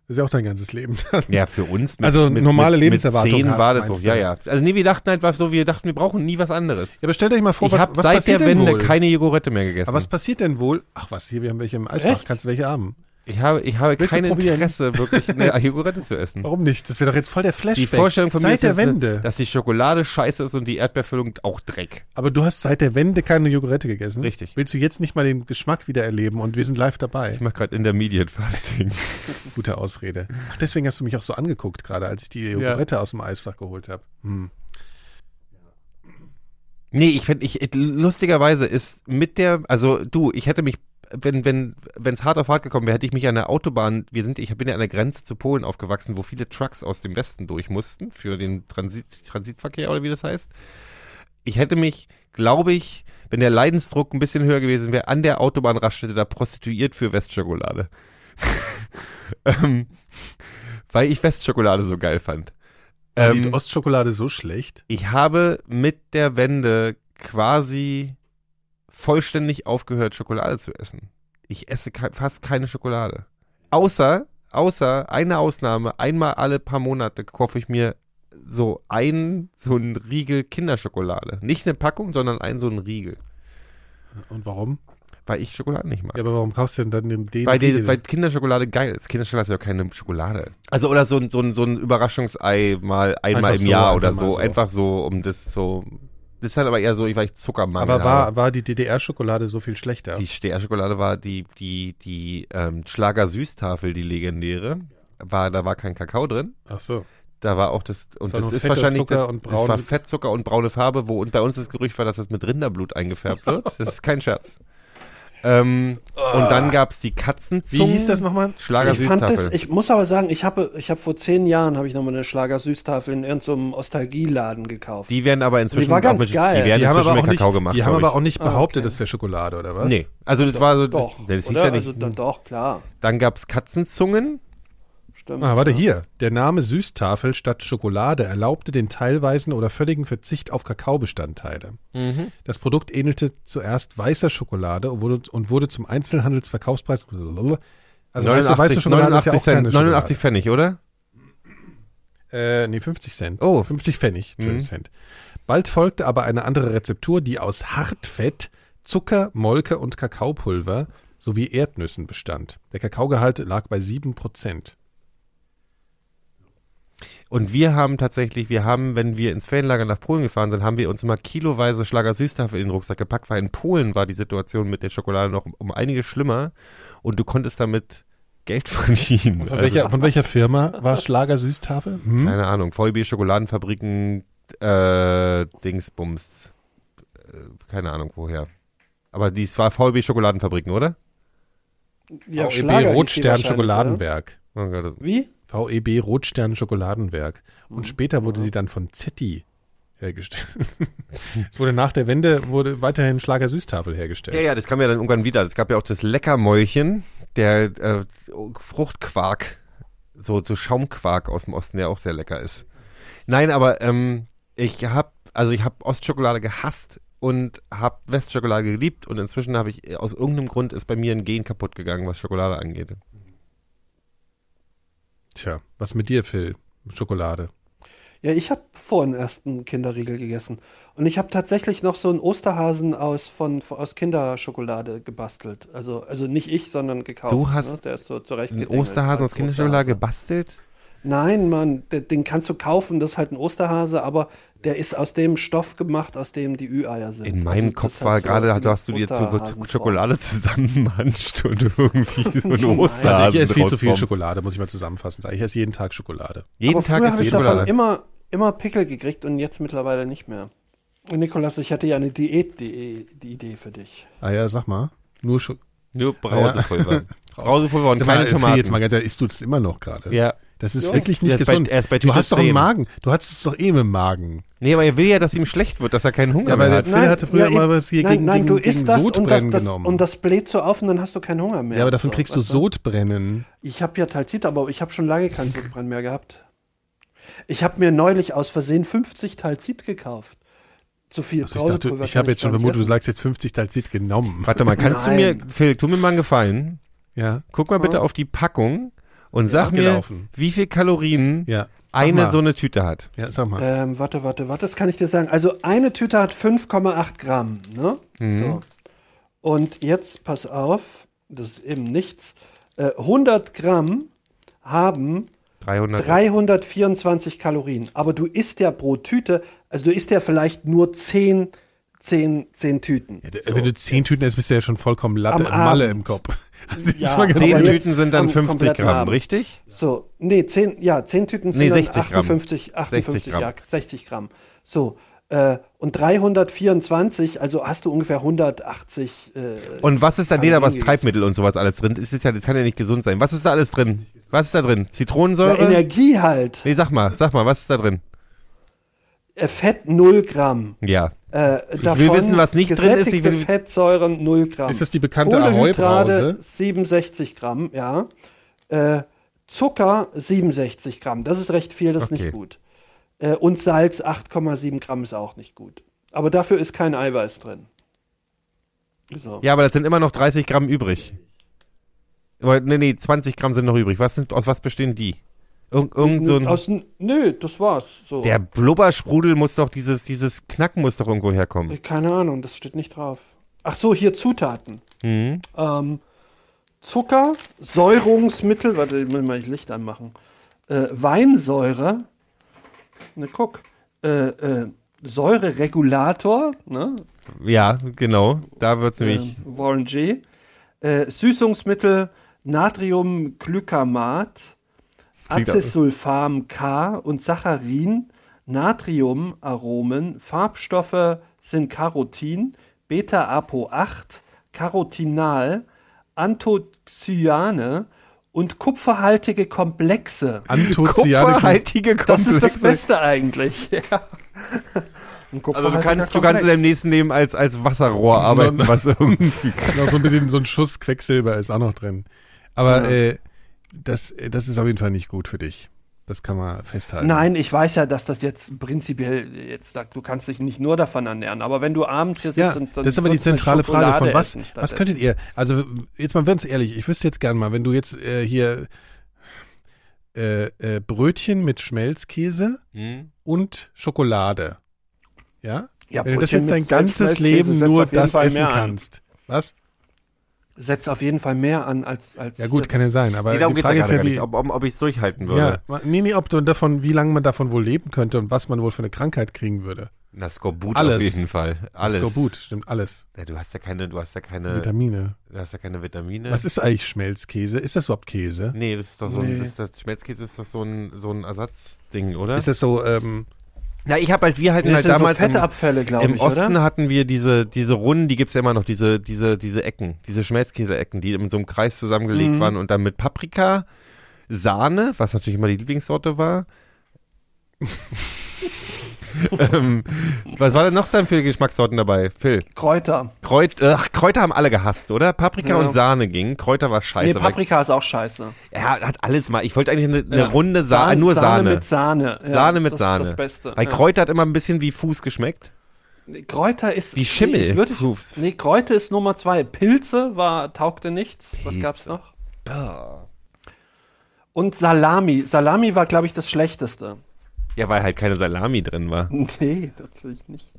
Das ist ja auch dein gances Leben. Ja, für uns. Also normale Lebenserwartung Mit 10 hast, war das so. meinst Ja, du? ja. Also nee, wir dachten halt was so, wir dachten, wir brauchen nie was anderes. Ja, aber stellt euch mal vor, ich was, habe was seit passiert der denn Wende wohl? keine Jogurette mehr gegessen. Aber was passiert denn wohl? Ach was, hier, wir haben welche im Eisfach. Echt? Kannst du welche haben? Ich habe, ich habe Willst du kein probieren? Interesse, wirklich eine Jogurette zu essen. Warum nicht? Das wäre doch jetzt voll der Die Flashback. Vorstellung von mir seit ist, der jetzt, Wende. dass die Schokolade scheiße ist und die Erdbeerfüllung auch Dreck. Aber du hast seit der Wende keine Jogurette gegessen. Richtig. Willst du jetzt nicht mal den Geschmack wieder erleben und wir sind live dabei? Ich mache gerade Intermediate Fasting. Gute Ausrede. Ach, deswegen hast du mich auch so angeguckt gerade, als ich die Jogurette aus dem Eisfach geholt habe. Hm. Nee, ich finde, ich, it- lustigerweise ist mit der, also du, ich hätte mich, wenn, wenn, wenn es hart auf hart gekommen wäre, hätte ich mich an der Autobahn, wir sind, ich bin ja an der Grenze zu Polen aufgewachsen, wo viele Trucks aus dem Westen durch mussten für den Transit, Transitverkehr oder wie das heißt. Ich hätte mich, glaube ich, wenn der Leidensdruck ein bisschen höher gewesen wäre, an der Autobahnraststätte da prostituiert für Westschokolade. ähm, weil ich Westschokolade so geil fand. Ähm, War die Ostschokolade so schlecht? Ich habe mit der Wende quasi vollständig aufgehört, Schokolade zu essen. Ich esse ke fast keine Schokolade. Außer, außer eine Ausnahme, einmal alle paar Monate kaufe ich mir so einen, so einen Riegel Kinderschokolade. Nicht eine Packung, sondern einen, so einen Riegel. Und warum? Weil ich Schokolade nicht mag. Ja, aber warum kaufst du denn dann den, den Weil, die, Riegel? weil Kinderschokolade geil ist. Kinderschokolade ist ja keine Schokolade. Also oder so ein, so ein, so ein Überraschungsei mal einmal Einfach im so, Jahr oder einfach mal so. so. Einfach so, um das so. Das ist halt aber eher so, ich war ich Zuckermangel. aber war, habe. war die DDR-Schokolade so viel schlechter? die Stär-Schokolade war die, die, die ähm, Schlager-Süßtafel, die legendäre. War, da war kein Kakao drin. Ach so. Da war auch das, und war das nur ist Fett und wahrscheinlich, Zucker das, und das war braune- Fettzucker und braune Farbe, wo, und bei uns das Gerücht war, dass das mit Rinderblut eingefärbt wird. Das ist kein Scherz. Ähm, und dann gab's die Katzenzungen. Ah. Wie hieß das nochmal? Schlager ich fand das, Süßtafel. ich muss aber sagen, ich habe, ich habe vor zehn Jahren habe ich nochmal eine Schlager-Süßtafel in irgendeinem Ostalgieladen gekauft. Die werden aber inzwischen Die war ganz auch mit, geil. Die werden Die haben, inzwischen aber mit auch, nicht, Kakao gemacht. die haben glaub aber auch nicht Ah, okay. behauptet, das wäre Schokolade, oder was? ich. Nee, also das war so. doch, das, das hieß oder? ja nicht. Also, dann doch, klar. dann gab es Katzenzungen. Stimmt. Ah, warte hier. Der Name Süßtafel statt Schokolade erlaubte den teilweisen oder völligen Verzicht auf Kakaobestandteile. Mhm. Das Produkt ähnelte zuerst weißer Schokolade und wurde, und wurde zum Einzelhandelsverkaufspreis. Also weiße, weiße Schokolade ist ja auch keine Cent, 89 Pfennig, oder? Schokolade. Äh, nee, 50 Cent. Oh. 50 Pfennig. Entschuldigung, Mhm. Cent. Bald folgte aber eine andere Rezeptur, die aus Hartfett, Zucker, Molke und Kakaopulver sowie Erdnüssen bestand. Der Kakaogehalt lag bei 7 Prozent. Und wir haben tatsächlich, wir haben, wenn wir ins Fanlager nach Polen gefahren sind, haben wir uns mal kiloweise Schlager Süßtafel in den Rucksack gepackt, weil in Polen war die Situation mit der Schokolade noch um, um einiges schlimmer und du konntest damit Geld verdienen. Von, welcher, von welcher Firma war Schlager Süßtafel? Hm? Keine Ahnung, VEB Schokoladenfabriken, äh, Dingsbums, äh, keine Ahnung woher. Aber dies war VEB Schokoladenfabriken, oder? E Ja, E VEB Rotstern Schokoladenwerk. Oh Gott, das- Wie? VEB Rotstern Schokoladenwerk. Und später wurde sie dann von Zetti hergestellt. es wurde nach der Wende wurde weiterhin Schlager Süßtafel hergestellt. Ja, ja, das kam ja dann irgendwann wieder. Es gab ja auch das Leckermäulchen, der äh, Fruchtquark, so, so Schaumquark aus dem Osten, der auch sehr lecker ist. Nein, aber ähm, ich habe also ich habe Ostschokolade gehasst und habe Westschokolade geliebt und inzwischen habe ich aus irgendeinem Grund ist bei mir ein Gen kaputt gegangen, was Schokolade angeht. Tja, was mit dir, Phil? Schokolade. Ja, ich habe vorhin erst einen Kinderriegel gegessen. Und ich habe tatsächlich noch so einen Osterhasen aus, von, von- aus Kinderschokolade gebastelt. Also, also nicht ich, sondern gekauft. Du hast ne? Der ist so zurecht Ein Osterhasen aus Kinderschokolade gebastelt? Nein, Mann, de- den kannst du kaufen, das ist halt ein Osterhase, aber der ist aus dem Stoff gemacht, aus dem die Ü-Eier sind. In Also meinem das Kopf ist war halt so gerade, in du hast du dir zu, zu Osterhasenform. Schokolade zusammenmanscht und irgendwie so Nein. eine Osterhasen Also ich esse viel zu viel drausformst. Schokolade, muss ich mal zusammenfassen. Ich esse jeden Tag Schokolade. Jeden aber Tag früher habe ist ich davon Schokolade. immer, immer Pickel gekriegt und jetzt mittlerweile nicht mehr. Und Nikolas, ich hatte ja eine Diät, die, die Idee für dich. Ah ja, sag mal. Nur Scho Nur Brausepulver. Brausepulver und Sag keine mal, Tomaten. Phil, jetzt mal ganz ehrlich, isst du das immer noch gerade? Ja. Das ist Ja. wirklich nicht Er ist bei- gesund. er ist bei du Tüte hast doch einen 10. Magen. Du hattest es doch eben im Magen. Nee, aber er will ja, dass ihm schlecht wird, dass er keinen Hunger Ja, mehr weil hat. Phil hatte früher mal was hier nein, gegen- nein, gegen- du isst gegen das und das, Sodbrennen das genommen. und das bläht so auf und dann hast du keinen Hunger mehr. Ja, aber davon So, kriegst du weißt Sodbrennen. Ich habe ja Talzit, aber ich habe schon lange keinen Sodbrennen mehr gehabt. Ich habe mir neulich aus Versehen 50 Talzit gekauft. Zu viel Also ich dachte, Brausepulver ich kann habe jetzt schon gar nicht vermutet, du essen. sagst jetzt 50 Talzit genommen. Warte mal, kannst Nein. du mir, Phil, tu mir mal einen Gefallen. Ja. Guck mal bitte Ja. auf die Packung und sag mir, abgelaufen. wie viel Kalorien Ja. Sag eine mal. so eine Tüte hat. Ja, sag mal. Ähm, warte, warte, warte, das kann ich dir sagen. Also eine Tüte hat 5,8 Gramm. Ne? Mhm. So. Und jetzt, pass auf, das ist eben nichts. Äh, 100 Gramm haben 300. 324 Kalorien. Aber du isst ja pro Tüte, also du isst ja vielleicht nur 10, 10, 10 Tüten. Ja, d- Wenn du 10 Tüten isst, bist du ja schon vollkommen Latte, Am Malle Abend. im Kopf. Also jetzt Ja, mal ganz aber 10 jetzt Tüten sind dann am 50 kompletten Gramm, Abend. richtig? So, nee, 10, ja, 10 Tüten sind Nee, dann 60 Gramm. 58, 58 60 Gramm. Ja, 60 Gramm. So, äh, und 324, also hast du ungefähr 180. Äh, Und was ist da, nee, da was Kalorien Treibmittel und sowas alles drin? Ist es ja, das kann ja nicht gesund sein. Was ist da alles drin? Was ist da drin? ja, Zitronensäure? Energie halt. nee, sag mal, sag mal, was ist da drin? Äh, Fett 0 Gramm. Ja. Äh, davon wissen, was nicht drin ist. Ich gesättigte will- Fettsäuren 0 Gramm. Ist das die bekannte Kohlenhydrate Ahoi-Brause? 67 Gramm, ja. Äh, Zucker 67 Gramm. Das ist recht viel, das ist Okay. nicht gut. Äh, und Salz 8,7 Gramm ist auch nicht gut. Aber dafür ist kein Eiweiß drin. So. Ja, aber das sind immer noch 30 Gramm übrig. Aber, nee, nee, 20 Gramm sind noch übrig. Was sind, aus was bestehen die? Irgend, irgend so ein, Aus, n- nö, das war's. So. der Blubbersprudel muss doch, dieses, dieses Knacken muss doch irgendwo herkommen. Keine Ahnung, das steht nicht drauf. Ach so, hier Zutaten. Mhm. Ähm, Zucker, Säurungsmittel, warte, ich muss mal das Licht anmachen. Äh, Weinsäure, ne, guck, äh, äh, Säureregulator, ne, Ja, genau. Da wird's nämlich. ähm, Warren G. Äh, Süßungsmittel, Natriumglykamat, Klingt auch- Acesulfam K und Saccharin, Natriumaromen, Farbstoffe sind Carotin, Beta-Apo8, Carotinal, Anthocyane und kupferhaltige Komplexe. Antozianische. halt Kupferhaltige Das ist das Komplexe. Beste eigentlich. Ja. Also du kannst, du kannst in deinem nächsten Leben als, als Wasserrohr arbeiten, Nein. was irgendwie. Genau, so ein bisschen so ein Schuss Quecksilber ist auch noch drin. Aber Ja. äh, das, äh, das ist auf jeden Fall nicht gut für dich. Das kann man festhalten. Nein, ich weiß ja, dass das jetzt prinzipiell jetzt sagt, du kannst dich nicht nur davon ernähren, aber wenn du abends hier Ja, sitzt und dann das ist aber die würdest du eine zentrale Frage Schokolade von was, essen was stattdessen. könntet ihr, also jetzt mal ganz ehrlich, ich wüsste jetzt gern mal, wenn du jetzt äh, hier äh, äh, Brötchen mit Schmelzkäse Hm? Äh, und Schokolade, ja? Ja, wenn du das Brötchen jetzt mit dein ganzes Schmelzkäse Leben setzt nur auf jeden das Fall essen mehr ein. kannst, was? setzt auf jeden Fall mehr an als. als äh, ja, gut, kann ja sein. Aber Nee, darum die geht es Frage ja ist gerade ja, gar wie, nicht, ob, ob, ob ich es durchhalten ja, würde. nee, nee, ob du davon, wie lange man davon wohl leben könnte und was man wohl für eine Krankheit kriegen würde. Na, Skorbut Alles. auf jeden Fall. Alles. Skorbut, stimmt, alles. Ja, du hast ja keine, du hast ja keine Vitamine. Du hast ja keine Vitamine. Was ist eigentlich Schmelzkäse? Ist das überhaupt Käse? Nee, das ist doch so ein, Nee. das ist das, Schmelzkäse ist doch so ein, so ein Ersatzding, oder? Ist das so, ähm, Na, ich habe halt, wir hatten Nee, das halt sind so damals fette im, Abfälle, glaub im ich, Osten oder? hatten wir diese, diese Runden, die gibt's ja immer noch, diese, diese, diese Ecken, diese Schmelzkäse-Ecken, die in so einem Kreis zusammengelegt waren und dann mit Paprika, Sahne, was natürlich immer die Lieblingssorte war. ähm, was war denn noch dann für Geschmackssorten dabei, Phil? Kräuter. Kräut, äh, ach, Kräuter haben alle gehasst, oder? Paprika Ja. und Sahne ging. Kräuter war scheiße. nee, weil- Paprika ist auch scheiße. Er hat alles mal. Ich wollte eigentlich eine, eine Ja. runde Sahne, nur Sahne. mit Sahne. Ja, Sahne mit das Sahne. Ist das Beste. Weil Ja. Kräuter hat immer ein bisschen wie Fuß geschmeckt. Kräuter ist. Wie Schimmel. Nee, ich würde, Proofs. nee, Kräuter ist Nummer zwei. Pilze war, taugte nichts. Was Pilze. gab's noch? Und Salami. Salami war, glaube ich, das Schlechteste. Ja, weil halt keine Salami drin war. Nee, natürlich nicht.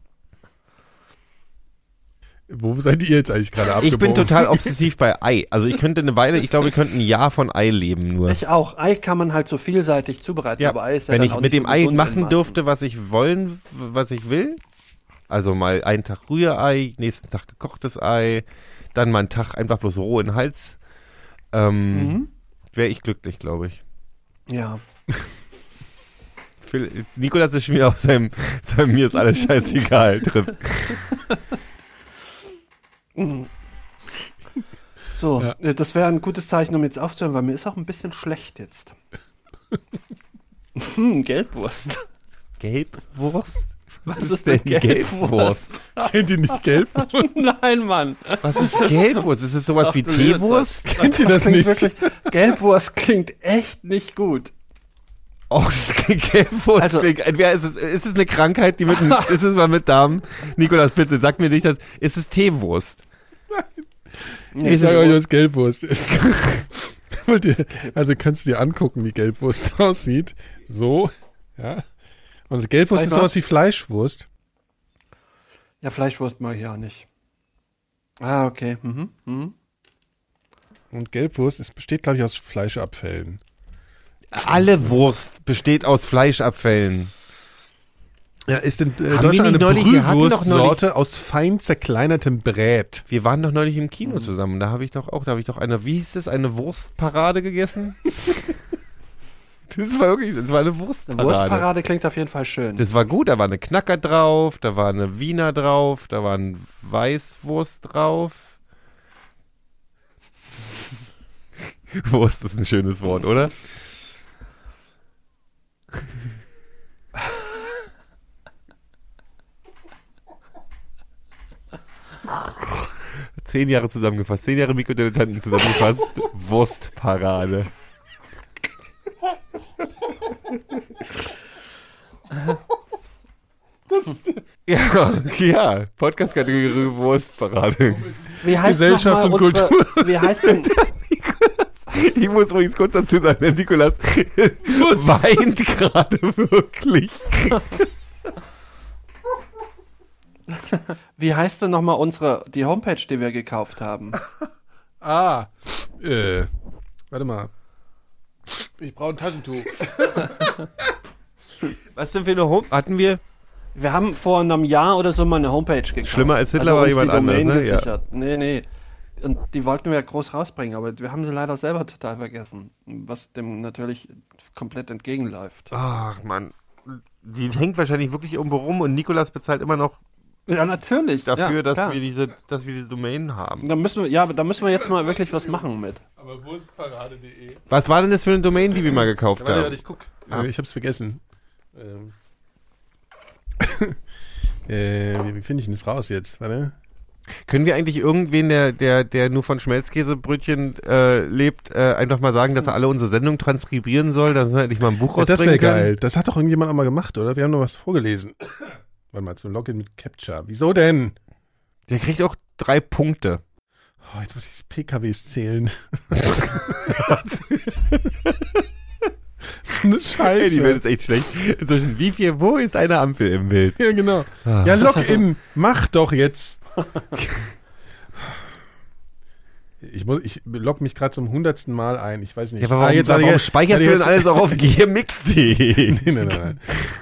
wo seid ihr jetzt eigentlich gerade abgebogen? Ich bin total obsessiv bei Ei. Also ich könnte eine Weile, ich glaube, ich könnte ein Jahr von Ei leben nur. Ich auch. Ei kann man halt so vielseitig zubereiten, ja, aber Ei ist ja wenn dann ich auch mit nicht dem so Ei gesund in machen Maßen. dürfte, was ich wollen, was ich will. Also mal einen Tag Rührei, nächsten Tag gekochtes Ei, dann mal einen Tag einfach bloß roh in den Hals. Ähm, Mhm. Wäre ich glücklich, glaube ich. Ja. Phil, Nikolas ist schon wieder auf seinem, seinem mir ist alles scheißegal Trip. So, äh, das wäre ein gutes Zeichen, um jetzt aufzuhören, weil mir ist auch ein bisschen schlecht jetzt. hm, Gelbwurst. Gelbwurst? Was, ist denn Gelbwurst? Kennt ihr nicht gelb? Nein, Mann. Was ist Gelbwurst? Ist es sowas Ach, wie du liebe Teewurst? Kennt ihr das nicht? Gelbwurst klingt echt nicht gut. Oh, das klingt Gelbwurst. Also- Also, Entweder ist, es, ist es eine Krankheit, die mit dem, ist es mal mit Darm? Nikolas, bitte, sag mir nicht, dass, ist es Teewurst? Ich sage euch, was Gelbwurst ist. Wollt ihr- also kannst du dir angucken, wie Gelbwurst aussieht. So, ja. Und das Gelbwurst Sag ist mal. sowas wie Fleischwurst. Ja, Fleischwurst mag ich auch nicht. Ah, okay. Mhm. Mhm. Und Gelbwurst ist, besteht, glaube ich, aus Fleischabfällen. Alle Wurst besteht aus Fleischabfällen. Ja, ist in äh, Haben wir Deutschland nicht eine neulich- wir hatten doch neulich- Brühwurstsorte aus fein zerkleinertem Brät. Wir waren doch neulich im Kino zusammen. Da habe ich doch auch, da habe ich doch eine, wie hieß das, eine Wurstparade gegessen? das war wirklich, das war eine Wurstparade. Wurstparade klingt auf jeden Fall schön. Das war gut, da war eine Knacker drauf, da war eine Wiener drauf, da war ein Weißwurst drauf. Wurst ist ein schönes Wort, oder? Zehn Jahre zusammengefasst, zehn Jahre Mikrodilettanten zusammengefasst, Wurstparade. Ja, ja, Podcast-Kategorie Wurstparade. Wie heißt Gesellschaft noch mal und unsere- Wie heißt denn Ich muss übrigens kurz dazu sagen, der Nikolas weint gerade wirklich. Wie heißt denn nochmal unsere, die Homepage, die wir gekauft haben? Ah, äh, warte mal. Ich brauche ein Taschentuch. Was sind wir eine Home? Hatten wir? Wir haben vor einem Jahr oder so mal eine Homepage gekauft. Also Schlimmer als Hitler war uns jemand die Domain anders, ne? Ja. gesichert. Nee, nee. Und die wollten wir ja groß rausbringen, aber wir haben sie leider selber total vergessen. Was dem natürlich komplett entgegenläuft. Ach, Mann. Die hängt wahrscheinlich wirklich irgendwo rum und Nikolas bezahlt immer noch Ja, natürlich. dafür, ja, dass, klar. wir diese, dass wir diese Domain haben. Da müssen wir, ja, aber da müssen wir jetzt mal wirklich was machen mit. Was war denn das für eine Domain, die wir mal gekauft Warte, haben? warte, ich guck. Äh, ich hab's vergessen. Ähm. äh, wie wie finde ich denn das raus jetzt? Warte. Können wir eigentlich irgendwen, der, der, der nur von Schmelzkäsebrötchen äh, lebt, äh, einfach mal sagen, dass er alle unsere Sendung transkribieren soll, dass wir endlich mal ein Buch Ja, das rausbringen wäre können? geil. Das hat doch irgendjemand auch mal gemacht, oder? Wir haben noch was vorgelesen. Warte mal, zu Login mit Captcha. Wieso denn? Der kriegt auch drei Punkte. Oh, jetzt muss ich die PKWs zählen. so eine Ey, die Scheiße. Welt ist echt schlecht. Inzwischen, wie viel, wo ist eine Ampel im Bild? Ja, genau. Ja, Login. Mach doch jetzt. Ich, muss, ich log mich gerade zum hundertsten Mal ein. Ich weiß nicht. Ah, Ja, aber warum, warum speicherst du denn alles auch auf gmx.de? nee, nein, nein, nein.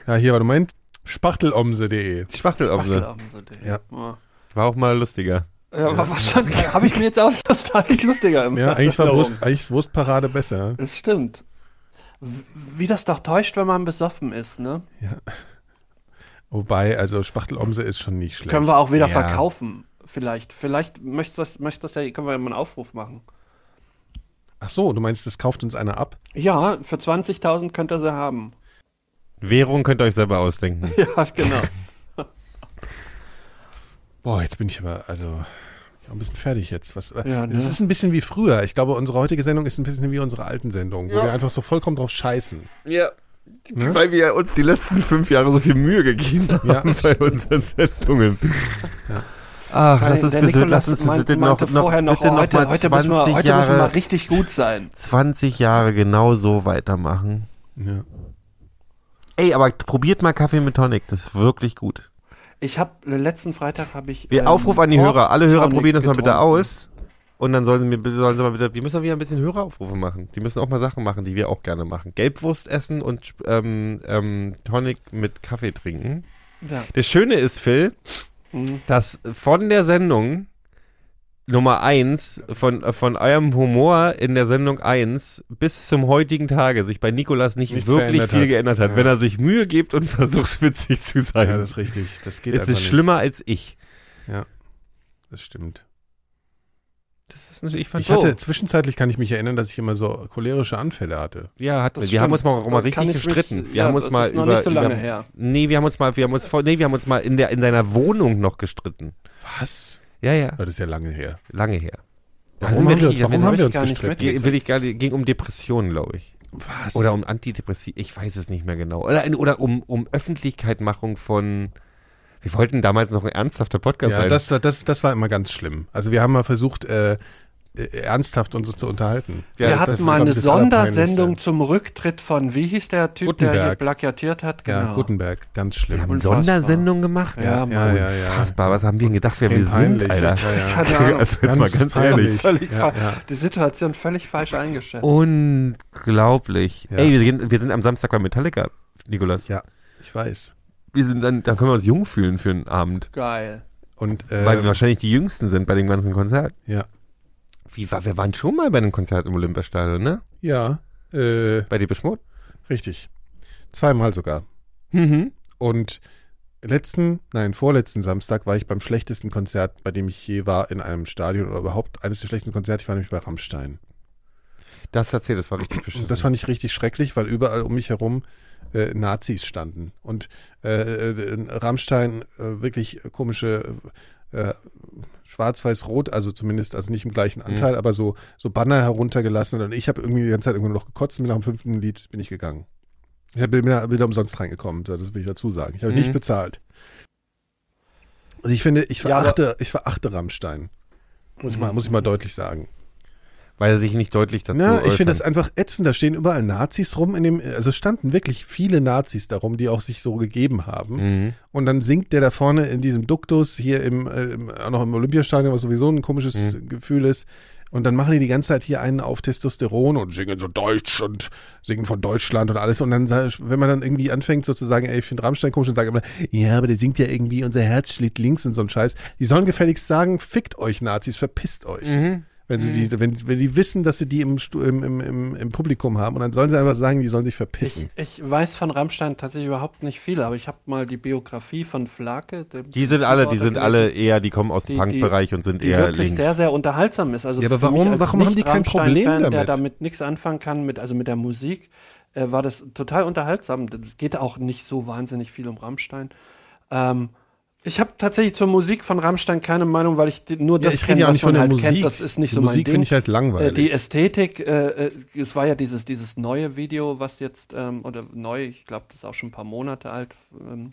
Ja, hier, warte, Moment. Spachtelomse.de. Spachtelomse. Ja. War auch mal lustiger. Ja, war wahrscheinlich habe ich mir jetzt auch lust, eigentlich lustiger im Ja, eigentlich war Wurst, eigentlich ist Wurstparade besser. Es stimmt. W- Wie das doch täuscht, wenn man besoffen ist, ne? Ja. Wobei, also Spachtelomse ist schon nicht schlecht. Können wir auch wieder Ja. verkaufen, vielleicht. Vielleicht möchte das, möchte das ja, können wir ja mal einen Aufruf machen. Ach so, du meinst, das kauft uns einer ab? Ja, für 20.000 könnt ihr sie haben. Währung könnt ihr euch selber ausdenken. Ja, genau. Boah, jetzt bin ich aber, also, ich bin ein bisschen fertig jetzt. Was, Ja, ne? Das ist ein bisschen wie früher. Ich glaube, unsere heutige Sendung ist ein bisschen wie unsere alten Sendungen, wo wir einfach so vollkommen drauf scheißen. Ja. Weil wir uns die letzten fünf Jahre so viel Mühe gegeben haben bei unseren Sendungen. Ach, Weil lass uns der bitte, Nikolaus lass uns meint- bitte noch, meinte noch, vorher noch, bitte oh, noch heute, mal heute, 20 müssen wir, heute müssen wir mal Jahre, richtig gut sein. 20 Jahre genau so weitermachen. Ja. Ey, aber probiert mal Kaffee mit Tonic, das ist wirklich gut. Ich habe letzten Freitag habe ich Wir ähm, Aufruf an die Port Hörer, alle Hörer Tonic probieren das mal bitte getrunken. aus. Und dann sollen wir, bitte- sollen sie mal bitte, wir müssen auch wieder ein bisschen Höreraufrufe machen. Die müssen auch mal Sachen machen, die wir auch gerne machen. Gelbwurst essen und ähm, ähm, Tonic mit Kaffee trinken. Ja. Das Schöne ist, Phil, Mhm. dass von der Sendung Nummer 1, von, äh, von eurem Humor in der Sendung 1 bis zum heutigen Tage sich bei Nikolas nicht Nichts wirklich verändert viel hat. geändert hat, Ja. wenn er sich Mühe gibt und versucht witzig zu sein. Ja, das ist richtig. Das geht es einfach ist nicht. schlimmer als ich. Das stimmt. Das ist natürlich, ich fand Ich hatte, zwischenzeitlich kann ich mich erinnern, dass ich immer so cholerische Anfälle hatte. ja, hat, wir Das haben stimmt. uns mal auch mal Da kann richtig ich mich- gestritten. wir ja, haben uns das mal ist noch über, nicht so lange über, her. Nee, wir haben uns mal, wir haben uns vor, nee, wir haben uns mal in der in deiner Wohnung noch gestritten. Was? Ja, ja, Das ist ja lange her. lange her. Warum haben wir uns, warum hab haben wir ich uns gar nicht gestritten? Ge- Will ich gar nicht, ging um Depressionen, glaube ich. Was? Oder um Antidepressiv, ich weiß es nicht mehr genau. Oder, in- oder um, um Öffentlichkeitmachung von. Wir wollten damals noch ein ernsthafter Podcast ja, sein. das, das, das war immer ganz schlimm. Also wir haben mal versucht, äh, äh, ernsthaft uns zu unterhalten. Ja, wir das hatten ist, mal glaub eine ich, das Allerpeinlichste. Sondersendung zum Rücktritt von, wie hieß der Typ, der hier Gutenberg. plakatiert hat? Genau. Ja, Gutenberg, ganz schlimm. wir haben unfassbar. Sondersendungen gemacht? Ja, ja, ja, ja. Unfassbar, was haben wir denn gedacht, wer wir Extrem sind, peinlich. Alter? Ja, ja. Keine Ahnung. Also jetzt mal ganz ehrlich. Völlig Ja, fa- ja. Die Situation völlig falsch eingeschätzt. Unglaublich. Ja. Ey, wir sind, wir sind am Samstag bei Metallica, Nikolas. ja, ich weiß. Wir sind dann, dann können wir uns jung fühlen für einen Abend. Geil. Und Weil wir äh, wahrscheinlich die Jüngsten sind bei dem ganzen Konzert. ja, Wie, war- wir waren schon mal bei einem Konzert im Olympiastadion, ne? ja, äh, Bei dir beschmut? richtig. Zweimal sogar. Mhm. Und letzten, nein, vorletzten Samstag war ich beim schlechtesten Konzert, bei dem ich je war in einem Stadion oder überhaupt eines der schlechtesten Konzerte. Ich war nämlich bei Rammstein. Das erzählt, das war richtig beschissen. Und das fand ich richtig schrecklich, weil überall um mich herum äh, Nazis standen und äh, äh, Rammstein äh, wirklich komische äh, schwarz-weiß-rot, also zumindest, also nicht im gleichen Mhm. Anteil, aber so, so Banner heruntergelassen und ich habe irgendwie die ganze Zeit irgendwo noch gekotzt und nach dem fünften Lied bin ich gegangen. Ich hab- bin wieder, wieder umsonst reingekommen, so, das will ich dazu sagen. Ich habe Mhm. nicht bezahlt. Also ich finde, ich Ja, aber- verachte, ich verachte Rammstein. Muss ich, mal, muss ich mal deutlich sagen. weil er sich nicht deutlich dazu Na, ich äußern. finde das einfach ätzend. Da stehen überall Nazis rum in dem, also es standen wirklich viele Nazis darum, die auch sich so gegeben haben. Mhm. Und dann singt der da vorne in diesem Duktus hier im, äh, im auch noch im Olympiastadion, was sowieso ein komisches Mhm. Gefühl ist. Und dann machen die die ganze Zeit hier einen auf Testosteron und singen so Deutsch und singen von Deutschland und alles. Und dann, sag- wenn man dann irgendwie anfängt sozusagen, ey, ich finde Rammstein komisch und sagt immer, ja, aber der singt ja irgendwie, unser Herz schlägt links und so ein Scheiß. Die sollen gefälligst sagen, fickt euch Nazis, verpisst euch. Mhm. Wenn, sie die, wenn, wenn die wissen, dass sie die im, Stu- im, im, im, im Publikum haben und dann sollen sie einfach sagen, die sollen sich verpissen. Hm. Ich, ich weiß von Rammstein tatsächlich überhaupt nicht viel, aber ich habe mal die Biografie von Flake. dem Die sind alle, die sind Keyboarder alle gelesen, eher, die kommen aus dem Die- Punk-Bereich und sind die eher wirklich links. sehr, sehr unterhaltsam ist. Also Ja, aber für mich warum- als warum haben die kein Nicht-Rammstein-Fan, Problem Der damit? damit nichts anfangen kann, mit, also mit der Musik, äh, war das total unterhaltsam. Es geht auch nicht so wahnsinnig viel um Rammstein. Ähm, ich habe tatsächlich zur Musik von Rammstein keine Meinung, weil ich die- nur das ich rede kenne, ja auch was nicht man von der halt kennt. Musik. Das ist nicht Die so mein Musik Ding. finde ich halt langweilig. Äh, die Ästhetik, äh, äh, es war ja dieses, dieses neue Video, was jetzt, ähm, oder neu, ich glaube, das ist auch schon ein paar Monate alt, ähm,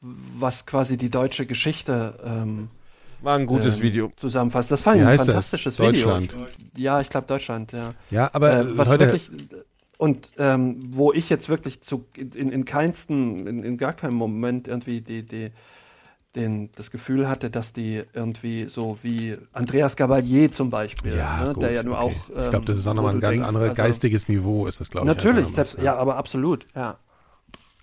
was quasi die deutsche Geschichte ähm, War ein gutes ähm, Video. zusammenfasst. Das fand ich Wie ein heißt das? fantastisches Deutschland. Video. Ich- Ja, ich glaube Deutschland, ja. Ja, aber äh, was Leute, wirklich und ähm, wo ich jetzt wirklich zu in, in keinsten, in, in gar keinem Moment irgendwie die, die den, das Gefühl hatte, dass die irgendwie so wie Andreas Gabalier zum Beispiel, Ja, ne, gut, der ja nur okay. auch. ähm, ich glaube, das ist auch nochmal ein ganz anderes geistiges geistiges Niveau, ist das, glaube ich. also halt ne? Natürlich, einfach selbst, nochmal. ja, aber absolut, ja.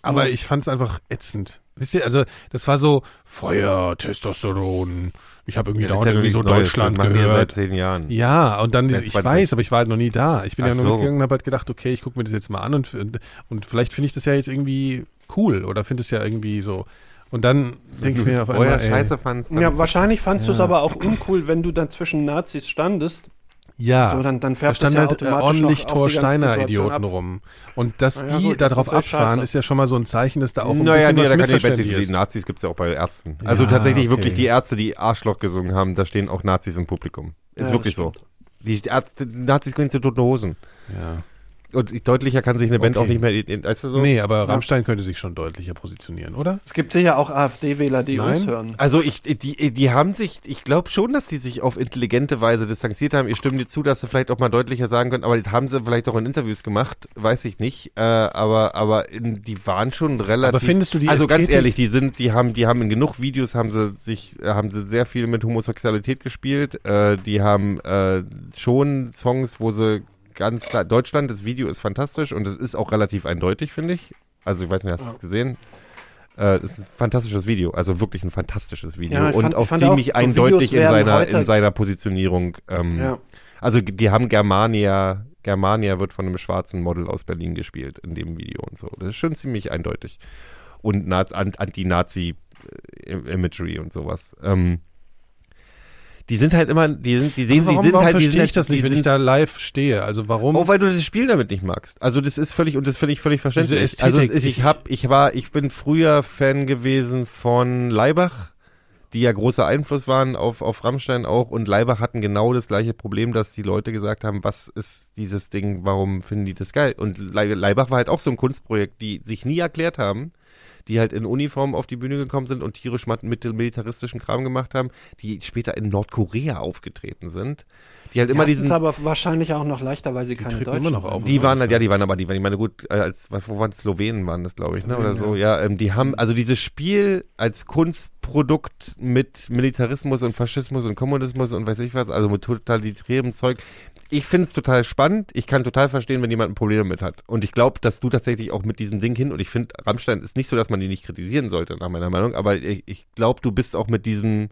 Aber ich fand es einfach ätzend. Wisst ihr, also das war so Feuer, Testosteron. Ich habe irgendwie Ja, das dauernd ist ja irgendwie so nichts Neues, Deutschland das machen wir gehört. seit zehn Jahren. Ja, und dann, Seit ich 20. weiß, aber ich war halt noch nie da. Ich bin Ach ja nur so. mitgegangen und habe halt gedacht, okay, ich gucke mir das jetzt mal an und, und vielleicht finde ich das ja jetzt irgendwie cool oder finde es ja irgendwie so. Und dann denke ich mir auf einmal, ey, scheiße fandst. Ja, wahrscheinlich fandst du es Ja. aber auch uncool, wenn du dann zwischen Nazis standest. Ja, So, dann- dann da färbt das stand ja halt äh, automatisch ordentlich noch auf die ganze Situation Thor-Steiner-Idioten ab. rum. Und dass Na ja, die gut, darauf das ist ja abfahren, scheiße. ist ja schon mal so ein Zeichen, dass da auch ein Naja, bisschen nee, was da kann ich missverständlich die ist. Nazis gibt es ja auch bei Ärzten. Also Ja, tatsächlich okay. wirklich die Ärzte, die Arschloch gesungen haben, da stehen auch Nazis im Publikum. Ist Ja, wirklich das so. Die Ärzte, Nazis gehen zu toten Hosen. Ja. Und deutlicher kann sich eine Band Okay. auch nicht mehr, in- in- weißt du so? Nee, aber Rammstein könnte sich schon deutlicher positionieren, oder? Es gibt sicher auch AfD-Wähler, die Nein. uns hören. Also ich, die, die haben sich, ich glaube schon, dass die sich auf intelligente Weise distanziert haben. Ich stimme dir zu, dass sie vielleicht auch mal deutlicher sagen können, aber das haben sie vielleicht auch in Interviews gemacht, weiß ich nicht. Äh, aber aber in, die waren schon relativ. Aber findest du die Also ganz Ästhetik- ehrlich, die sind, die haben, die haben in genug Videos haben sie sich, äh, haben sie sehr viel mit Homosexualität gespielt. Äh, die haben äh, schon Songs, wo sie ganz klar. Deutschland, das Video ist fantastisch und es ist auch relativ eindeutig, finde ich. Also ich weiß nicht, hast du es gesehen? Äh, es ist ein fantastisches Video, also wirklich ein fantastisches Video Ja, ich und fand- ich auch fand ziemlich auch, so eindeutig Videos in werden seiner, heute- in seiner Positionierung. Hm. Ähm, Ja. Also g- die haben Germania, Germania wird von einem schwarzen Model aus Berlin gespielt in dem Video und so. Das ist schon ziemlich eindeutig. Und Naz- an- Anti-Nazi-Imagery und sowas. Ähm, die sind halt immer, die sind, die sehen, warum, die sind warum halt, die verstehe sind ich das halt- nicht, die wenn ich sind- da live stehe? Also warum? Oh, weil du das Spiel damit nicht magst. Also das ist völlig und das finde ich völlig verständlich. Ästhetik, also es ist- ich ich- hab, ich war, ich bin früher Fan gewesen von Leibach, die ja großer Einfluss waren auf auf Rammstein auch und Leibach hatten genau das gleiche Problem, dass die Leute gesagt haben, was ist dieses Ding, warum finden die das geil? Und Lei- Leibach war halt auch so ein Kunstprojekt, die sich nie erklärt haben die halt in Uniform auf die Bühne gekommen sind und tierisch mat- mit dem militaristischen Kram gemacht haben, die später in Nordkorea aufgetreten sind, die halt Die immer hatten's diesen aber wahrscheinlich auch noch leichter, weil sie keine treten Deutschen immer noch auf. die waren halt, ja, die waren aber, die waren, ich meine, gut, äh, als, was, wo waren es? Slowenen waren das, glaube ich, ne, oder so, ja, ähm, die haben, also dieses Spiel als Kunstprodukt mit Militarismus und Faschismus und Kommunismus und weiß ich was, also mit totalitärem Zeug, ich finde es total spannend, ich kann total verstehen, wenn jemand ein Problem damit hat. Und ich glaube, dass du tatsächlich auch mit diesem Ding hin, und ich finde, Rammstein ist nicht so, dass man die nicht kritisieren sollte, nach meiner Meinung, aber ich, ich glaube, du bist auch mit diesem,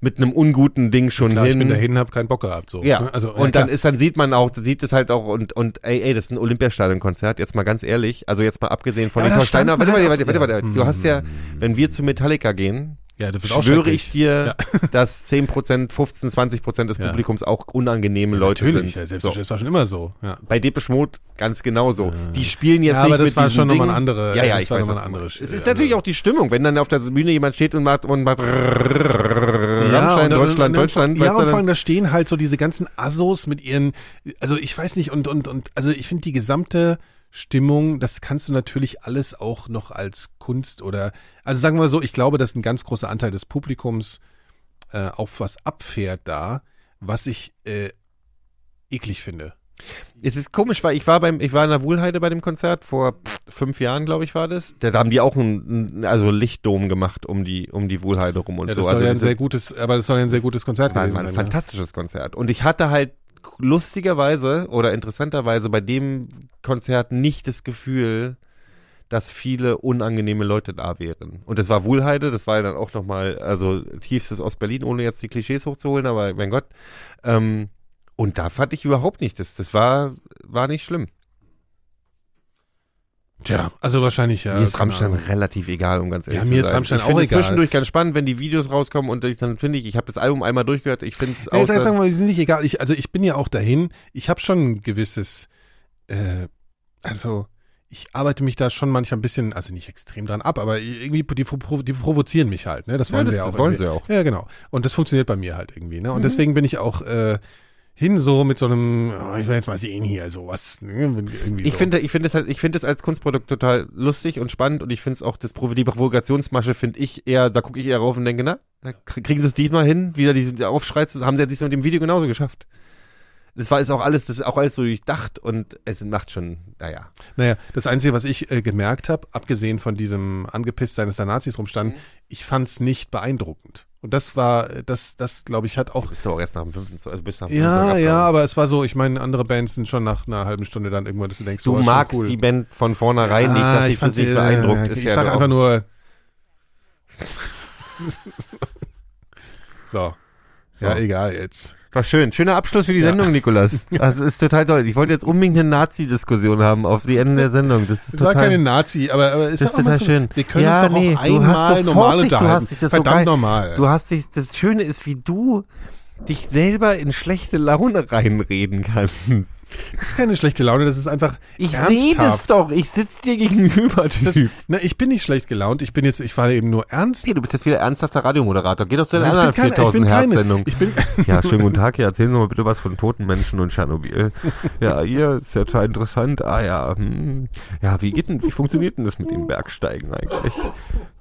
mit einem unguten Ding schon Klar, hin. ich bin dahin, habe keinen Bock gehabt. So. Ja, Ne? also, und ja, dann klar. ist, dann sieht man auch, sieht es halt auch und, und ey, ey, das ist ein Olympiastadionkonzert, jetzt mal ganz ehrlich, also jetzt mal abgesehen von Ja, den aber da Torsteiner, warte, standen warte, halt warte, auch- warte, ja. warte, du hast ja, wenn wir zu Metallica gehen, ja, Mhm. das wird auch schwöre ich schrecklich. dir, dass 10%, 15, 20% des Ja. Publikums auch unangenehme Leute Natürlich, ja, sind. selbst so. das war schon immer so. Ja. Bei Depeche Mode ganz genauso. Die spielen jetzt Ja, nicht aber das mit war diesem schon Ding. nochmal eine andere- Ja, ja, äh, das ich war weiß, nochmal was eine du andere meinst. Sch- Es ist äh, natürlich andere- auch die Stimmung, wenn dann auf der Bühne jemand steht und macht und macht Rammstein, und dann- Deutschland, und dann- Deutschland, Ja, weißt du, und vor dann- allem, da stehen halt so diese ganzen Assos mit ihren, also ich weiß nicht, und, und, und, also ich finde die gesamte Stimmung, das kannst du natürlich alles auch noch als Kunst oder, also sagen wir mal so, ich glaube, dass ein ganz großer Anteil des Publikums äh, auf was abfährt da, was ich äh, eklig finde. Es ist komisch, weil ich war beim, ich war in der Wuhlheide bei dem Konzert vor pff, fünf Jahren, glaube ich, war das. Da haben die auch einen, also Lichtdom gemacht um die, um die Wuhlheide rum und Ja, das so. soll also ja ein das sehr gutes, aber das soll ja ein sehr gutes Konzert war, gewesen war ein sein. ne? ja. fantastisches Konzert. Und ich hatte halt lustigerweise oder interessanterweise bei dem Konzert nicht das Gefühl, dass viele unangenehme Leute da wären. Und das war Wuhlheide, das war ja dann auch nochmal, also tiefstes Ostberlin, ohne jetzt die Klischees hochzuholen, aber mein Gott. Ähm, und da fand ich überhaupt nicht das. Das war, war nicht schlimm. Tja, also wahrscheinlich ja. mir ist keine Rammstein Ahnung. relativ egal, um ganz ehrlich Ja, zu mir sein. ist Rammstein ich finde auch es egal. zwischendurch ganz spannend, wenn die Videos rauskommen und ich, dann finde ich, ich habe das Album einmal durchgehört, ich finde es Nee, jetzt, jetzt sagen außer- wir, mal, die sind nicht egal. Ich, also ich bin ja auch dahin. Ich habe schon ein gewisses, äh, also ich arbeite mich da schon manchmal ein bisschen, also nicht extrem dran ab, aber irgendwie die, provo- die provozieren mich halt. Ne, das Ja, wollen das- sie ja auch. das wollen irgendwie. sie auch. Mhm. Ja, genau. Und das funktioniert bei mir halt irgendwie. Ne? Und deswegen bin ich auch äh, hin so mit so einem, oh, ich will jetzt mal sehen hier, so was. Ne? Irgendwie Ich so. finde, ich finde es halt, ich finde es als Kunstprodukt total lustig und spannend und ich finde es auch, das, Provo- die Provokationsmasche finde ich eher, da gucke ich eher rauf und denke, na, da krie- kriegen sie es diesmal hin, wieder diesen Aufschrei, zu- haben sie ja diesmal mit dem Video genauso geschafft. Das war ist auch alles, das ist auch alles so durchdacht und es macht schon, naja. Naja, das Einzige, was ich äh, gemerkt habe, abgesehen von diesem angepisst seines der Nazis rumstand, Mhm. ich fand es nicht beeindruckend. Und das war, äh, das, das glaube ich, hat auch. Bist du auch erst nach dem fünften, also bist nach dem fünften Ja, Song ja, abgehauen. aber es war so, ich meine, andere Bands sind schon nach einer halben Stunde dann irgendwann, dass du denkst, Du oh, ist schon magst cool. die Band von vornherein nicht, Ah, dass ich dich das fand nicht sie- äh, beeindruckt. Ich, ist ich ja sag auch- einfach nur. so. Ja, So. egal jetzt. War schön. Schöner Abschluss für die Sendung, Nikolas. Das ist total toll. Ich wollte jetzt unbedingt eine Nazi-Diskussion haben auf die Ende der Sendung. Das ist Es war total keine Nazi, aber, aber ist Das ist auch mal total so- schön. Wir können Ja, uns doch nee, du auch hast einmal sofort normal dich- du hast unterhalten. dich- das ist so Verdammt geil. normal. Du hast dich, das Schöne ist, wie du dich selber in schlechte Laune reinreden kannst. das ist keine schlechte Laune, das ist einfach Ich sehe das ernsthaft. doch. Ich sitze dir gegenüber, Typ. Das, na, ich bin nicht schlecht gelaunt, ich bin jetzt, ich war eben nur ernst. Hey, du bist jetzt wieder ernsthafter Radiomoderator. Geh doch zu den Nein, ich anderen bin keine- ich bin 4000 keine- Herz-Sendungen. ich bin- Ja, schönen guten Tag. Hier erzählen Sie mal bitte was von toten Menschen und Tschernobyl. Ja, hier ist ja total interessant. Ah ja, hm. ja, wie geht denn, wie funktioniert denn das mit dem Bergsteigen eigentlich?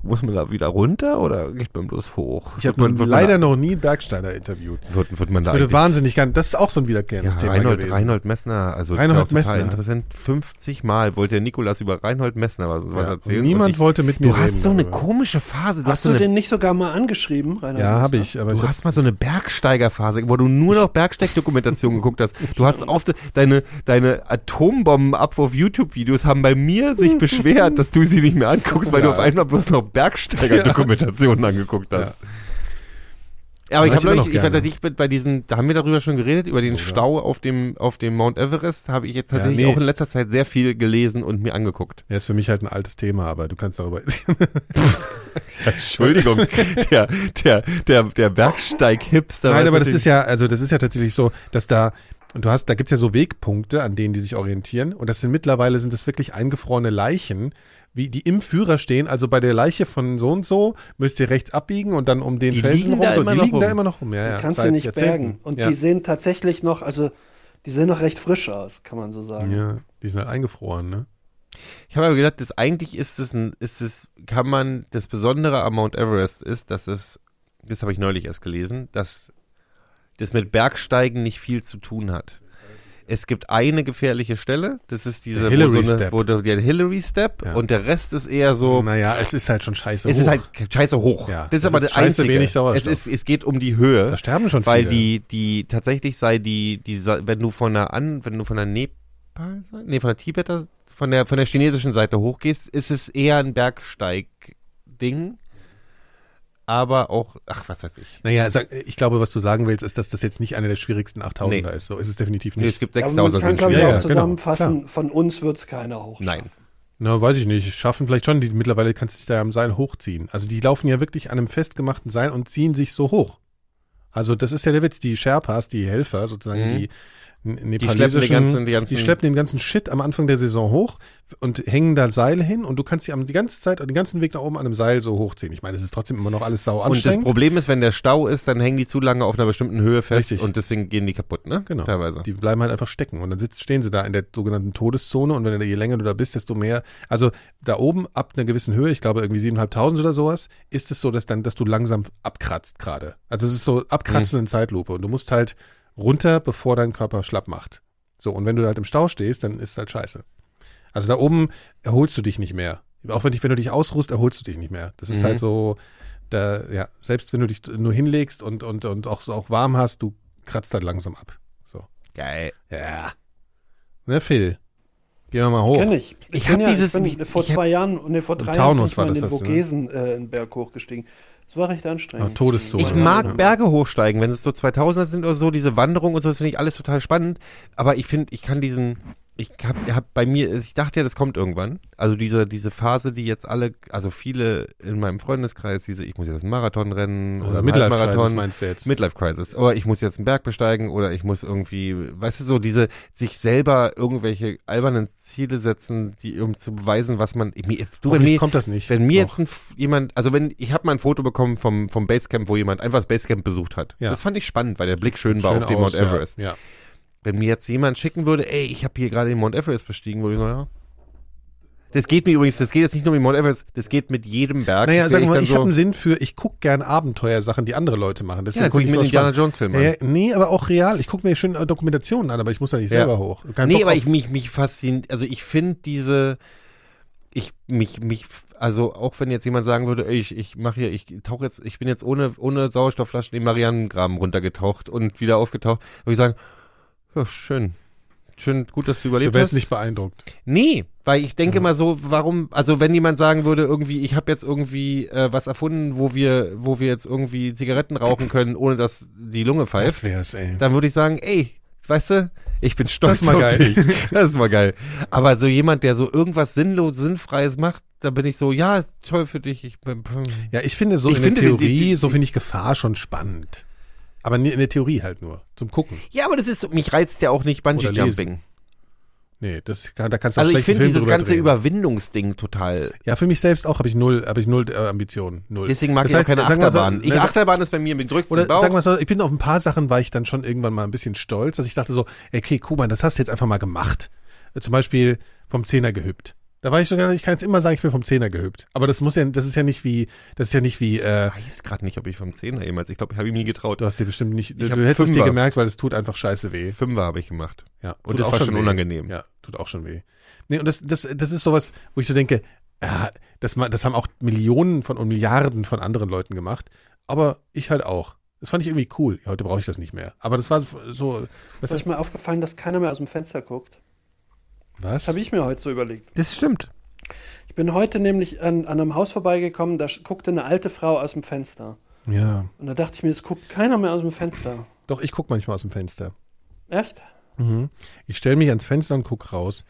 Muss man da wieder runter oder geht man bloß hoch? Ich habe Wird man- wird man leider da, noch nie einen Bergsteiger interviewt. wird, wird man da Ich würde eigentlich- wahnsinnig gern, das ist auch so ein ja, wiederkehrendes Thema Reinhold, gewesen. Reinhold Messner, also das ist Reinhold ja auch total Messner. interessant. 50 Mal wollte der Nikolas über Reinhold Messner was, was Ja, und erzählen. niemand und wollte mit ich, mir du reden. hast so eine darüber. komische Phase. Du hast Hast so du eine den nicht sogar mal angeschrieben, Rainer? Ja, habe Münster? ich, aber ich Du hab- hast mal so eine Bergsteigerphase, wo du nur noch Bergsteigdokumentation geguckt hast. Du hast oft deine, deine Atombombenabwurf-YouTube-Videos haben bei mir sich beschwert, dass du sie nicht mehr anguckst, weil du Ja. auf einmal bloß noch Bergsteigerdokumentationen angeguckt hast. Aber Mach ich ich habe immer neulich, noch ich fand, gerne. ich bin bei diesen, da haben wir darüber schon geredet, über den Stau auf dem, auf dem Mount Everest, habe ich jetzt tatsächlich nee. auch in letzter Zeit sehr viel gelesen und mir angeguckt. Ja, ist für mich halt ein altes Thema, aber du kannst darüber. Entschuldigung, der, der, der, der Bergsteig-Hipster. Nein, weiß aber das natürlich- ist ja, also das ist ja tatsächlich so, dass da, und du hast, da gibt's ja so Wegpunkte, an denen die sich orientieren. Und das sind mittlerweile sind das wirklich eingefrorene Leichen, wie die im Führer stehen. Also bei der Leiche von so und so müsst ihr rechts abbiegen und dann um den Die Felsen liegen rum. da so, immer die noch liegen da rum. immer noch rum, ja, ja. Die kannst du seit nicht Jahrzehnten. bergen. Und ja. die sehen tatsächlich noch, also die sehen noch recht frisch aus, kann man so sagen. ja, die sind halt eingefroren, ne? Ich habe aber gedacht, das eigentlich ist es ein, ist es, kann man, das Besondere am Mount Everest ist, dass es, das habe ich neulich erst gelesen, dass das mit Bergsteigen nicht viel zu tun hat. Es gibt eine gefährliche Stelle, das ist diese Der Hillary wo so Step. Wo der, der Hillary Step Ja. und der Rest ist eher so, Naja, es ist halt schon scheiße. es hoch. ist halt scheiße hoch. Ja, das ist es aber ist das scheiße Einzige. wenig Sauerstoff. es, ist, es geht um die Höhe. da sterben schon Weil viele. die, die, tatsächlich sei die, die, Sa- wenn du von der an, wenn du von der Nepal, nee, von der Tibeter, von der, von der chinesischen Seite hochgehst, ist es eher ein Bergsteig-Ding. Aber auch, ach, was weiß ich. Naja, sag, äh, ich glaube, was du sagen willst, ist, dass das jetzt nicht einer der schwierigsten 8000er Nee. ist. So ist es definitiv Nee, es nicht. gibt Aber man 6000 kann, sind glaube ich, schwierig. auch Ja, schwieriger. genau, zusammenfassen, von uns wird es keiner hoch. Nein. Na, weiß ich nicht. Schaffen vielleicht schon. Die, mittlerweile kannst du dich da am Seil hochziehen. Also die laufen ja wirklich an einem festgemachten Seil und ziehen sich so hoch. Also das ist ja der Witz. Die Sherpas, die Helfer sozusagen, Mhm. die n- Die schleppen die nepalesischen, ganzen, die ganzen, die schleppen den ganzen Shit am Anfang der Saison hoch und hängen da Seile hin und du kannst die, am- die ganze Zeit, den ganzen Weg nach oben an einem Seil so hochziehen. Ich meine, es ist trotzdem immer noch alles sau und das anstrengend. Problem ist, wenn der Stau ist, dann hängen die zu lange auf einer bestimmten Höhe fest Richtig. und deswegen gehen die kaputt, ne? Genau. Teilweise. Die bleiben halt einfach stecken und dann sitzt, stehen sie da in der sogenannten Todeszone und wenn du, je länger du da bist, desto mehr, also da oben ab einer gewissen Höhe, ich glaube irgendwie 7.500 oder sowas, ist es so, dass dann, dass du langsam abkratzt gerade. Also es ist so abkratzen Mhm. in Zeitlupe und du musst halt runter, bevor dein Körper schlapp macht. So, und wenn du halt im Stau stehst, dann ist halt scheiße. Also da oben erholst du dich nicht mehr. Auch wenn, dich, wenn du dich ausruhst, erholst du dich nicht mehr. Das ist Mhm. halt so, da, ja, selbst wenn du dich nur hinlegst und, und, und auch, auch warm hast, du kratzt halt langsam ab. Geil. Ja. Ne, Phil? Gehen wir mal hoch. Kenn ich. Ich bin hab dieses- ich bin mich- vor ich hab- zwei Jahren, ne, vor drei Jahren bin Taunus ich war mal in das, den hast du, ne? Vogesen äh, einen Berg hochgestiegen. Das war recht Ah, anstrengend. Todeszone. Ich Ja, mag ja. Berge hochsteigen, wenn es so 2000er sind oder so, diese Wanderung und so, das finde ich alles total spannend. Aber ich finde, ich kann diesen, ich hab, hab bei mir, ich dachte ja, das kommt irgendwann. Also diese, diese Phase, die jetzt alle, also viele in meinem Freundeskreis, diese, ich muss jetzt einen Marathon rennen oder, Oder einen Midlife-Crisis Also Halbmarathon. meinst du jetzt? Midlife Crisis. Oder ich muss jetzt einen Berg besteigen oder ich muss irgendwie, weißt du, so diese sich selber irgendwelche albernen Ziele setzen, die um zu beweisen, was man. Ich, mir- du, bei Hoffentlich mir, kommt das nicht. wenn mir Noch. jetzt ein, F- jemand, also wenn ich habe mal ein Foto bekommen vom, vom Basecamp, wo jemand einfach das Basecamp besucht hat. Ja. Das fand ich spannend, weil der Blick schön, war Schön auf den aus, Mount Everest. Ja. ja. Wenn mir jetzt jemand schicken würde, ey, ich habe hier gerade den Mount Everest bestiegen, würde ich sagen, ja, Das geht mir übrigens, das geht jetzt nicht nur mit Mount Everest, das geht mit jedem Berg. Naja, Das sagen wir mal, dann ich habe einen Sinn für, ich gucke gern Abenteuersachen, die andere Leute machen. Deswegen dann guck guck ich mir sowas Indiana spannend. Jones Film an. Ja, nee, aber auch real. Ich gucke mir schön äh, Dokumentationen an, aber ich muss da nicht selber hoch. Kein nee, Bock aber auf- ich mich, mich fasziniert, also ich finde diese, ich, mich, mich, also auch wenn jetzt jemand sagen würde, ey, ich, ich mache hier, ich tauche jetzt, ich bin jetzt ohne, ohne Sauerstoffflaschen im Marianengraben runtergetaucht und wieder aufgetaucht, würde ich sagen, ja, schön. Schön, gut, dass du überlebt Du wärst hast. nicht beeindruckt. Nee, weil ich denke mal so, warum, also wenn jemand sagen würde, irgendwie, ich habe jetzt irgendwie äh, was erfunden, wo wir, wo wir jetzt irgendwie Zigaretten rauchen können, ohne dass die Lunge Das pfeift, wär's, ey. dann würde ich sagen, ey, weißt du, ich bin stolz Das ist mal auf geil. dich. Das ist mal geil. Aber so jemand, der so irgendwas sinnlos, sinnfreies macht, da bin ich so, ja, toll für dich. Ich, bin- Ja, ich finde so Ich in der finde die- Theorie, die- die- so finde ich Gefahr schon spannend. Aber nie- in der Theorie halt nur, zum Gucken. ja, aber das ist, mich reizt ja auch nicht Oder lesen. Bungee-Jumping. Nee, das, kann- da kannst du auch Also ich schlecht einen finde Film dieses drüber ganze drehen. Überwindungsding total. Ja, für mich selbst auch habe ich null, habe ich null äh, Ambitionen, null. Deswegen mag Das ich heißt, auch keine sagen wir so, Achterbahn. ich, ne, Achterbahn ist bei mir mit drückst Oder den Bauch. sagen wir so, ich bin auf ein paar Sachen war ich dann schon irgendwann mal ein bisschen stolz, dass ich dachte so, ey, okay, Kuban, das hast du jetzt einfach mal gemacht. Äh, Zum Beispiel vom Zehner gehüpft. Da war ich sogar, ich kann jetzt immer sagen, ich bin vom Zehner gehüpft. Aber das muss ja, das ist ja nicht wie, das ist ja nicht wie, äh, Ich weiß gerade nicht, ob ich vom Zehner jemals. Ich glaube, ich habe ihm nie getraut. du hast dir bestimmt nicht, du, Ich hab du hättest es dir Fünfer. gemerkt, weil es tut einfach scheiße weh. Fünfer habe ich gemacht. Ja, Und tut das auch war schon weh. unangenehm. Ja, tut auch schon weh. Nee, und das, das, das ist sowas, wo ich so denke, ja, das, ma- das haben auch Millionen von und Milliarden von anderen Leuten gemacht, aber ich halt auch. Das fand ich irgendwie cool. Ja, heute brauche ich das nicht mehr. Aber das war so. Ist euch mal aufgefallen, dass keiner mehr aus dem Fenster guckt? Was? Das habe ich mir heute so überlegt. Das stimmt. Ich bin heute nämlich an, an einem Haus vorbeigekommen, da sch- guckte eine alte Frau aus dem Fenster. Ja. Und da dachte ich mir, es guckt keiner mehr aus dem Fenster. Doch, ich gucke manchmal aus dem Fenster. Echt? Mhm. Ich stelle mich ans Fenster und gucke raus.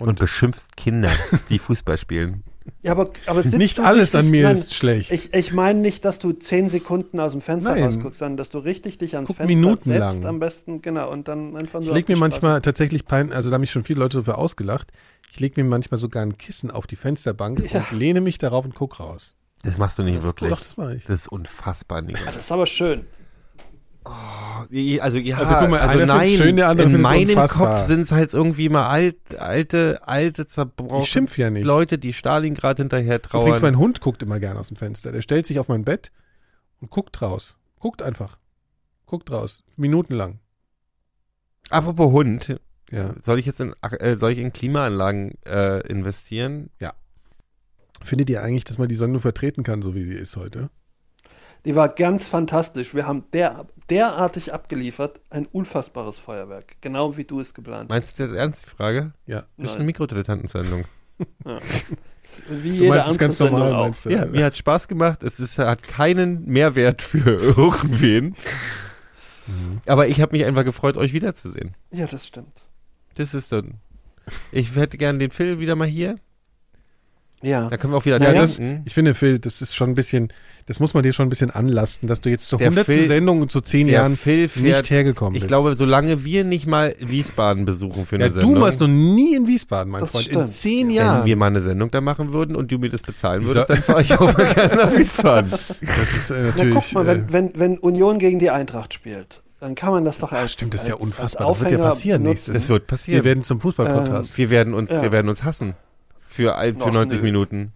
Und, beschimpfst Kinder, die Fußball spielen. Ja, aber, aber sitzt Nicht du alles richtig- an mir nein, ist schlecht. Ich, ich meine nicht, dass du zehn Sekunden aus dem Fenster Nein. rausguckst, sondern dass du richtig dich ans Guck Fenster Minuten setzt lang. am besten, genau, und dann einfach Ich nur auf lege die mir Straße. manchmal tatsächlich pein, also da haben mich schon viele Leute dafür ausgelacht. Ich lege mir manchmal sogar ein Kissen auf die Fensterbank und lehne mich darauf und gucke raus. Das machst du nicht wirklich. Doch, das mache ich. Das ist unfassbar. Nico. Das ist aber schön. Also, ja, Also guck mal, einer find's nein, schön, der andere in find's meinem unfassbar. Kopf sind es halt irgendwie mal alt, alte, alte, zerbrochene Ich schimpf ja nicht. Leute, die Stalin gerade hinterher Übrigens, trauern. mein Hund guckt immer gern aus dem Fenster. Der stellt sich auf mein Bett und guckt raus. Guckt einfach. Guckt raus. Minutenlang. Apropos Hund, Ja. soll ich jetzt in, äh, soll ich in Klimaanlagen äh, investieren? Findet ihr eigentlich, dass man die Sonne vertreten kann, so wie sie ist heute? Die war ganz fantastisch. Wir haben der, derartig abgeliefert, ein unfassbares Feuerwerk. Genau wie du es geplant hast. Meinst du das ernst, die Frage? Ja. Das ist Nein. eine Mikrodilettantensendung. Wie Du jede meinst es andere ganz normal, Sendung auch. meinst du? Ja, mir hat Spaß gemacht. Es ist, hat keinen Mehrwert für irgendwen. Aber ich habe mich einfach gefreut, euch wiederzusehen. Ja, das stimmt. Das ist dann. Ich hätte gern den Phil wieder mal hier. Ja. Da können wir auch wieder Ja, denken. das, ich finde, Phil, das ist schon ein bisschen, das muss man dir schon ein bisschen anlasten, dass du jetzt zur Der 100. Phil- Sendung und zu 10 der Jahren Phil fährt- nicht hergekommen ich bist. glaube, solange wir nicht mal Wiesbaden besuchen für eine ja, Sendung, du warst noch nie in Wiesbaden, mein Das Freund. In stimmt. 10 wenn Jahren. wir mal eine Sendung da machen würden und du mir das bezahlen Wieso- würdest, dann fahre ich auch mal gerne nach Wiesbaden. das ist äh, Na, natürlich. guck mal, äh, wenn, wenn, wenn Union gegen die Eintracht spielt, dann kann man das doch als. stimmt, das ist ja als, unfassbar. Als Das wird ja Aufhänger passieren benutzen. nächstes Das wird wir passieren. Ähm, werden zum Fußballpodcast. wir werden uns, Ja. wir werden uns hassen. Für, ein- für Noch 90 nö. Minuten.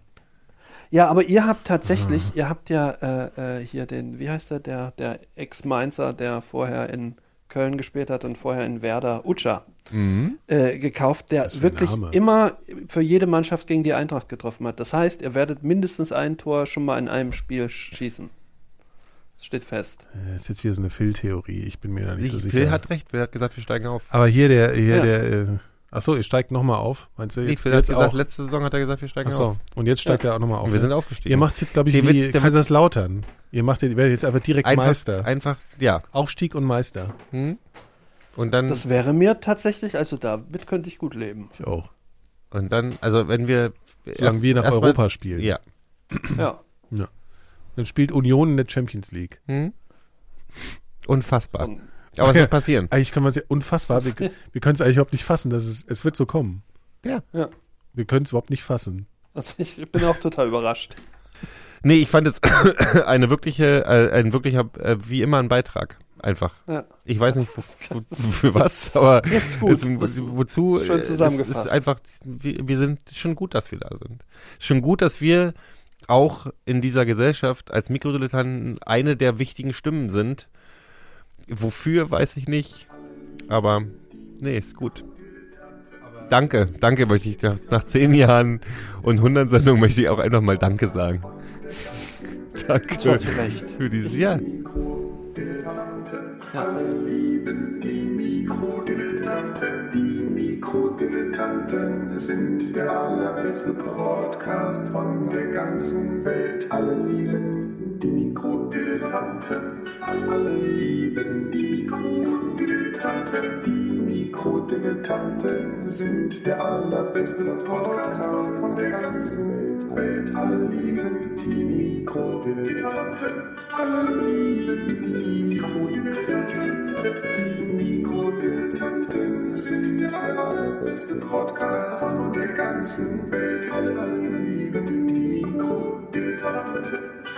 Ja, aber ihr habt tatsächlich, Mhm. ihr habt ja äh, äh, hier den, wie heißt der, der, der Ex-Mainzer, der vorher in Köln gespielt hat und vorher in Werder, Ucha, äh, gekauft, der Mhm. für ein wirklich Name. immer für jede Mannschaft gegen die Eintracht getroffen hat. Das heißt, ihr werdet mindestens ein Tor schon mal in einem Spiel sch- schießen. Das steht fest. Das ist jetzt wieder so eine Phil-Theorie. Ich bin mir da nicht so Ich- sicher. Phil hat recht, Phil hat gesagt, wir steigen auf. Aber hier der, hier Ja. der, äh, achso, ihr steigt nochmal auf, meinst du? Nee, Phil hat gesagt, letzte Saison hat er gesagt, wir steigen auf. Achso, und jetzt steigt er auch nochmal auf. Und wir ne? sind aufgestiegen. ihr macht jetzt, glaube ich, Der wie Witz- der Witz- Kaiserslautern. Ihr macht, ihr werdet jetzt einfach direkt einfach, Meister. Einfach, ja. Aufstieg und Meister. Hm? Und dann, Das wäre mir tatsächlich, also damit könnte ich gut leben. Ich auch. und dann, also wenn wir. Solange wir nach erst mal- Europa spielen. Ja. Ja. Dann spielt Union in der Champions League. Hm? Unfassbar. Und- Aber es wird passieren. Eigentlich kann man es ja unfassbar, wir, wir können es eigentlich überhaupt nicht fassen, dass es, es wird so kommen. Ja. Ja. Wir können es überhaupt nicht fassen. Also ich bin auch total überrascht. Nee, ich fand es eine wirkliche, äh, ein wirklicher, äh, wie immer ein Beitrag. Einfach. Ja. Ich weiß nicht, wo, wo, für was, aber Trifft's gut. es- wo- wozu. Schön äh, es zusammengefasst. Ist einfach, wir, wir sind schon gut, dass wir da sind. Schon gut, dass wir auch in dieser Gesellschaft als Mikrodilettanten eine der wichtigen Stimmen sind. Wofür, weiß ich nicht. Aber nee, ist gut. Danke, danke möchte ich nach, nach zehn Jahren und 100 Sendungen möchte ich auch einfach mal Danke sagen. danke Das war zu Recht. für dieses Jahr.